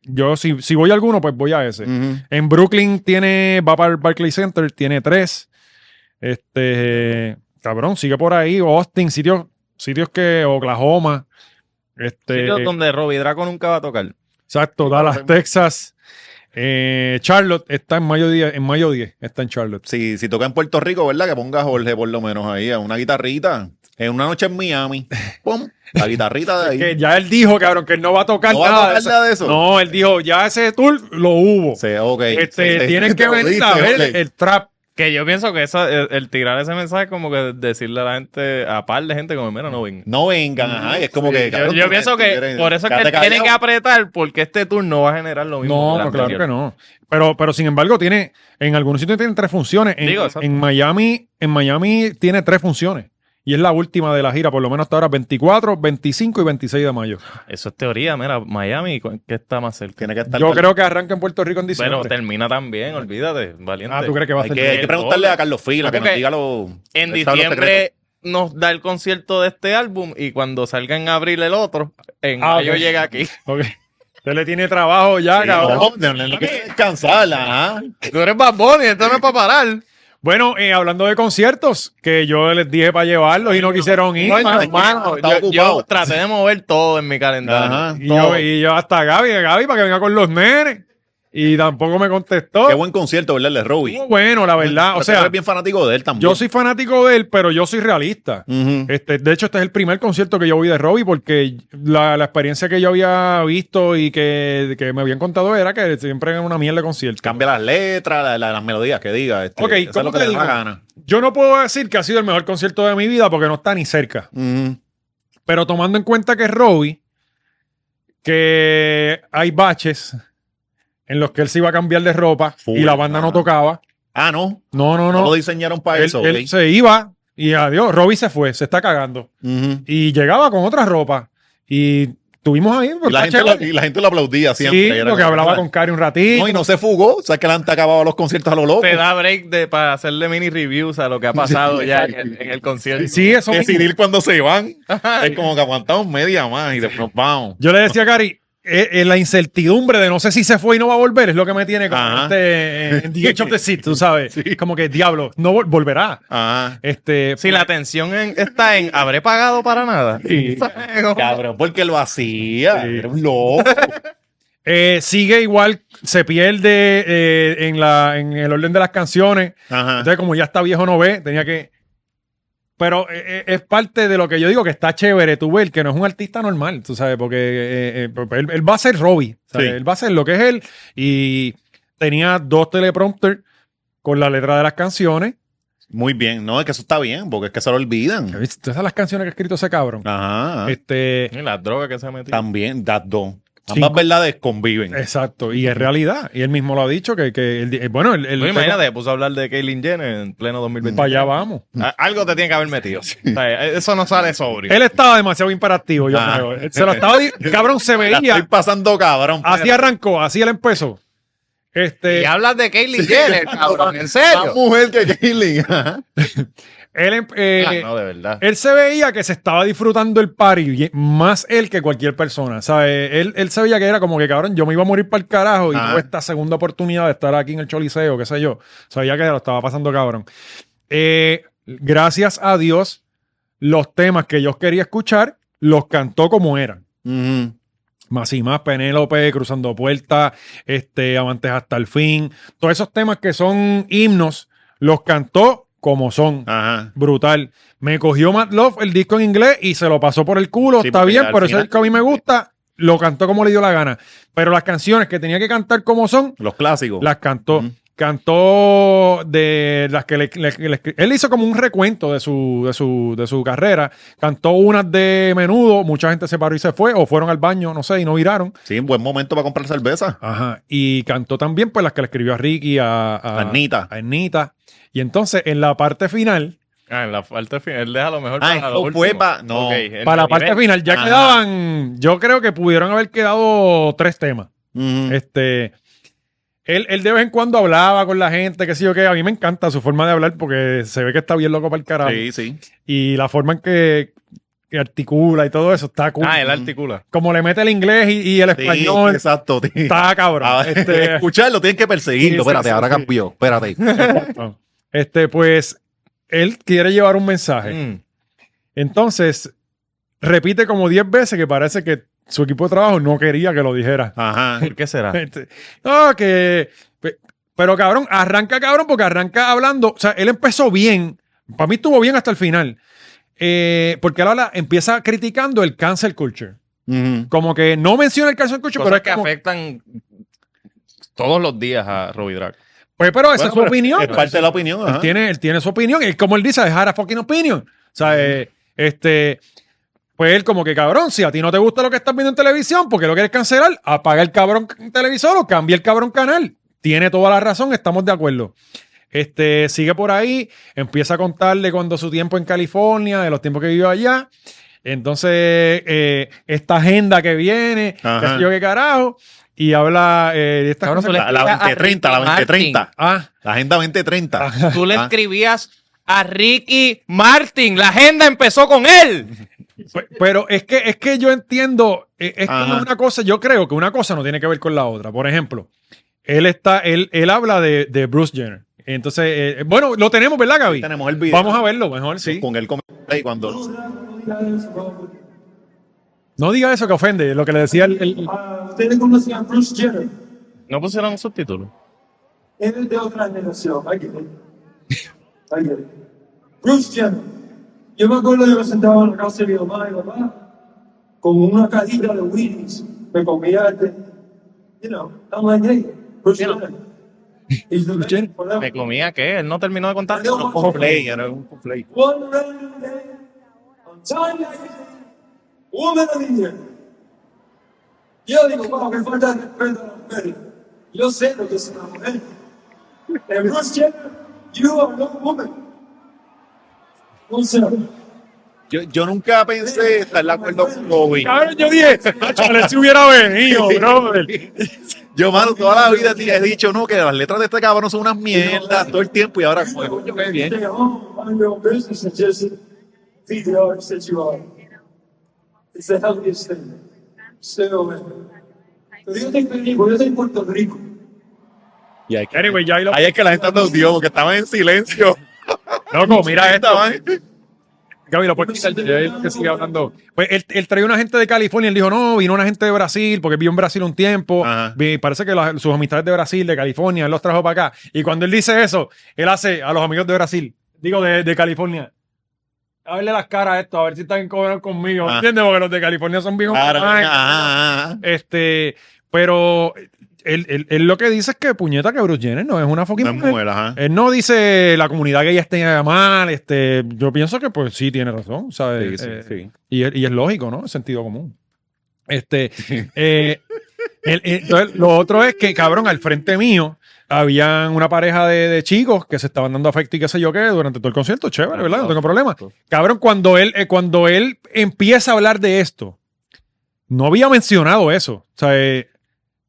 Speaker 1: yo si, si voy a alguno, pues voy a ese.
Speaker 2: Ujú.
Speaker 1: En Brooklyn tiene, va para el Barclays Center, tiene tres. Este, cabrón, sigue por ahí. Austin, sitios, sitios que, Oklahoma. Este,
Speaker 3: Sitio donde Robbie Draco nunca va a tocar.
Speaker 1: exacto, Dallas, Texas. Eh, Charlotte está en mayo 10, en mayo 10 está en Charlotte.
Speaker 2: Si, si toca en Puerto Rico, ¿verdad? Que ponga a Jorge por lo menos ahí, a una guitarrita. En una noche en Miami. ¡Pum! La guitarrita de ahí.
Speaker 1: Que ya él dijo, cabrón, que él no va a tocar
Speaker 2: no va
Speaker 1: nada
Speaker 2: a tocar
Speaker 1: de
Speaker 2: nada de
Speaker 1: eso.
Speaker 2: eso.
Speaker 1: No, él dijo, ya ese tour lo hubo.
Speaker 2: Sí, ok.
Speaker 1: Este,
Speaker 2: Sí,
Speaker 1: tienen
Speaker 2: te [laughs]
Speaker 1: que venir a
Speaker 2: jodiste,
Speaker 1: ver
Speaker 2: Jorge.
Speaker 1: el trap.
Speaker 3: Que yo pienso que esa, el, el tirar ese mensaje es como que decirle a la gente, a par de gente, como, mira, no venga.
Speaker 2: No vengan,
Speaker 1: Mm,
Speaker 2: ajá. y es como que.
Speaker 3: Yo- yo, pienso que por eso es que tiene que apretar, porque este tour no va a generar lo mismo.
Speaker 1: No, no, claro que no. Pero, pero sin embargo, tiene, en algunos sitios tiene tres funciones. En,
Speaker 3: Digo, exacto.
Speaker 1: en Miami, en Miami tiene tres funciones. Y es la última de la gira, por lo menos hasta ahora, 24, 25 y 26 de mayo.
Speaker 3: Eso es teoría, mira, Miami, ¿cu- ¿qué está más cerca?
Speaker 2: Tiene que estar.
Speaker 1: Yo creo que arranca en Puerto Rico en diciembre.
Speaker 3: Bueno, termina también, olvídate, valiente.
Speaker 1: ah, ¿tú crees que va a
Speaker 2: Hay
Speaker 1: ser?
Speaker 2: que, hay que preguntarle a Carlos Fila que
Speaker 3: Porque
Speaker 2: nos diga lo.
Speaker 3: En
Speaker 2: él sabe los secretos.
Speaker 3: diciembre nos da el concierto de este álbum y cuando salga en abril el otro, en
Speaker 1: Ah,
Speaker 3: mayo
Speaker 1: ok.
Speaker 3: llega aquí. [laughs]
Speaker 1: Ok. Usted le tiene trabajo ya,
Speaker 2: Sí,
Speaker 1: Ah, cabrón.
Speaker 2: no, no, no, no, que descansar, ajá.
Speaker 3: Tú eres Bad Bunny, esto no es para parar.
Speaker 1: Bueno, eh, hablando de conciertos, que yo les dije para llevarlos y no quisieron ir. mano.
Speaker 2: hermano, está
Speaker 3: yo,
Speaker 2: ocupado.
Speaker 3: yo traté de mover todo en mi calendario.
Speaker 2: Ajá.
Speaker 1: y, yo, y yo hasta Gaby, Gaby, para que venga con los nenes. Y tampoco me contestó.
Speaker 2: Qué buen concierto, ¿verdad? El de Robbie.
Speaker 1: Oh. Estuvo bueno, la verdad.
Speaker 2: Pero
Speaker 1: O
Speaker 2: tú
Speaker 1: sea,
Speaker 2: eres bien fanático de él también.
Speaker 1: Yo soy fanático de él, pero yo soy realista.
Speaker 2: Ujú.
Speaker 1: Este, de hecho, este es el primer concierto que yo vi de Robbie porque la, la experiencia que yo había visto y que, que me habían contado era que siempre era una mierda de concierto.
Speaker 2: Cambia las letras, la- la- las melodías que diga. Este,
Speaker 1: Ok,
Speaker 2: eso es
Speaker 1: ¿cómo
Speaker 2: lo que
Speaker 1: te
Speaker 2: le da
Speaker 1: digo?
Speaker 2: la gana.
Speaker 1: Yo no puedo decir que ha sido el mejor concierto de mi vida porque no está ni cerca.
Speaker 2: Ujú.
Speaker 1: Pero tomando en cuenta que es Robbie, que hay baches en los que él se iba a cambiar de ropa
Speaker 2: Full,
Speaker 1: y la banda no
Speaker 2: ah.
Speaker 1: tocaba.
Speaker 2: Ah, no.
Speaker 1: No, no,
Speaker 2: No,
Speaker 1: no.
Speaker 2: lo diseñaron para
Speaker 1: él,
Speaker 2: eso.
Speaker 1: él
Speaker 2: ok.
Speaker 1: se iba y adiós. Robbie se fue, se está cagando.
Speaker 2: Ujú.
Speaker 1: Y llegaba con otra ropa. Y tuvimos ahí. pues,
Speaker 2: y, la
Speaker 1: está
Speaker 2: gente lo,
Speaker 1: chévere.
Speaker 2: y la gente lo aplaudía siempre.
Speaker 1: Sí, lo
Speaker 2: Era
Speaker 1: que
Speaker 2: como- "Ah,
Speaker 1: hablaba con Cari un ratito.
Speaker 2: No, y no se fugó. O sea, que la gente acababa los conciertos a lo loco.
Speaker 3: Te da break de, para hacerle mini reviews a lo que ha pasado ya en el, en el concierto.
Speaker 1: Sí, eso mismo.
Speaker 2: Decidir cuando se van. es como que aguantamos media más y después nos vamos.
Speaker 1: Yo le decía a Cari, eh, eh, la incertidumbre de no sé si se fue y no va a volver es lo que me tiene con
Speaker 2: Ajá.
Speaker 1: este, eh, en The Edge of the Seat, tú sabes.
Speaker 2: [laughs] Sí.
Speaker 1: Como que, diablo, no vol- volverá.
Speaker 2: Ajá.
Speaker 1: Este,
Speaker 3: Si la tensión en- está en ¿habré pagado para nada?
Speaker 2: Cabrón, porque lo hacía.
Speaker 1: Sí.
Speaker 2: Era un loco.
Speaker 1: eh, sigue igual, se pierde eh, en, la, en el orden de las canciones.
Speaker 2: Ajá.
Speaker 1: Entonces, como ya está viejo, no ve, tenía que. Pero eh, eh, es parte de lo que yo digo que está chévere tú ver que no es un artista normal, tú sabes, porque eh, eh, porque él, él va a ser Robbie, ¿sabes?
Speaker 2: Sí.
Speaker 1: él va a ser lo que es él. Y tenía dos teleprompters con la letra de las canciones.
Speaker 2: Muy bien. No, es que eso está bien, porque es que se lo olvidan.
Speaker 1: ¿Viste? Todas las canciones que ha escrito ese cabrón.
Speaker 2: Ajá.
Speaker 1: Este,
Speaker 3: [laughs] Y las drogas que se ha metido.
Speaker 2: También, that dos. Ambas
Speaker 1: Cinco. Eh,
Speaker 2: verdades conviven.
Speaker 1: exacto, y es realidad. Y él mismo lo ha dicho que, que él- eh, bueno, el, el-
Speaker 3: Oye, imagínate, puso a hablar de Caitlyn Jenner en pleno 2020.
Speaker 1: para allá vamos.
Speaker 3: A- Algo te tiene que haber metido. O sea, eso no sale sobrio.
Speaker 1: Él estaba demasiado imperativo, yo
Speaker 2: Ah.
Speaker 1: creo. Él Se lo estaba, di- cabrón, se
Speaker 2: La estoy
Speaker 1: veía.
Speaker 2: pasando cabrón.
Speaker 1: Así arrancó, así él empezó. Este,
Speaker 4: Y hablas de Caitlyn Jenner, cabrón, en serio.
Speaker 2: Más mujer que Kaylin. [laughs] Ajá.
Speaker 1: él, em- eh,
Speaker 3: Ah, no, de verdad.
Speaker 1: él se veía que se estaba disfrutando el party bien- más él que cualquier persona. ¿sabes? Él, él se veía que era como que, cabrón, yo me iba a morir para el carajo y
Speaker 2: Ah.
Speaker 1: tuve esta segunda oportunidad de estar aquí en el Choliseo, qué sé yo. Sabía que lo estaba pasando, cabrón. Eh, gracias a Dios, los temas que yo quería escuchar los cantó como eran.
Speaker 2: Ujú.
Speaker 1: Más y más, Penélope, Cruzando Puertas, este, Amantes hasta el fin. Todos esos temas que son himnos, los cantó como son.
Speaker 2: Ajá.
Speaker 1: Brutal. Me cogió Matt Love el disco en inglés y se lo pasó por el culo.
Speaker 2: Sí,
Speaker 1: Está
Speaker 2: porque
Speaker 1: bien,
Speaker 2: al
Speaker 1: pero ese
Speaker 2: final-
Speaker 1: disco a mí me gusta. Lo cantó como le dio la gana. Pero las canciones que tenía que cantar como son,
Speaker 2: Los clásicos.
Speaker 1: las cantó.
Speaker 2: Ujú.
Speaker 1: Cantó de las que le, le- le- Él hizo como un recuento de su, de su, de su carrera. Cantó unas de menudo. Mucha gente se paró y se fue. O fueron al baño, no sé, y no viraron.
Speaker 2: Sí, buen momento para comprar cerveza.
Speaker 1: Ajá. Y cantó también, pues, las que le escribió a Ricky, a, a,
Speaker 2: Anita.
Speaker 1: a Ernita. Y entonces, en la parte final,
Speaker 3: Ah, en la parte final. Él deja lo mejor
Speaker 2: Ah,
Speaker 3: para
Speaker 2: eso
Speaker 3: lo último.
Speaker 2: fue pa- no.
Speaker 3: Ok, pues, el
Speaker 1: para la
Speaker 3: nivel.
Speaker 1: parte final. Ya
Speaker 2: Ajá.
Speaker 1: quedaban, yo creo que pudieron haber quedado tres temas.
Speaker 2: Ujú.
Speaker 1: Este, él, él de vez en cuando hablaba con la gente, qué sé yo qué. A mí me encanta su forma de hablar porque se ve que está bien loco para el carajo.
Speaker 2: Sí, sí.
Speaker 1: Y la forma en que, que articula y todo eso está cool.
Speaker 3: Ah, él articula.
Speaker 1: Como le mete el inglés y, y el
Speaker 2: eh. Sí,
Speaker 1: español,
Speaker 2: exacto. tío.
Speaker 1: está cabrón.
Speaker 2: Ah,
Speaker 1: Este,
Speaker 2: [laughs] escucharlo, tienen que perseguirlo.
Speaker 1: sí, sí,
Speaker 2: espérate,
Speaker 1: sí,
Speaker 2: ahora
Speaker 1: sí.
Speaker 2: cambió. Espérate.
Speaker 1: exacto. este, pues, él quiere llevar un mensaje.
Speaker 3: Mm.
Speaker 1: Entonces, repite como 10 veces que parece que su equipo de trabajo no quería que lo dijera.
Speaker 2: Ajá.
Speaker 3: [laughs] ¿Por qué será?
Speaker 1: Este, No, que. pe- Pero cabrón, arranca cabrón porque arranca hablando. O sea, él empezó bien. Para mí estuvo bien hasta el final. Eh, porque él habla, empieza criticando el cancel culture.
Speaker 2: Ujú.
Speaker 1: Como que no menciona el cancel culture,
Speaker 3: Cosas
Speaker 1: pero
Speaker 3: que
Speaker 1: es como-
Speaker 3: afectan todos los días a Robbie Drag.
Speaker 1: Pues, pero esa
Speaker 2: Bueno,
Speaker 1: es su
Speaker 2: pero
Speaker 1: opinión.
Speaker 2: Es parte de la opinión.
Speaker 1: Él
Speaker 2: ajá.
Speaker 1: tiene, él tiene su opinión. Y como él dice, dejar a fucking opinion. O sea, eh, este. Pues él, como que cabrón, si a ti no te gusta lo que estás viendo en televisión, porque lo quieres cancelar, apaga el cabrón c- televisor o cambia el cabrón canal. Tiene toda la razón, estamos de acuerdo. Este, sigue por ahí, empieza a contarle cuando su tiempo en California, de los tiempos que vivió allá. Entonces, eh, esta agenda que viene, qué
Speaker 2: Ajá.
Speaker 1: sé yo qué carajo, y habla eh, de estas
Speaker 3: Cabrón,
Speaker 1: cosas.
Speaker 2: La,
Speaker 3: tú
Speaker 2: la
Speaker 4: a
Speaker 2: 2030, la
Speaker 4: Ricky
Speaker 2: 2030.
Speaker 1: Ah,
Speaker 2: La agenda 2030.
Speaker 4: Tú le
Speaker 2: Ah.
Speaker 4: escribías a Ricky Martin, la agenda empezó con él.
Speaker 1: Pe- Pero es que, es que yo entiendo, eh, es que
Speaker 2: Ajá.
Speaker 1: una cosa, yo creo que una cosa no tiene que ver con la otra. Por ejemplo, él está, él, él habla de, de Bruce Jenner. Entonces, eh, bueno, lo tenemos, ¿verdad, Gaby?
Speaker 2: Tenemos el video.
Speaker 1: Vamos a verlo, mejor sí.
Speaker 2: Con el comentario y cuando.
Speaker 1: No diga eso que ofende, lo que le decía el, el-
Speaker 6: Ah, ustedes conocían a Bruce Jenner.
Speaker 3: No pusieron un subtítulo.
Speaker 6: Él es de otra generación. I get it. I get it. Bruce Jenner. Yo me acuerdo yo me sentaba en la casa de mi mamá y papá con una cajita de Wheaties. Me comía este. You know, I'm like, hey, Bruce Jenner. He's the
Speaker 1: Jenner.
Speaker 6: man
Speaker 3: [laughs]
Speaker 6: forever.
Speaker 3: ¿Me comía qué? Él no terminó de contar.
Speaker 6: No,
Speaker 2: Un play, era un play.
Speaker 6: One rainy day on Time Magazine, Woman of the Year. Yo digo, wow, qué falta de respeto a la mujer. Yo sé lo que es una mujer. And Bruce Jenner, you are no woman. No sé.
Speaker 2: Yo, yo nunca pensé estar de acuerdo con Bobby.
Speaker 1: Cabrón, yo dije, [laughs] chale, si hubiera
Speaker 2: [laughs]
Speaker 1: venido, brother.
Speaker 2: Yo, mano, toda la vida te he dicho, no, que las letras de este cabrón son unas mierdas todo el tiempo y ahora, como, coño, qué bien.
Speaker 6: Stay home, mind your own business, and just be the artist that you are. It's the healthiest thing. Stay away. Pero yo estoy feliz, porque yo estoy en Puerto Rico.
Speaker 2: Y hay que-
Speaker 1: Anyway, ya ahí lo-
Speaker 2: ahí es que la gente aplaudió porque estaban en silencio.
Speaker 1: Loco, mira esto.
Speaker 2: Estaban-
Speaker 1: Gaby, lo puedes quitar, ya él que sigue hablando. Pues él, él traía una gente de California, él dijo, no, vino una gente de Brasil, porque vivió en Brasil un tiempo,
Speaker 2: Ajá.
Speaker 1: Vi- parece que las- sus amistades de Brasil, de California, él los trajo para acá. Y cuando él dice eso, él hace a los amigos de Brasil, digo, de, de California. A verle las caras a esto, a ver si están cobrando conmigo,
Speaker 2: Ah.
Speaker 1: ¿entiendes? Porque los de California son bien
Speaker 2: Ahora,
Speaker 1: Ay,
Speaker 2: ah, ah, ah.
Speaker 1: Este, pero él, él- él lo que dice es que puñeta que Bruce Jenner no es una fucking
Speaker 2: No es
Speaker 1: mujer.
Speaker 2: mujer, ajá.
Speaker 1: Él Eh, no dice la comunidad que ella esté mal, este, yo pienso que pues sí tiene razón, ¿sabes?
Speaker 2: Sí, sí,
Speaker 1: Eh,
Speaker 2: sí.
Speaker 1: Y, es- y es lógico, ¿no? Es sentido común. Este, eh, el- el- entonces, lo otro es que, cabrón, al frente mío habían una pareja de, de chicos que se estaban dando afecto y qué sé yo qué durante todo el concierto, chévere, ¿verdad? No tengo problema. Cabrón, cuando él, eh, cuando él empieza a hablar de esto, no había mencionado eso. O sea, eh,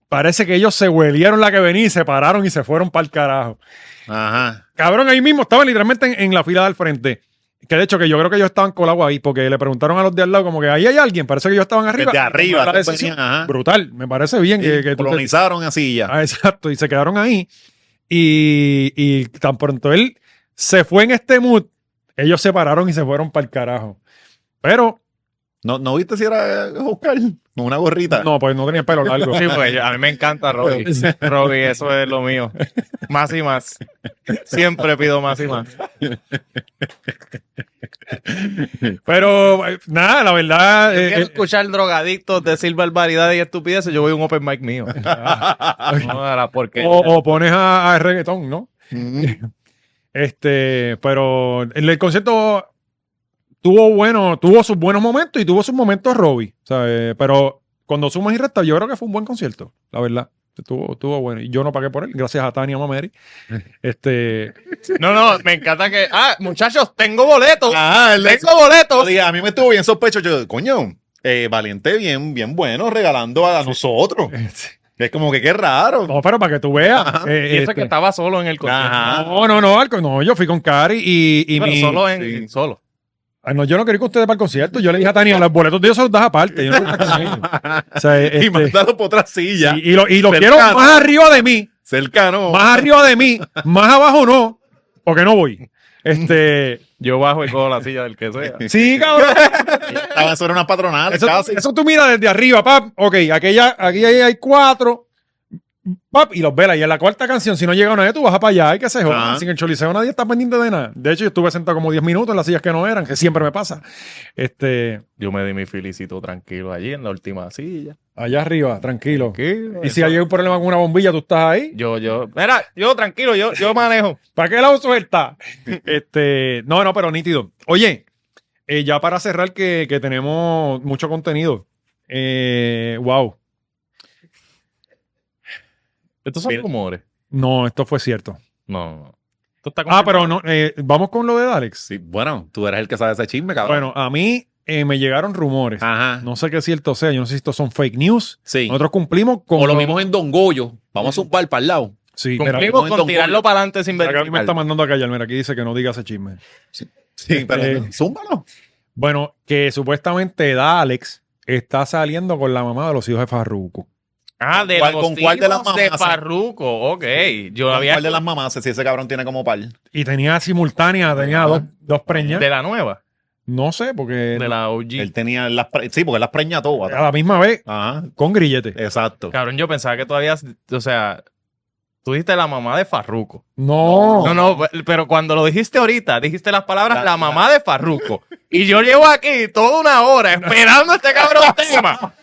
Speaker 1: parece que ellos se huelieron la que venía y se pararon y se fueron para el carajo.
Speaker 2: Ajá.
Speaker 1: Cabrón, ahí mismo estaban literalmente en, en la fila del frente. Que de hecho, que yo creo que ellos estaban colados ahí, porque le preguntaron a los de al lado, como que ahí hay alguien, parece que ellos estaban arriba.
Speaker 2: Desde arriba,
Speaker 1: La
Speaker 2: tú
Speaker 1: decisión,
Speaker 2: venías, ajá.
Speaker 1: Brutal, me parece bien que, que tú te-
Speaker 2: Colonizaron así ya.
Speaker 1: [laughs] Ah, exacto, y se quedaron ahí. Y, y tan pronto él se fue en este mood, ellos se pararon y se fueron para el carajo. Pero,
Speaker 2: ¿No, ¿No viste si era eh, Oscar? Con una gorrita.
Speaker 1: no, pues no tenía el pelo largo.
Speaker 3: [laughs] Sí, pues, a mí me encanta Robbie. Robbie, eso es lo mío. Más y más. Siempre pido más y más.
Speaker 1: Pero, eh, nada, la verdad. eh,
Speaker 3: Quiero
Speaker 1: eh,
Speaker 3: escuchar drogadictos decir barbaridades y estupideces. Yo voy a un open mic mío. Ah, No, a la porquería.
Speaker 1: o, o pones a, a reggaetón, ¿no?
Speaker 2: Mm.
Speaker 1: Este, pero el, el concierto tuvo bueno, tuvo sus buenos momentos y tuvo sus momentos Robbie. ¿sabes? Pero cuando sumas y restas, yo creo que fue un buen concierto, la verdad. Estuvo, estuvo bueno. Y yo no pagué por él, gracias a Tania
Speaker 3: [laughs]
Speaker 1: Mameri. Este, [laughs]
Speaker 3: No, no, me encanta que. Ah, muchachos, tengo boletos.
Speaker 2: Ajá, el de-
Speaker 3: Tengo boletos.
Speaker 2: Oye, a mí me estuvo bien sospecho. Yo, coño, eh, valiente, bien, bien bueno, regalando a nosotros. Es como que qué raro.
Speaker 1: no, pero para que tú veas. eh,
Speaker 3: Y eso
Speaker 1: este,
Speaker 3: que estaba solo en el concierto.
Speaker 2: Ajá.
Speaker 1: no, no, no, Alco, no, yo fui con Cari y, y
Speaker 3: Pero
Speaker 1: mi-
Speaker 3: solo en.
Speaker 2: sí.
Speaker 3: Solo.
Speaker 1: Ah, no, yo no quería que ustedes para el concierto. Yo le dije a Tania, los boletos de ellos se los das aparte. Yo no quiero
Speaker 3: [laughs]
Speaker 1: que estén ahí. O sea, este,
Speaker 2: Y mandarlo por otra silla.
Speaker 1: y- y lo, y lo quiero
Speaker 2: Cercano.
Speaker 1: más arriba de mí.
Speaker 2: Cercano.
Speaker 1: más arriba de mí, más abajo no, porque no voy. Este,
Speaker 3: Yo bajo y cojo la silla del que sea.
Speaker 1: sí, cabrón.
Speaker 2: Estaban sobre unas patronales
Speaker 1: Eso,
Speaker 2: casi.
Speaker 1: eso tú miras desde arriba, pap. Ok, aquella, aquí hay, hay cuatro. Pap, y los velas. Y en la cuarta canción, si no llega nadie, tú vas para allá y que se joda.
Speaker 3: Ah.
Speaker 2: Ajá.
Speaker 1: Así que en el Choliseo nadie está pendiente de nada. De hecho, yo estuve sentado como 10 minutos en las sillas que no eran, que siempre me pasa. Este,
Speaker 3: Yo me di mi felicito tranquilo allí en la última silla.
Speaker 1: allá arriba, tranquilo.
Speaker 3: Tranquilo.
Speaker 1: Y si hay un problema con una bombilla, tú estás ahí.
Speaker 3: Yo, yo. Mira, yo tranquilo, yo, yo manejo.
Speaker 1: ¿Para qué la suelta? [laughs] este, no, no, pero nítido. Oye, eh, ya para cerrar que, que tenemos mucho contenido. Eh, wow.
Speaker 3: Estos son
Speaker 2: Mira.
Speaker 3: rumores.
Speaker 1: No, esto fue cierto.
Speaker 3: No, no. Esto está
Speaker 1: Ah,
Speaker 3: confirmado.
Speaker 1: pero no, eh, vamos con lo de Alex.
Speaker 2: Sí, bueno, tú eres el que sabe ese chisme, cabrón.
Speaker 1: Bueno, a mí eh, me llegaron rumores.
Speaker 2: Ajá.
Speaker 1: No sé qué cierto sea, yo no sé si estos son fake news.
Speaker 2: Ah. sí.
Speaker 1: Nosotros cumplimos con.
Speaker 2: o lo
Speaker 1: lo-
Speaker 2: mismo en Don Goyo. Vamos a un bar para el lado.
Speaker 1: Sí, mira,
Speaker 3: Cumplimos
Speaker 2: mira,
Speaker 3: con
Speaker 2: Don
Speaker 3: tirarlo
Speaker 2: Julio.
Speaker 3: para adelante sin
Speaker 1: mira, Gaby
Speaker 3: ver.
Speaker 1: me está mandando a callar. Mira, aquí dice que no diga ese chisme.
Speaker 2: Sí, pero
Speaker 1: Eh.
Speaker 2: Este, zúmbalo.
Speaker 1: Bueno, que supuestamente da Alex está saliendo con la mamá de los hijos de Farruko.
Speaker 3: Ah, de
Speaker 2: ¿Cuál-
Speaker 3: los
Speaker 2: con cuál de las
Speaker 3: hijos
Speaker 2: mamás?
Speaker 3: Farruko, ok. Yo
Speaker 2: ¿Cuál
Speaker 3: había
Speaker 2: de las mamás? Si ese cabrón tiene como par.
Speaker 1: Y tenía simultánea, tenía
Speaker 2: Ajá.
Speaker 1: dos, dos preñas.
Speaker 3: de la nueva,
Speaker 1: No sé, porque
Speaker 3: de la OG.
Speaker 2: Él tenía las. pre- Sí, porque él las preña todas.
Speaker 1: a la misma vez
Speaker 2: Ajá.
Speaker 1: con grillete.
Speaker 2: Exacto.
Speaker 3: Cabrón, yo pensaba que todavía, o sea, tú dijiste la mamá de Farruko.
Speaker 1: No. [laughs]
Speaker 3: No, no, pero cuando lo dijiste ahorita, dijiste las palabras
Speaker 2: La-
Speaker 3: la, mamá de Farruko. Y yo llevo aquí toda una hora esperando
Speaker 2: [laughs]
Speaker 3: este cabrón tema.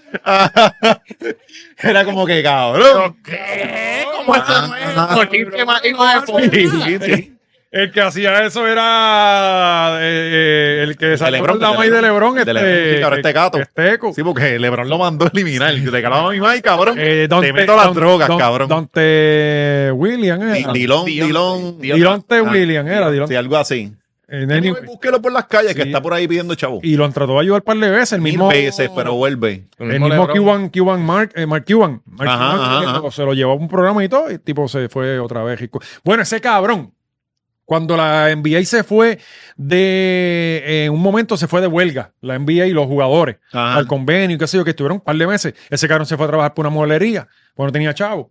Speaker 2: Era como que cabrón.
Speaker 3: ¿Qué? ¿Cómo eso no es? ¿Por qué te más hijo de puta?
Speaker 2: Sí, sí.
Speaker 1: El que hacía eso era eh, eh, el que salió
Speaker 2: Lebrón,
Speaker 1: con la
Speaker 2: de
Speaker 1: May de Lebron.
Speaker 2: De Lebron, sí, cabrón, este gato.
Speaker 1: Este eco.
Speaker 2: Sí, porque LeBron lo mandó a eliminar. Te calaba mi Mike, cabrón.
Speaker 1: Eh, Dante-
Speaker 2: te meto las
Speaker 1: Don-
Speaker 2: drogas,
Speaker 1: Don-
Speaker 2: cabrón.
Speaker 1: Dante William eh,
Speaker 2: Di-
Speaker 1: era.
Speaker 2: Dilon, Dilon.
Speaker 1: Dilonte
Speaker 2: Ah,
Speaker 1: William era. Dilon-
Speaker 2: Sí, algo así.
Speaker 1: Eh, no hay ni-
Speaker 2: Anyway, búsquelo por las calles que
Speaker 1: Sí.
Speaker 2: está por ahí pidiendo chavo.
Speaker 1: Y lo trató de ayudar un par de veces. El
Speaker 2: Mil
Speaker 1: mismo.
Speaker 2: veces, pero vuelve.
Speaker 1: El mismo Cuban, Cuban Mark, eh, Mark Cuban. Mark
Speaker 2: Ajá,
Speaker 1: Cuban,
Speaker 2: ajá,
Speaker 1: que
Speaker 2: ajá.
Speaker 1: lo- se lo llevó a un programa y todo, y el tipo se fue otra vez. y cu- Bueno, ese cabrón, cuando la NBA se fue de. En un momento se fue de huelga, la NBA y los jugadores,
Speaker 2: Ajá.
Speaker 1: al convenio y qué sé yo, que estuvieron un par de meses. Ese cabrón se fue a trabajar por una molería, porque no tenía chavo.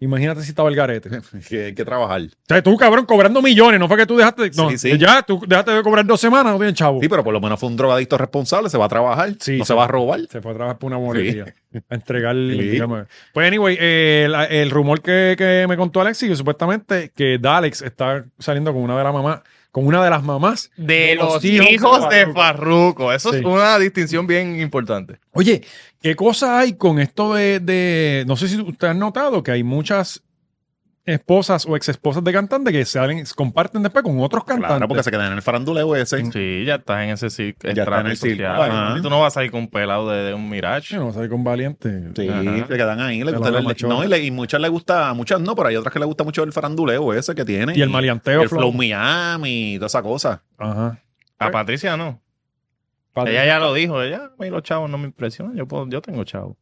Speaker 1: Imagínate si estaba el garete.
Speaker 2: [laughs]
Speaker 1: O
Speaker 2: Que hay que trabajar.
Speaker 1: sea, tú, cabrón, cobrando millones, no fue que tú dejaste. No,
Speaker 2: Sí, sí.
Speaker 1: ya, tú dejaste de cobrar dos semanas, no tienes chavo.
Speaker 2: Sí, pero por lo menos fue un drogadicto responsable, se va a trabajar,
Speaker 1: Sí,
Speaker 2: no
Speaker 1: sí.
Speaker 2: se va a robar.
Speaker 1: Se fue a trabajar por una bolería. A entregar.
Speaker 2: Sí.
Speaker 1: digamos. Pues, anyway, eh, la- el rumor que, que me contó Alexis, que supuestamente, que Dalex está saliendo con una de las mamás, con una de las mamás.
Speaker 3: De los
Speaker 1: hijos
Speaker 3: hijos,
Speaker 1: de
Speaker 3: de
Speaker 1: Farruko.
Speaker 3: Farruko. Eso
Speaker 1: Sí.
Speaker 3: es una distinción bien importante.
Speaker 1: Oye, ¿qué cosa hay con esto de, de- No sé si usted ha notado que hay muchas esposas o exesposas de cantantes que salen, comparten después con otros cantantes.
Speaker 2: Claro, porque se quedan en el faranduleo ese.
Speaker 3: Sí, ya estás en ese circo.
Speaker 2: Ya estás en el circo. Ajá.
Speaker 3: Tú no vas a ir con un pelado de, de un
Speaker 1: Yo
Speaker 3: Mirage.
Speaker 1: no sé, con Valiente.
Speaker 2: Sí,
Speaker 3: Ajá.
Speaker 2: se quedan ahí.
Speaker 1: De
Speaker 2: le gusta
Speaker 1: la
Speaker 2: el-
Speaker 1: machona.
Speaker 2: no, y, le- y muchas le gusta, a muchas no, pero hay otras que le gusta mucho el faranduleo ese que tiene.
Speaker 1: Y el maleanteo.
Speaker 2: el flow
Speaker 1: flow.
Speaker 2: Miami y toda esa cosa.
Speaker 1: Ajá.
Speaker 3: A Patricia no. Ella ya lo dijo. Ella, a mí los chavos no me impresionan. Yo, puedo- yo tengo chavos.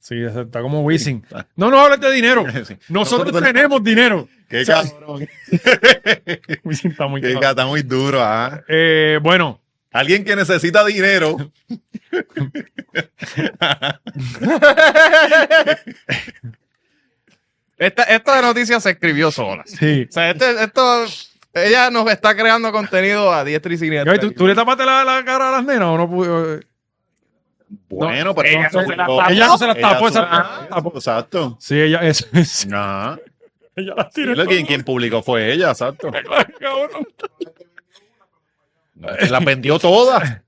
Speaker 1: Sí, está como Wisin. No, no hables de dinero.
Speaker 2: [laughs] Sí.
Speaker 1: Nosotros
Speaker 2: Nosotros-
Speaker 1: tenemos dinero.
Speaker 2: Qué cabrón. Qué
Speaker 1: Wisin está [laughs] muy cabrón.
Speaker 2: gata muy duro, ah.
Speaker 1: Eh, bueno,
Speaker 2: Alguien que necesita dinero.
Speaker 3: Esta, esta noticia se escribió sola.
Speaker 1: sí.
Speaker 3: O sea, este- esto. Ella nos está creando contenido a diestra y siniestra.
Speaker 1: Gaby, ¿Tú, tú le tapaste la, la cara a las nenas o no? pudo?
Speaker 2: [laughs] Bueno, pero
Speaker 1: ella no se
Speaker 2: las
Speaker 1: Ella no se las tapó,
Speaker 2: se-
Speaker 1: esa-
Speaker 2: ah,
Speaker 1: tapó.
Speaker 2: Exacto.
Speaker 1: Sí, ella, es, [laughs] sí,
Speaker 2: Ajá.
Speaker 1: ella las
Speaker 2: Sí,
Speaker 1: tiró.
Speaker 2: lo- quien, quien publicó fue ella, exacto.
Speaker 1: cabrón.
Speaker 2: Las vendió [laughs] todas.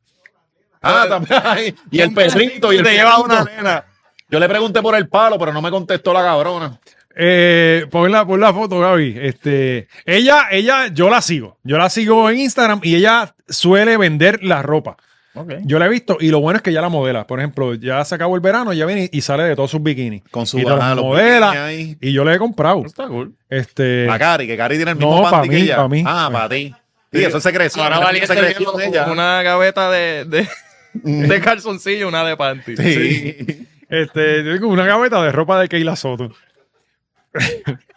Speaker 2: Ah, también. [laughs] ay, Y el perrito. Y el
Speaker 3: te lleva
Speaker 2: perrito.
Speaker 3: una nena.
Speaker 2: Yo le pregunté por el palo, pero no me contestó la cabrona.
Speaker 1: Eh, pon, la, pon la foto, Gaby. Este, ella, ella, yo la sigo. Yo la sigo en Instagram y ella suele vender la ropa. Yo la he visto y lo bueno es que ya la modela. Por ejemplo, ya se acabó el verano, ya viene y, y sale de todos sus bikinis.
Speaker 2: Con su
Speaker 1: y te los
Speaker 2: ajá, los bikinis
Speaker 1: modela.
Speaker 2: ahí.
Speaker 1: Y yo le he comprado.
Speaker 3: Está cool.
Speaker 1: Este,
Speaker 2: A Cari, que Cari tiene el
Speaker 1: No,
Speaker 2: mismo
Speaker 1: pa'
Speaker 2: panty que
Speaker 1: mí,
Speaker 2: ella.
Speaker 1: pa' mí.
Speaker 2: Ah, para ti. Sí, eso se creció.
Speaker 3: Ahora
Speaker 2: Eso
Speaker 3: valiente
Speaker 2: se creció en
Speaker 3: viendo
Speaker 2: ella.
Speaker 3: una gaveta de, de, de calzoncillo y una de panty.
Speaker 2: Mm. Sí.
Speaker 1: este, yo tengo una gaveta de ropa de Keila Soto.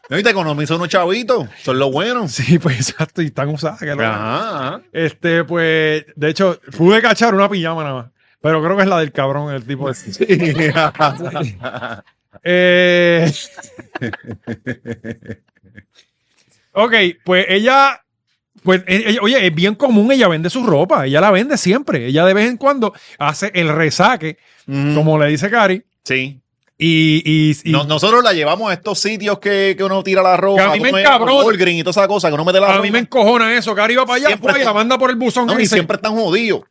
Speaker 2: No, y te economizó unos chavitos. Son los buenos.
Speaker 1: Sí, [laughs] pues exacto, y están usadas. que lo-
Speaker 2: Ajá.
Speaker 1: Este, pues, de hecho, pude cachar una pijama nada más. Pero creo que es la del cabrón, el tipo ese.
Speaker 2: [laughs]
Speaker 1: Eh, ok, pues ella. Pues, eh, ella- oye, es bien común, ella vende su ropa, ella la vende siempre. Ella de vez en cuando hace el resaque,
Speaker 2: Mm,
Speaker 1: como le dice Cari,
Speaker 2: Sí.
Speaker 1: y. y, y-
Speaker 2: No- nosotros la llevamos a estos sitios que, que uno tira la ropa.
Speaker 1: Que a mí me
Speaker 2: tú me-
Speaker 1: encabrona.
Speaker 2: Walgreens y toda esa cosa, que uno mete la
Speaker 1: a
Speaker 2: ropa.
Speaker 1: mí me encojona eso, Cari va para allá
Speaker 2: Siempre
Speaker 1: fue, y la
Speaker 2: está-
Speaker 1: manda por el buzón.
Speaker 2: No, y
Speaker 1: ese.
Speaker 2: siempre están jodidos.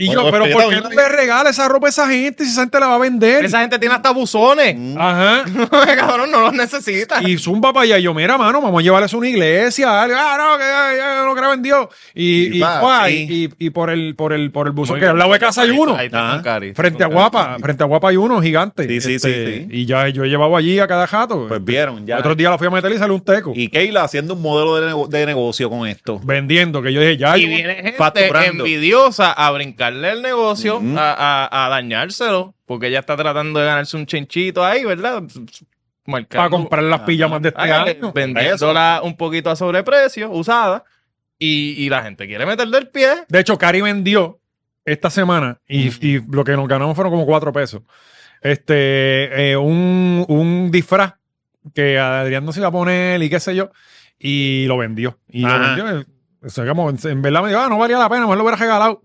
Speaker 1: Y yo,
Speaker 2: Bueno,
Speaker 1: pero
Speaker 2: respeta,
Speaker 1: ¿por qué
Speaker 2: ¿no?
Speaker 1: no le regala esa ropa a esa gente si esa gente la va a vender?
Speaker 3: Esa gente tiene hasta buzones.
Speaker 2: Mm.
Speaker 1: Ajá.
Speaker 2: [laughs]
Speaker 3: [laughs] Cabrón, no los necesita.
Speaker 1: Y zumba para allá. Y yo, mira, mano, vamos a llevarles a una iglesia. algo. Ah, no, que ah, ya no creo en Dios. Y,
Speaker 2: Y
Speaker 1: y,
Speaker 2: va,
Speaker 1: guay,
Speaker 2: sí.
Speaker 1: y, y por el, por el, por el buzón. Pues
Speaker 3: Muy
Speaker 1: Que al
Speaker 3: bien.
Speaker 1: lado de casa hay uno.
Speaker 3: Ahí está con Cari.
Speaker 1: Frente a
Speaker 3: Con
Speaker 1: Guapa, frente a Guapa hay uno gigante. Este,
Speaker 2: Sí, sí, sí, sí.
Speaker 1: Y ya yo he llevado allí a cada jato.
Speaker 2: Pues vieron, ya.
Speaker 1: Otro día la fui a meter y salió un teco.
Speaker 2: Y Keila haciendo un modelo de, nego- de negocio con esto.
Speaker 1: vendiendo, que yo dije, ya.
Speaker 3: Y
Speaker 1: yo-
Speaker 3: viene gente
Speaker 2: facturando.
Speaker 3: envidiosa a brincarle el negocio,
Speaker 2: Ujú.
Speaker 3: a, a- a dañárselo, porque ella está tratando de ganarse un chinchito ahí, ¿verdad? Marcando-
Speaker 1: para comprar las pijamas de este
Speaker 3: Hágale,
Speaker 1: año.
Speaker 3: vendiéndola un poquito a sobreprecio, usada, y, y la gente quiere meterle el pie.
Speaker 1: De hecho, Cari vendió esta semana y, y lo que nos ganamos fueron como cuatro pesos. Este, eh, un, un disfraz que Adrián no se iba a poner y qué sé yo, y lo vendió. Y lo
Speaker 2: Ajá.
Speaker 1: vendió. eh, O sea, como en, en verdad me dijo, ah, no valía la pena, mejor lo hubiera regalado.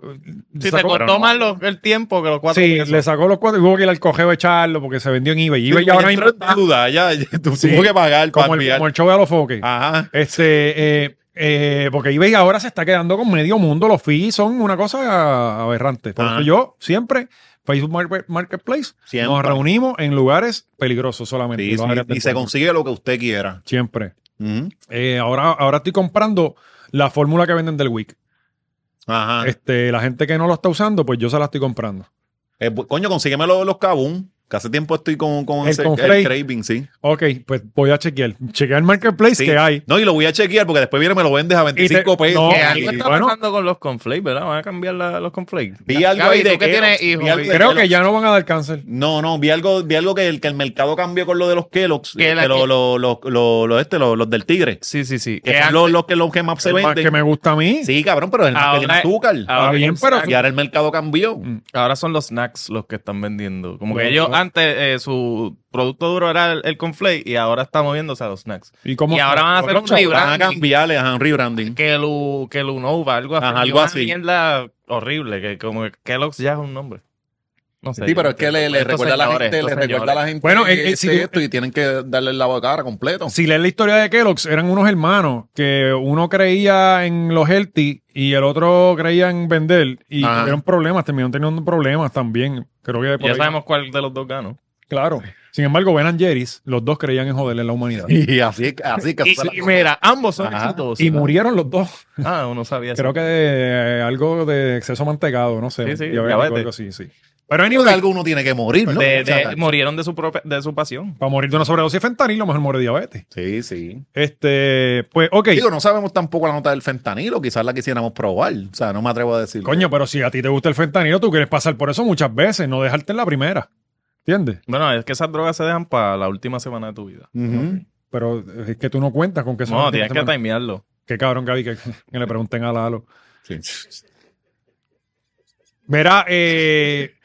Speaker 3: Si te
Speaker 1: Sacó-
Speaker 3: costó más los- el tiempo que los cuatro
Speaker 1: Sí,
Speaker 3: pesos.
Speaker 1: le sacó los cuatro y hubo que ir al cojeo a echarlo porque se vendió en eBay. eBay
Speaker 2: Sí,
Speaker 1: ahora
Speaker 2: entró
Speaker 1: mismo
Speaker 2: en duda, ya, ya, tú
Speaker 1: Sí.
Speaker 2: tuvo que pagar
Speaker 1: como
Speaker 2: para
Speaker 1: el,
Speaker 2: enviar.
Speaker 1: como el show de los foques.
Speaker 2: Ajá.
Speaker 1: Este, eh, eh, porque eBay ahora se está quedando con medio mundo. Los fees son una cosa aberrante. Por
Speaker 2: Ajá.
Speaker 1: eso yo siempre, Facebook Market- Marketplace,
Speaker 2: Siempre.
Speaker 1: nos reunimos en lugares peligrosos solamente.
Speaker 2: Sí,
Speaker 1: en
Speaker 2: sí,
Speaker 1: las áreas del
Speaker 2: y se
Speaker 1: pueblo.
Speaker 2: consigue lo que usted quiera.
Speaker 1: Siempre.
Speaker 2: Ujú.
Speaker 1: Eh, ahora, ahora estoy comprando la fórmula que venden del Week.
Speaker 2: Ajá.
Speaker 1: Este, la gente que no lo está usando, pues yo se la estoy comprando.
Speaker 2: Eh, bu- coño, consígueme los, los Kabum, que hace tiempo estoy con, con
Speaker 1: El
Speaker 2: ese
Speaker 1: con
Speaker 2: el
Speaker 1: Frey.
Speaker 2: craving, sí.
Speaker 1: Ok, pues voy a chequear. Chequear el marketplace
Speaker 2: Sí.
Speaker 1: que hay.
Speaker 2: No, y lo voy a chequear porque después viene y me lo vendes a
Speaker 1: te-
Speaker 2: 25 pesos.
Speaker 1: no,
Speaker 2: Y-
Speaker 1: y-
Speaker 3: ¿Qué está
Speaker 1: bueno.
Speaker 3: pasando con los conflicts, verdad? Van a cambiar la- los conflicts.
Speaker 2: vi algo
Speaker 4: Gaby,
Speaker 2: ahí
Speaker 4: ¿tú
Speaker 2: de
Speaker 4: qué tienes, hijo?
Speaker 2: vi algo de
Speaker 1: Creo
Speaker 2: Kellogg's.
Speaker 1: que ya no van a dar cáncer.
Speaker 2: No, no, vi algo, vi algo que, el, que el mercado cambió con lo de los Kellogg's,
Speaker 4: Que
Speaker 2: eh,
Speaker 4: la
Speaker 2: que lo-
Speaker 4: que-
Speaker 2: lo- lo- lo- lo este, lo- los del tigre,
Speaker 3: Sí, sí, sí.
Speaker 2: que
Speaker 4: Que
Speaker 2: son los, los que los que más se
Speaker 1: El más
Speaker 2: venden.
Speaker 1: que me gusta a mí.
Speaker 2: Sí, cabrón, pero el más que tiene
Speaker 3: Ahora-
Speaker 2: azúcar.
Speaker 1: Está bien, pero
Speaker 2: y ahora el mercado cambió.
Speaker 3: Ahora son los snacks los que están vendiendo. Como que
Speaker 1: Los-
Speaker 3: ellos
Speaker 1: los-
Speaker 3: antes eh, su producto duro era el, el conflate y ahora está moviéndose a los snacks.
Speaker 1: ¿Y, cómo-
Speaker 4: Y ahora van a hacer
Speaker 1: otros
Speaker 4: un
Speaker 1: chavos.
Speaker 4: libro.
Speaker 2: Van a
Speaker 4: Branding.
Speaker 2: cambiarle a un rebranding.
Speaker 3: Que lu, que Lunova, algo así.
Speaker 2: Ajá, algo
Speaker 3: Una
Speaker 2: así.
Speaker 3: mierda horrible, que como que Kellogg's ya es un nombre. No sé.
Speaker 2: Sí, pero es que le, le
Speaker 3: Estos
Speaker 2: recuerda a la
Speaker 3: señores,
Speaker 2: gente, le
Speaker 3: estos
Speaker 2: recuerda a la gente
Speaker 1: Bueno,
Speaker 2: que
Speaker 1: eh, eh,
Speaker 2: este
Speaker 1: si tú-
Speaker 2: esto y tienen que darle la cara completo.
Speaker 1: Si lees la historia de Kellogg's, eran unos hermanos que uno creía en los healthy y el otro creía en vender y
Speaker 2: Ajá.
Speaker 1: tuvieron problemas, terminaron teniendo problemas también. Creo que por
Speaker 3: Ya
Speaker 1: ahí-
Speaker 3: sabemos cuál de los dos ganó.
Speaker 1: Claro. Sin embargo, Ben and Jerry's, los dos creían en joderle a la humanidad. Y,
Speaker 2: Y así, así que
Speaker 3: Y,
Speaker 2: se la-
Speaker 3: y mira, ambos son
Speaker 2: Ajá.
Speaker 3: exitosos.
Speaker 1: murieron los dos.
Speaker 3: Ah, uno sabía eso.
Speaker 1: Creo que de, eh, algo de exceso de mantecado, no sé.
Speaker 3: Sí, sí,
Speaker 1: diabético,
Speaker 3: diabetes.
Speaker 1: algo así, sí. Pero
Speaker 2: Por
Speaker 1: anyway,
Speaker 2: algo uno tiene que morir, ¿no?
Speaker 3: De-
Speaker 2: O sea,
Speaker 3: de- murieron de su propia, de su pasión.
Speaker 1: para morir de una sobredosis de fentanilo, mejor muere de diabetes.
Speaker 2: Sí, sí.
Speaker 1: Este, pues, ok.
Speaker 2: Digo, no sabemos tampoco la nota del fentanilo, quizás la quisiéramos probar. O sea, no me atrevo a decir.
Speaker 1: Coño, pero si a ti te gusta el fentanilo, tú quieres pasar por eso muchas veces, no dejarte en la primera. ¿Entiendes?
Speaker 3: Bueno, es que esas drogas se dejan para la última semana de tu vida.
Speaker 2: Ujú.
Speaker 1: Pero eh, es que tú no cuentas con que son
Speaker 3: No,
Speaker 1: las
Speaker 3: tienes que
Speaker 1: últimas semanas.
Speaker 3: timearlo.
Speaker 1: Qué cabrón, Gaby, que, que le pregunten a Lalo.
Speaker 2: Sí.
Speaker 1: Verá, eh,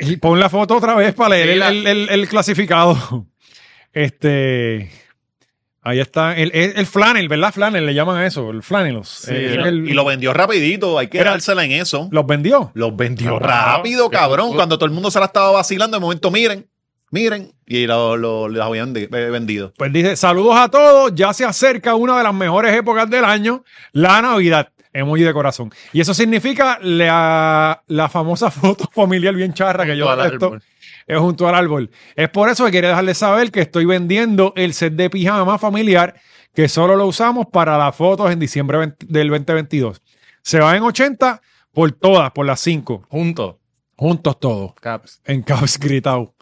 Speaker 1: y pon la foto otra vez para leer
Speaker 4: Sí,
Speaker 1: el,
Speaker 4: la-
Speaker 1: el- el- el clasificado. Este. Ahí está. El, el, el flannel, ¿verdad? Flannel le llaman a eso, el flanelos. Eh,
Speaker 2: Y lo-
Speaker 1: el-
Speaker 2: y lo vendió rapidito, hay que
Speaker 1: Era-
Speaker 2: dársela en eso.
Speaker 1: los vendió.
Speaker 2: Los vendió
Speaker 3: Ah,
Speaker 2: rápido,
Speaker 3: qué
Speaker 2: cabrón.
Speaker 3: locura.
Speaker 2: Cuando todo el mundo se la estaba vacilando, de momento, miren, miren, y lo, lo- los habían de- eh, vendido.
Speaker 1: Pues dice, saludos a todos, ya se acerca una de las mejores épocas del año, la Navidad, emoji de corazón. Y eso significa la, la famosa [laughs] foto familiar bien charra que yo
Speaker 3: Junto al
Speaker 1: esto
Speaker 3: árbol.
Speaker 1: es junto al árbol. Es por eso que quería dejarles saber que estoy vendiendo el set de pijama familiar que solo lo usamos para las fotos en diciembre 20 del 2022. Se va en 80 por todas, por las 5,
Speaker 3: Juntos.
Speaker 1: juntos todos
Speaker 3: Caps.
Speaker 1: en caps gritado.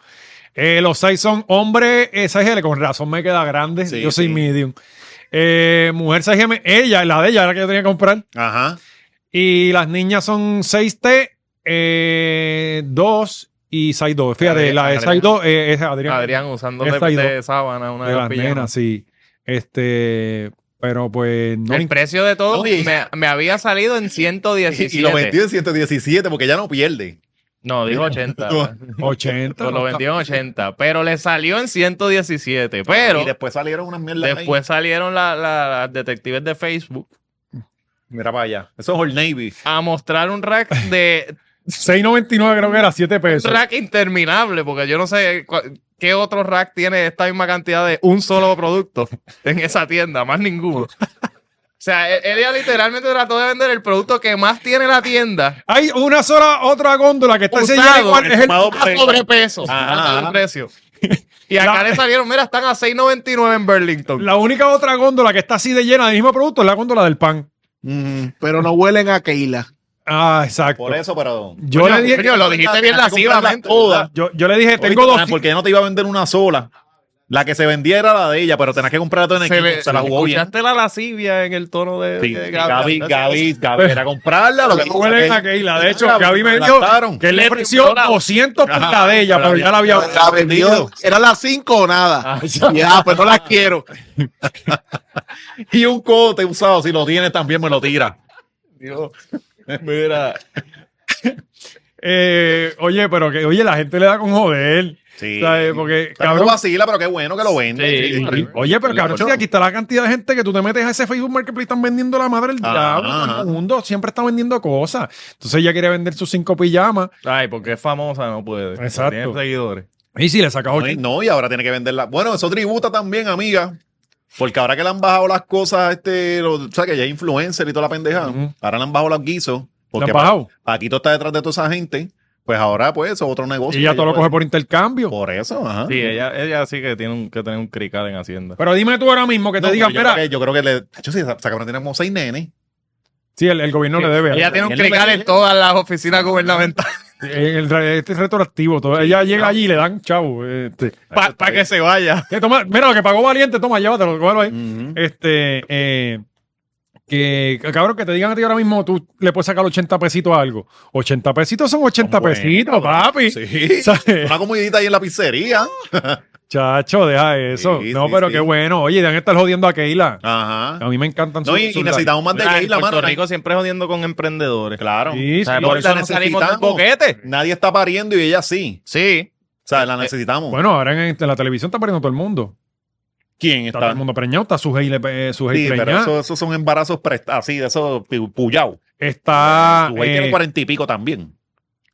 Speaker 1: Eh, los seis son hombre eh, 6L, con razón me queda grande.
Speaker 2: Sí,
Speaker 1: yo soy
Speaker 2: sí.
Speaker 1: medium. Eh, mujer 6M, ella, la de ella, era la que yo tenía que comprar.
Speaker 2: Ajá.
Speaker 1: Y las niñas son 6T, eh, 2 y 6-2. Fíjate,
Speaker 3: Adrián,
Speaker 1: la de
Speaker 3: Adrián.
Speaker 1: 6-2 eh, es Adrián.
Speaker 3: Adrián usando de,
Speaker 1: Esta y
Speaker 3: de sábana una
Speaker 1: de las
Speaker 3: pijamas.
Speaker 1: nenas, sí. Este, pero pues no.
Speaker 4: El precio de todo
Speaker 2: Oye.
Speaker 4: me, me había salido en
Speaker 2: [laughs] Y,
Speaker 4: 117.
Speaker 2: y lo vendió en 117 porque ya no pierde.
Speaker 4: No,
Speaker 2: [laughs]
Speaker 4: dijo 80. ¿verdad?
Speaker 1: 80.
Speaker 4: Pues
Speaker 1: no
Speaker 4: lo
Speaker 1: está-
Speaker 4: vendió en 80, pero le salió en 117. Pero
Speaker 2: y después salieron unas mierdas. ahí.
Speaker 4: después salieron la- la- las detectives de Facebook
Speaker 2: Mira para allá. Eso es Old Navy.
Speaker 4: a mostrar un rack
Speaker 2: [laughs]
Speaker 4: de
Speaker 1: 6.99 creo que era 7
Speaker 4: un
Speaker 1: pesos.
Speaker 4: rack interminable, porque yo no sé cua- qué otro rack tiene esta misma cantidad de un solo producto en esa tienda, más ninguno. O sea, e- ella literalmente trató de vender el producto que más tiene la tienda
Speaker 1: Hay una sola otra góndola que está
Speaker 4: Usado,
Speaker 1: sellada igual. Es el
Speaker 2: Tomado
Speaker 4: a
Speaker 2: por-
Speaker 4: sobrepeso,
Speaker 2: Ajá,
Speaker 4: a
Speaker 1: [laughs]
Speaker 2: ajá.
Speaker 4: sobreprecio. Y acá
Speaker 1: La-
Speaker 4: le salieron, mira, están a 6.99 en Burlington.
Speaker 1: La única otra góndola que está así de llena del mismo producto es la góndola del pan.
Speaker 2: Ujú.
Speaker 5: Pero no huelen a Keila.
Speaker 1: Ah, exacto.
Speaker 2: Por eso, pero.
Speaker 1: Yo,
Speaker 4: Coño,
Speaker 1: le dije,
Speaker 4: coño, lo dijiste bien
Speaker 2: Tenías que comprarlas
Speaker 4: lascivamente.
Speaker 2: todas.
Speaker 1: yo, yo le dije, tengo
Speaker 2: Oye,
Speaker 1: dos.
Speaker 2: ah, Porque no te iba a vender una sola. La que se vendía era la de ella, pero tenías que comprarla todo en
Speaker 4: Se,
Speaker 2: equipo.
Speaker 4: le,
Speaker 2: Se, la jugó bien.
Speaker 4: escuchaste la lascivia en el tono de,
Speaker 2: Sí,
Speaker 3: Eh,
Speaker 4: de
Speaker 2: Gaby, Gaby, Gaby, era comprarla. Lo que
Speaker 1: No huelen a Keila. De hecho, Gaby me dijo que él le
Speaker 4: Le
Speaker 1: ofreció
Speaker 4: tripló la-
Speaker 1: 200 por la de ella,
Speaker 2: Ajá,
Speaker 1: pero ya la había.
Speaker 5: La vendió. Era las 5 o nada.
Speaker 3: Ah,
Speaker 5: Ya, pues no las quiero.
Speaker 2: Y un cote usado, si lo tienes también me lo tira.
Speaker 4: Mira,
Speaker 1: Eh, oye, pero que, oye, la gente le da con joder.
Speaker 2: Sí.
Speaker 1: ¿sabes? Porque,
Speaker 2: Pero no
Speaker 1: cabrón. eh,
Speaker 2: vacila, pero qué bueno que lo vende.
Speaker 4: Sí,
Speaker 2: Sí, sí.
Speaker 1: Oye, pero cabrón,
Speaker 2: Ocho.
Speaker 1: si aquí está la cantidad de gente que tú te metes a ese Facebook Marketplace, están vendiendo la madre del
Speaker 2: Ajá,
Speaker 1: diablo. todo
Speaker 2: Ah, ajá.
Speaker 1: El mundo siempre está vendiendo cosas. Entonces ella quiere vender sus cinco pijamas.
Speaker 3: Ay, porque es famosa, no puede.
Speaker 1: Exacto.
Speaker 3: Tiene seguidores.
Speaker 1: Y si le sacas
Speaker 2: No, y-
Speaker 1: 80.
Speaker 2: no, y ahora tiene que venderla. Bueno, eso tributa también, amiga. Porque ahora que le han bajado las cosas, este, lo- o sea, que ya es influencer y toda la pendeja,
Speaker 1: Ujú.
Speaker 2: ahora le han bajado los guisos.
Speaker 1: ¿Le
Speaker 2: Porque
Speaker 1: han bajado?
Speaker 2: Pa- Paquito está detrás de toda esa gente. Pues ahora, pues, eso es otro negocio.
Speaker 1: Y ella
Speaker 2: que
Speaker 1: todo lo
Speaker 2: ella
Speaker 1: coge por intercambio.
Speaker 2: puede- pues. Por eso, ajá.
Speaker 3: Sí, ella, ella sí que tiene un, que tener un crical en Hacienda.
Speaker 1: Pero dime tú ahora mismo que te
Speaker 2: No,
Speaker 1: digan,
Speaker 2: pero yo,
Speaker 1: mira,
Speaker 2: creo que, yo creo que le. Yo sí, esa, esa cabrona tiene como seis nenes.
Speaker 1: Sí, el, el gobierno le debe.
Speaker 3: Ella tiene un
Speaker 2: Él le-
Speaker 3: crical en todas las oficinas gubernamentales
Speaker 1: Eh, el re- este es retroactivo. todo. Ella llega allí y le dan chavo. Este.
Speaker 3: para que se vaya.
Speaker 1: Que toma- mira, lo que pagó Valiente, toma, llévatelo, cógelo ahí.
Speaker 2: Ujú.
Speaker 1: Este, eh, que, cabrón, que te digan a ti ahora mismo, tú le puedes sacar 80 pesitos a algo. 80 pesitos son 80
Speaker 2: Bueno,
Speaker 1: pesitos, papi.
Speaker 2: Sí.
Speaker 1: [laughs] ¿Sabes?
Speaker 2: [laughs] Una comidita ahí en la pizzería.
Speaker 1: Chacho, deja eso.
Speaker 2: Sí,
Speaker 1: no,
Speaker 2: sí,
Speaker 1: pero
Speaker 2: sí.
Speaker 1: qué bueno. Oye, deben estar jodiendo a Keila.
Speaker 2: Ajá.
Speaker 1: A mí me encantan
Speaker 2: No,
Speaker 1: sus-
Speaker 2: y, y
Speaker 1: sus
Speaker 2: necesitamos más de
Speaker 3: Mira,
Speaker 2: Keila,
Speaker 3: Ah, en Puerto
Speaker 2: mano.
Speaker 3: Rico siempre jodiendo con emprendedores.
Speaker 2: Claro.
Speaker 1: Sí,
Speaker 3: O sea,
Speaker 1: sí.
Speaker 3: por
Speaker 2: no,
Speaker 3: eso
Speaker 2: la
Speaker 3: no salimos del
Speaker 2: necesitamos.
Speaker 3: boquete.
Speaker 2: Nadie está pariendo y ella sí.
Speaker 3: Sí.
Speaker 2: O sea, la necesitamos.
Speaker 1: Eh, [laughs] Bueno, ahora en, en la televisión está pariendo todo el mundo.
Speaker 2: ¿Quién
Speaker 1: Está todo el mundo preñado, está su gay, eh, su
Speaker 2: Sí, pero
Speaker 1: preñada.
Speaker 2: eso- esos son embarazos presta- así, de esos pu- pullao.
Speaker 1: Está.
Speaker 2: Tu güey tiene
Speaker 1: eh,
Speaker 2: cuarenta y pico también.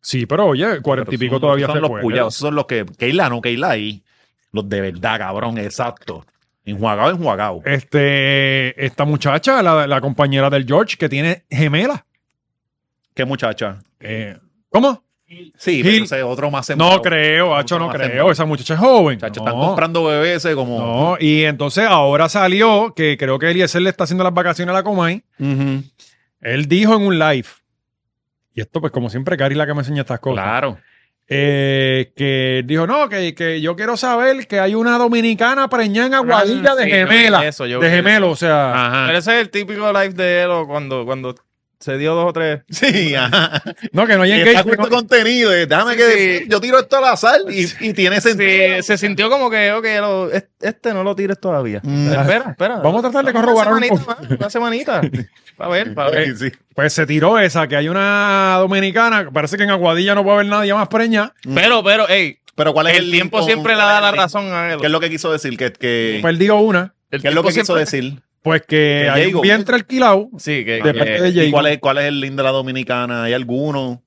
Speaker 1: sí, pero oye, cuarenta y
Speaker 2: Pero
Speaker 1: pico
Speaker 2: son-
Speaker 1: todavía
Speaker 2: son
Speaker 1: se
Speaker 2: los
Speaker 1: puede.
Speaker 2: pullados, esos son los que Keila, no Keila ahí. Los de verdad, cabrón, exacto. Enjuagado,
Speaker 1: Eh.
Speaker 2: enjuagado.
Speaker 1: Este, esta muchacha, la, la compañera del George, que tiene gemela.
Speaker 2: Qué muchacha.
Speaker 1: Eh, ¿Cómo?
Speaker 2: Sí,
Speaker 1: Gil.
Speaker 2: pero ese es otro más
Speaker 1: No
Speaker 2: sembrado.
Speaker 1: creo, Hacho, no
Speaker 2: Mucho más
Speaker 1: creo.
Speaker 2: sembrado.
Speaker 1: Esa muchacha es joven.
Speaker 2: Chacho,
Speaker 1: no,
Speaker 2: están comprando bebés ese como.
Speaker 1: no, y entonces ahora salió que creo que Eliezer le está haciendo las vacaciones a la Comay.
Speaker 2: Ujú,
Speaker 1: Él dijo en un live, y esto pues como siempre, Cari la que me enseña estas cosas,
Speaker 2: Claro.
Speaker 1: eh, que dijo, no, que, que yo quiero saber que hay una dominicana preñada en Aguadilla
Speaker 3: Ah,
Speaker 1: de
Speaker 3: sí, yo
Speaker 1: gemela.
Speaker 3: vi eso, Ah. yo
Speaker 1: de
Speaker 3: vi
Speaker 1: gemelo, o sea.
Speaker 3: Pero
Speaker 2: Ajá.
Speaker 3: ese es el típico live de él o cuando, cuando se dio dos o tres.
Speaker 2: Sí, ajá.
Speaker 1: No, que no hay
Speaker 2: Y está
Speaker 1: engagement.
Speaker 2: con contenido. eh, Déjame
Speaker 3: Sí,
Speaker 2: que
Speaker 3: sí.
Speaker 2: yo tiro esto al azar y, y tiene sentido.
Speaker 3: Sí, se sintió como que, ok, lo- es- este no lo tires todavía.
Speaker 2: Mm.
Speaker 3: Espera, espera.
Speaker 1: Vamos a tratar de
Speaker 3: Vamos
Speaker 1: corroborar
Speaker 3: Una
Speaker 1: un
Speaker 3: semanita,
Speaker 1: poco.
Speaker 3: más, una semanita. A ver, para ver.
Speaker 2: Sí, sí.
Speaker 1: Pues se tiró esa, que hay una dominicana, parece que en Aguadilla no puede haber nadie más preña.
Speaker 3: Pero, pero, ey,
Speaker 2: Pero ¿cuál es el,
Speaker 3: el tiempo
Speaker 2: link con-
Speaker 3: siempre le da
Speaker 2: cuál es
Speaker 3: la
Speaker 2: el link?
Speaker 3: razón a él.
Speaker 2: ¿Qué es lo que quiso decir? ¿Qué, que,
Speaker 1: Pues él dijo una,
Speaker 3: El
Speaker 2: qué es lo
Speaker 3: tiempo
Speaker 2: que quiso
Speaker 3: siempre-
Speaker 1: [laughs]
Speaker 2: decir?
Speaker 1: pues que
Speaker 2: Que
Speaker 1: hay
Speaker 2: Jago.
Speaker 1: un vientre alquilado.
Speaker 3: Sí,
Speaker 1: De
Speaker 3: que, que-
Speaker 1: parte de
Speaker 2: ¿Y
Speaker 1: Jago.
Speaker 2: cuál es, cuál es el link de la dominicana? ¿Hay alguno?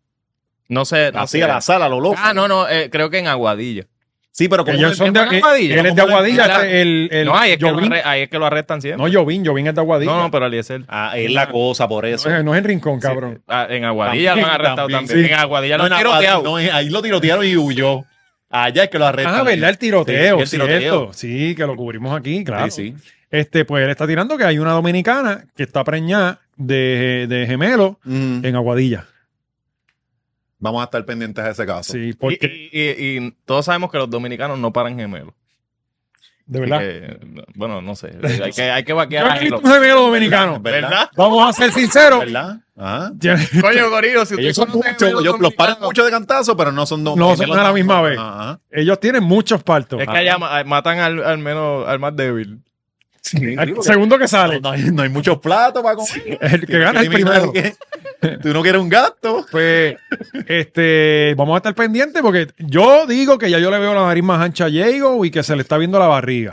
Speaker 3: no sé. no
Speaker 2: Así,
Speaker 3: sé.
Speaker 2: a la sala, lo loco.
Speaker 3: Ah, no, no, eh, creo que en Aguadilla.
Speaker 2: Sí, pero como...
Speaker 1: Ellos son de,
Speaker 3: ¿Cómo le-
Speaker 1: él
Speaker 3: Aguadilla?
Speaker 1: es de
Speaker 2: ¿Cómo le-
Speaker 1: Aguadilla,
Speaker 3: Claro.
Speaker 1: este, el, el
Speaker 3: no, ahí es, que lo
Speaker 1: Jovín.
Speaker 3: arre- ahí es que lo arrestan siempre.
Speaker 1: No, Jovín, Jovín es de Aguadilla.
Speaker 3: No, no, pero Eliezer.
Speaker 2: Ah, es la cosa, por
Speaker 1: No
Speaker 2: eso.
Speaker 1: es- no es en Rincón, cabrón.
Speaker 3: Ah, en Aguadilla lo
Speaker 2: También,
Speaker 3: han arrestado
Speaker 2: también,
Speaker 3: también.
Speaker 1: sí.
Speaker 3: En Aguadilla
Speaker 2: No,
Speaker 3: lo han
Speaker 2: en Aguad-
Speaker 3: tiroteado.
Speaker 2: no, en- ahí lo tirotearon y huyó. Allá es que lo arrestaron.
Speaker 1: Ah, ¿verdad? El tiroteo,
Speaker 2: Sí, el tiroteo.
Speaker 1: cierto. Sí, que lo cubrimos aquí, claro.
Speaker 2: Sí, sí.
Speaker 1: Este, pues él está tirando que hay una dominicana que está preñada de, de gemelo
Speaker 2: Mm.
Speaker 1: en Aguadilla.
Speaker 2: Vamos a estar pendientes de ese caso.
Speaker 1: Sí,
Speaker 3: Y,
Speaker 1: porque,
Speaker 3: y- y- y todos sabemos que los dominicanos no paran gemelos.
Speaker 1: de
Speaker 3: Así
Speaker 1: verdad.
Speaker 3: que, bueno, no
Speaker 2: [laughs]
Speaker 3: sé. Hay que, hay que vaquear
Speaker 1: Yo
Speaker 3: a
Speaker 1: he visto
Speaker 3: gemelos.
Speaker 1: un gemelo dominicano.
Speaker 2: ¿Verdad?
Speaker 1: Vamos a ser sinceros.
Speaker 2: ¿Verdad? Ajá.
Speaker 1: Tiene-
Speaker 3: Coño, Gorillo, si
Speaker 2: [laughs]
Speaker 3: usted
Speaker 2: Ellos son
Speaker 3: conoce
Speaker 2: muchos,
Speaker 3: gemelos
Speaker 2: ellos los paran
Speaker 3: dominicanos-
Speaker 2: mucho de cantazo, pero no son dos.
Speaker 1: No, son a la misma vez.
Speaker 2: Ajá.
Speaker 1: Ellos tienen muchos partos.
Speaker 3: Es que allá ma- eh, matan al, al menos al más débil.
Speaker 1: Al segundo que sale.
Speaker 2: No, no hay, no hay muchos platos para comer.
Speaker 1: el que gana es el primero.
Speaker 2: Tú no quieres un gato.
Speaker 1: Pues, este, vamos a estar pendientes porque yo digo que ya yo le veo la nariz más ancha a Diego y que se le está viendo la barriga.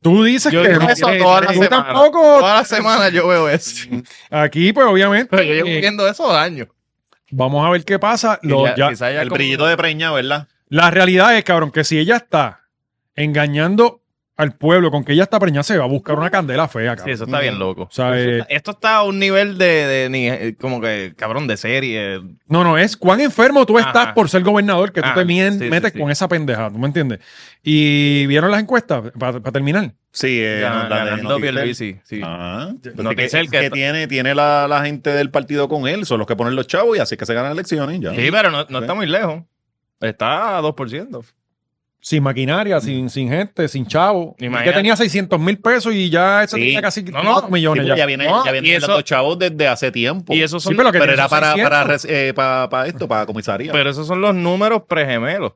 Speaker 1: Tú dices
Speaker 3: Yo
Speaker 1: que
Speaker 3: digo
Speaker 1: no.
Speaker 3: eso todas las
Speaker 1: Tú
Speaker 3: semanas.
Speaker 1: tampoco.
Speaker 3: Toda la semana yo veo eso.
Speaker 1: Aquí, pues, obviamente.
Speaker 3: Pero yo llevo
Speaker 1: eh,
Speaker 3: viendo eso años.
Speaker 1: vamos a ver qué pasa.
Speaker 3: Y
Speaker 1: Lo-
Speaker 3: ya-
Speaker 1: ya-
Speaker 3: quizá ya
Speaker 2: El
Speaker 3: como-
Speaker 2: brillito de preña, ¿verdad?
Speaker 1: la realidad es, cabrón, que si ella está engañando al pueblo con que ella está preñada, se va a buscar una candela fea,
Speaker 3: Sí,
Speaker 1: cabrón.
Speaker 3: eso está
Speaker 2: Mm.
Speaker 3: bien loco.
Speaker 1: O sea, eh,
Speaker 3: Esto está a un nivel de, de ni- eh, como que cabrón de serie.
Speaker 1: no, no, es cuán enfermo tú estás
Speaker 3: Ajá.
Speaker 1: por ser gobernador que tú
Speaker 3: Ah,
Speaker 1: te mien-
Speaker 3: sí, sí,
Speaker 1: metes
Speaker 3: sí.
Speaker 1: con esa pendeja, ¿tú me entiendes? Y vieron las encuestas para terminar.
Speaker 2: Sí, eh,
Speaker 3: gan-
Speaker 2: no, Ah, la de
Speaker 3: ganando
Speaker 2: Noticel.
Speaker 3: Pierluisi, sí.
Speaker 2: Ajá.
Speaker 3: Noticel
Speaker 2: que,
Speaker 3: que
Speaker 2: que
Speaker 3: está-
Speaker 2: tiene, tiene la, la gente del partido con él, son los que ponen los chavos y así que se ganan elecciones. Ya.
Speaker 3: Sí, pero no, no
Speaker 2: Sí.
Speaker 3: está muy lejos. Está a 2%.
Speaker 1: Sin maquinaria, sin, sin gente, sin chavo.
Speaker 3: Mm. Imagínate.
Speaker 1: Ya tenía 600 mil pesos y ya ese
Speaker 2: Sí.
Speaker 1: tenía casi
Speaker 3: No, no.
Speaker 1: 4 millones.
Speaker 2: Sí,
Speaker 1: ya.
Speaker 2: ya viene,
Speaker 3: No,
Speaker 2: ya vienen
Speaker 3: y eso-
Speaker 2: los chavos desde hace tiempo.
Speaker 3: Y esos son,
Speaker 1: Sí, pero que
Speaker 2: pero
Speaker 1: tiene
Speaker 2: era
Speaker 1: sus
Speaker 2: para,
Speaker 1: 600.
Speaker 2: para, res- eh, para, para esto, para comisaría.
Speaker 3: pero esos son los números pregemelos.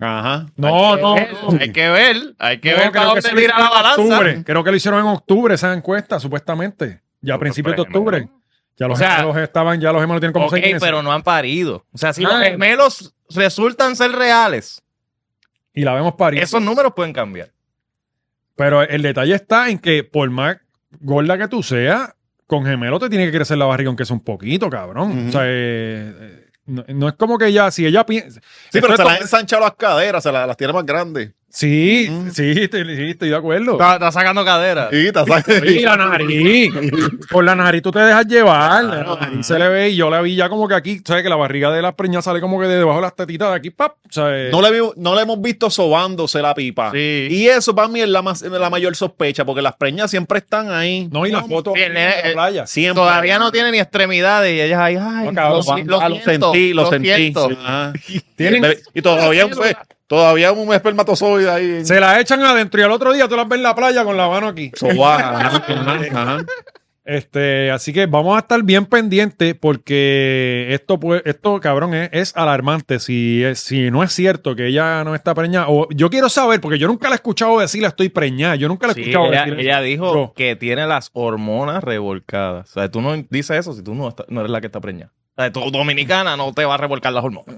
Speaker 2: Ajá.
Speaker 1: No, no, no.
Speaker 3: [laughs] Hay que ver, hay que
Speaker 1: No, creo
Speaker 3: ver para
Speaker 1: que
Speaker 3: dónde
Speaker 1: se lo
Speaker 3: tira
Speaker 1: hicieron
Speaker 3: la
Speaker 1: en
Speaker 3: balanza.
Speaker 1: octubre. Creo que lo hicieron en octubre esa encuesta, supuestamente. Ya a principios de octubre. Ya los
Speaker 3: O sea,
Speaker 1: gemelos estaban, ya los gemelos tienen como
Speaker 3: Ok,
Speaker 1: seis meses.
Speaker 3: pero no han parido. O sea, si
Speaker 1: Ah.
Speaker 3: los gemelos resultan ser reales,
Speaker 1: Y la vemos parir.
Speaker 3: esos números pueden cambiar.
Speaker 1: Pero el detalle está en que por más gorda que tú seas, con gemelo te tiene que crecer la barriga, aunque sea un poquito, cabrón.
Speaker 2: Ujú.
Speaker 1: O sea, eh, eh, no, no es como que ella, si ella piensa.
Speaker 2: Sí, pero
Speaker 1: Esto
Speaker 2: se
Speaker 1: es
Speaker 2: las han ensanchado las caderas, se las, las tiene más grandes.
Speaker 1: Sí, sí, estoy, sí, estoy de acuerdo.
Speaker 3: Está, está sacando cadera.
Speaker 2: Y está-
Speaker 1: Sí, la nariz. Por la nariz tú te dejas llevar. La nariz se le ve y yo la vi ya como que aquí, ¿sabes? Que la barriga de las preñas sale como que de debajo de las tetitas de aquí, pap. ¿sabes?
Speaker 2: [laughs] No la, vi- no la hemos visto sobándose la pipa.
Speaker 3: Sí.
Speaker 2: Y eso para mí es la, más, la mayor sospecha, porque las preñas siempre están ahí.
Speaker 1: No, y la foto
Speaker 3: Sí, el
Speaker 1: en la
Speaker 3: nene, eh,
Speaker 1: playa.
Speaker 2: Siempre.
Speaker 3: Todavía no tiene ni extremidades y ellas ahí, ay,
Speaker 1: No, cabrón,
Speaker 3: si-
Speaker 2: Lo, ah, lo
Speaker 3: siento,
Speaker 2: sentí, lo,
Speaker 3: lo
Speaker 2: sentí.
Speaker 3: siento.
Speaker 2: Ajá.
Speaker 1: Tienen-
Speaker 2: Y todavía, fue- todavía un espermatozoide ahí.
Speaker 1: Se la echan adentro y al otro día tú las ves en la playa con la mano aquí.
Speaker 2: Sobada. Ajá, ajá, ajá.
Speaker 1: Este, así que vamos a estar bien pendientes porque esto, pues, esto, cabrón, es, es alarmante. Si, es- si no es cierto que ella no está preñada, o yo quiero saber, porque yo nunca la he escuchado decir la estoy preñada. Yo nunca la he
Speaker 3: Sí,
Speaker 1: escuchado
Speaker 3: ella,
Speaker 1: decir
Speaker 3: ella dijo
Speaker 1: Yo.
Speaker 3: que tiene las hormonas revolcadas. O sea, tú no dices eso si tú no, estás- no eres la que está preñada. O sea, tú dominicana no te va a revolcar las hormonas.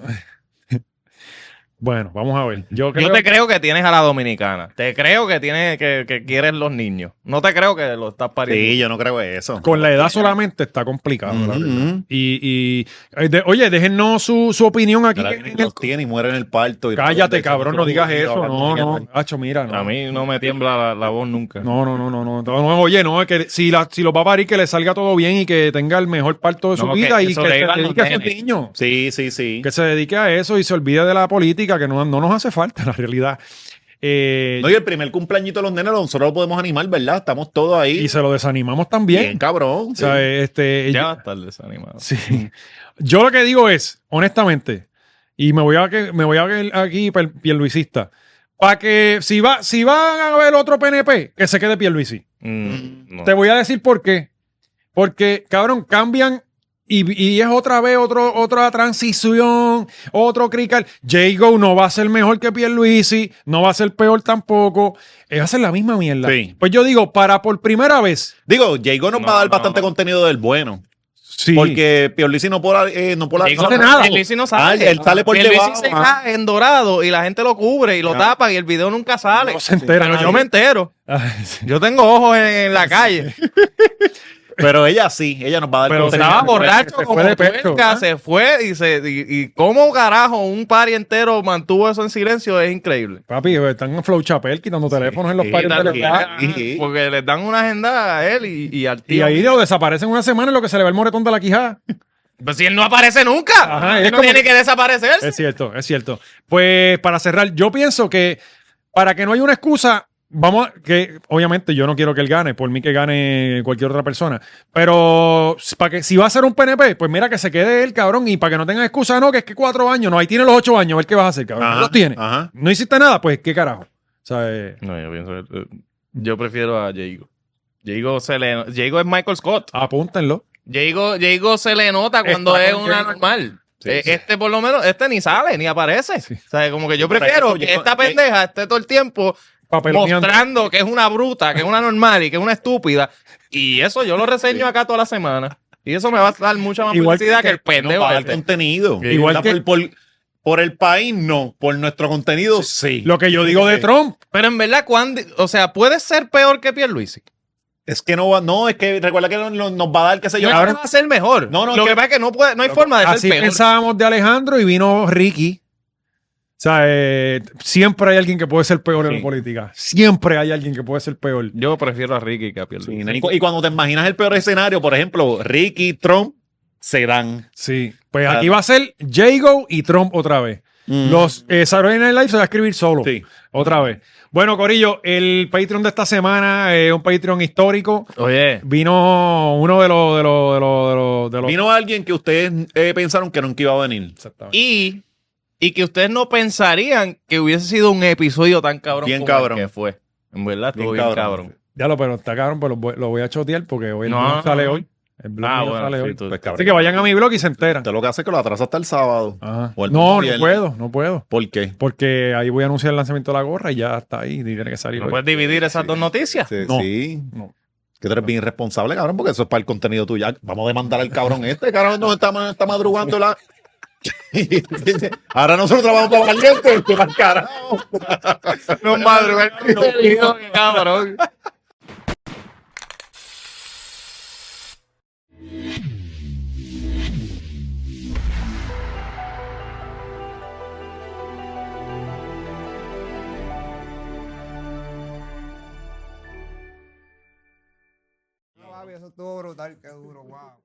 Speaker 1: Bueno, vamos a ver. Yo, creo
Speaker 3: Yo te creo que tienes a la dominicana. Te creo que tienes que, que quieres los niños. No te creo que lo estás pariendo.
Speaker 2: Sí, yo no creo eso.
Speaker 1: con la edad solamente está complicado. la
Speaker 2: Ujú,
Speaker 3: Mm-hmm.
Speaker 1: verdad.
Speaker 2: ujú.
Speaker 1: Y, y, eh, de- oye, déjennos su, su opinión aquí.
Speaker 2: Ahora
Speaker 1: en el-
Speaker 2: los tiene y muere en el parto. y-
Speaker 1: cállate, cabrón, no digas eso. No,
Speaker 2: Ahora-
Speaker 1: no, Hacho, mira. No.
Speaker 3: A mí no me tiembla la, la voz nunca.
Speaker 1: No, no, no, no, no, no, no, Oye, no, es que si, la, si lo va a parir, que le salga todo bien y que tenga el mejor parto de su
Speaker 3: No, que-
Speaker 1: vida
Speaker 3: que
Speaker 1: y que se
Speaker 3: sobrevivan los
Speaker 1: dedique a sus
Speaker 3: nenes.
Speaker 1: niños.
Speaker 2: Sí, sí, sí.
Speaker 1: Que se dedique a eso y se olvide de la política, que no, no nos hace falta, [laughs] la realidad. Eh,
Speaker 2: No, y el primer cumpleañito de los nenes, nosotros lo podemos animar, ¿verdad? Estamos todos ahí.
Speaker 1: y se lo desanimamos
Speaker 2: bien,
Speaker 1: también.
Speaker 2: cabrón.
Speaker 1: O sea, este,
Speaker 3: Ya
Speaker 1: yo-
Speaker 3: va a estar desanimado.
Speaker 1: sí. Yo lo que digo es, honestamente, y me voy a que me voy a ver aquí pel- pierluisista, para que si va, si van a haber otro PNP, que se quede Pierluisi.
Speaker 3: Mm, no.
Speaker 1: Te voy a decir por qué. Porque, cabrón, cambian y, y es otra vez otro, otra transición, otro crical. Jago no va a ser mejor que Pierluisi, no va a ser peor tampoco. Eh, Va a ser la misma mierda.
Speaker 2: Sí.
Speaker 1: Pues yo digo, para por primera vez.
Speaker 2: Digo, Jago nos
Speaker 3: No,
Speaker 2: va a dar
Speaker 3: no,
Speaker 2: bastante
Speaker 3: no.
Speaker 2: contenido del bueno.
Speaker 1: Sí.
Speaker 2: Porque Piolisi no por eh, no por
Speaker 3: Digo,
Speaker 1: hace
Speaker 3: no,
Speaker 1: nada.
Speaker 3: Pierluisi no
Speaker 2: Ah,
Speaker 3: sale.
Speaker 2: él sale por
Speaker 3: Pierluisi
Speaker 2: debajo,
Speaker 3: se
Speaker 2: ajá.
Speaker 3: cae en dorado y la gente lo cubre y lo tapa y el video nunca sale.
Speaker 1: no se entera.
Speaker 3: Pero
Speaker 1: nadie.
Speaker 3: yo me entero.
Speaker 1: Ay, sí.
Speaker 3: Yo tengo ojos en, en la calle.
Speaker 2: Pero ella sí, ella nos va a dar
Speaker 1: Pero
Speaker 2: contenido.
Speaker 3: Estaba
Speaker 1: se fue-
Speaker 3: borracho
Speaker 1: se fue
Speaker 3: como
Speaker 1: de pecho,
Speaker 3: tuerca,
Speaker 1: ¿ah?
Speaker 3: se fue y se y, y cómo carajo un party entero mantuvo eso en silencio es increíble.
Speaker 1: Papi, están en Flow Chapel quitando teléfonos en los
Speaker 2: sí,
Speaker 1: parques de
Speaker 2: también.
Speaker 1: los-
Speaker 2: Sí.
Speaker 3: Ah, Porque les dan una agenda a él y, y al
Speaker 1: Y
Speaker 3: tío.
Speaker 1: ahí lo desaparecen una semana en lo que se le ve el moretón de la quijada.
Speaker 3: Pues si él no aparece nunca,
Speaker 1: Ajá,
Speaker 3: él
Speaker 1: es
Speaker 3: no
Speaker 1: como-
Speaker 3: tiene que desaparecerse.
Speaker 1: Es cierto, es cierto. Pues para cerrar, yo pienso que para que no haya una excusa, vamos a, que obviamente yo no quiero que él gane, por mí que gane cualquier otra persona, pero s- para que si va a ser un PNP, pues mira que se quede él, cabrón, y para que no tenga excusa, no, que es que cuatro años, no, ahí tiene los ocho años, a ver qué vas a hacer, cabrón, no
Speaker 2: Ajá, Ah.
Speaker 1: los tiene.
Speaker 2: Ajá.
Speaker 1: No hiciste nada, pues qué carajo. O sea, eh,
Speaker 3: No, yo pienso eh, yo prefiero a Jago. Jago se le Jago es Michael Scott.
Speaker 1: apúntenlo.
Speaker 3: Jago, Jago se le nota cuando
Speaker 1: Está
Speaker 3: es
Speaker 1: con
Speaker 3: una
Speaker 1: Jago.
Speaker 3: normal.
Speaker 2: Sí,
Speaker 3: Eh,
Speaker 2: sí.
Speaker 3: Este por lo menos, este ni sale, ni aparece.
Speaker 1: Sí.
Speaker 3: O sea, como que yo
Speaker 2: Pero
Speaker 3: prefiero
Speaker 2: eso,
Speaker 3: que
Speaker 2: Jago-
Speaker 3: esta
Speaker 2: Jago-
Speaker 3: pendeja esté todo el tiempo
Speaker 1: Papeloneando.
Speaker 3: mostrando que es una bruta, que es una normal y que es una estúpida. Y eso yo lo reseño acá toda la semana. Y eso me va a dar mucha más
Speaker 1: Igual
Speaker 3: felicidad
Speaker 1: que-
Speaker 3: que, el
Speaker 2: Nos
Speaker 3: pendejo.
Speaker 2: va a dar
Speaker 3: este.
Speaker 2: contenido.
Speaker 1: Igual
Speaker 2: O sea,
Speaker 1: que-
Speaker 2: por, por- por el país no, por nuestro contenido sí.
Speaker 1: Lo que yo digo de
Speaker 2: Sí.
Speaker 1: Trump,
Speaker 3: Pero en verdad, ¿cuándo- o sea, puede ser peor que Pierluisi.
Speaker 2: Es que no va, no, es que recuerda que no- no- nos va a dar qué sé yo.
Speaker 3: Yo
Speaker 2: Ahora-
Speaker 3: no va a ser mejor.
Speaker 2: No, no,
Speaker 3: lo
Speaker 2: que-
Speaker 3: que pasa es que no, puede, no hay forma de
Speaker 1: así
Speaker 3: ser peor.
Speaker 1: pensábamos de Alejandro y vino Ricky. O sea, eh, siempre hay alguien que puede ser peor en la
Speaker 2: Sí.
Speaker 1: política. Siempre hay alguien que puede ser peor.
Speaker 3: Yo prefiero a Ricky que a Pierluisi.
Speaker 2: Sí, y cu- y cuando te imaginas el peor escenario, por ejemplo, Ricky, Trump, se dan.
Speaker 1: Sí. Pues
Speaker 2: Claro.
Speaker 1: aquí va a ser Jago y Trump otra vez.
Speaker 3: Mm.
Speaker 1: Los eh, Saturday Night Live se va a escribir solo.
Speaker 2: Sí.
Speaker 1: Otra vez. Bueno, Corillo, el Patreon de esta semana es un Patreon histórico.
Speaker 3: Oye,
Speaker 1: Vino uno de los de los de los de los de los-
Speaker 2: Vino alguien que ustedes eh, pensaron que nunca iba a venir.
Speaker 1: Exactamente.
Speaker 3: y, y que ustedes no pensarían que hubiese sido un episodio tan cabrón
Speaker 2: Bien
Speaker 3: como el
Speaker 2: cabrón.
Speaker 3: que fue. En verdad, estuvo
Speaker 2: Bien
Speaker 3: bien,
Speaker 2: cabrón.
Speaker 3: cabrón.
Speaker 1: Ya lo, pero está cabrón, pues lo voy, lo voy a chotear porque hoy
Speaker 3: No.
Speaker 1: no sale hoy. El blog
Speaker 3: Ah,
Speaker 1: mío
Speaker 3: bueno,
Speaker 1: sale
Speaker 3: sí,
Speaker 1: hoy.
Speaker 3: tú-
Speaker 2: Pues, cabrón.
Speaker 1: Así que vayan a mi blog y se enteran.
Speaker 2: Usted lo que hace es que lo atrasa hasta el sábado.
Speaker 1: Ajá.
Speaker 2: O el
Speaker 1: No, no
Speaker 2: viernes.
Speaker 1: puedo, no puedo.
Speaker 2: ¿Por qué?
Speaker 1: Porque ahí voy a anunciar el lanzamiento de la gorra y ya está ahí. y Tiene que salir pues.
Speaker 3: No
Speaker 1: hoy.
Speaker 3: puedes dividir esas dos noticias.
Speaker 2: Sí.
Speaker 1: No.
Speaker 2: Este, sí.
Speaker 1: No.
Speaker 2: Que tú eres bien irresponsable, cabrón, porque eso es para el contenido tuyo. Ya, Vamos a demandar al cabrón este, cabrón, nos está, nos está madrugando la. [laughs] Ahora nosotros trabajamos para valiente, que mal carajo.
Speaker 3: No madrugar. cabrón.
Speaker 7: eso estuvo brutal, qué duro, wow.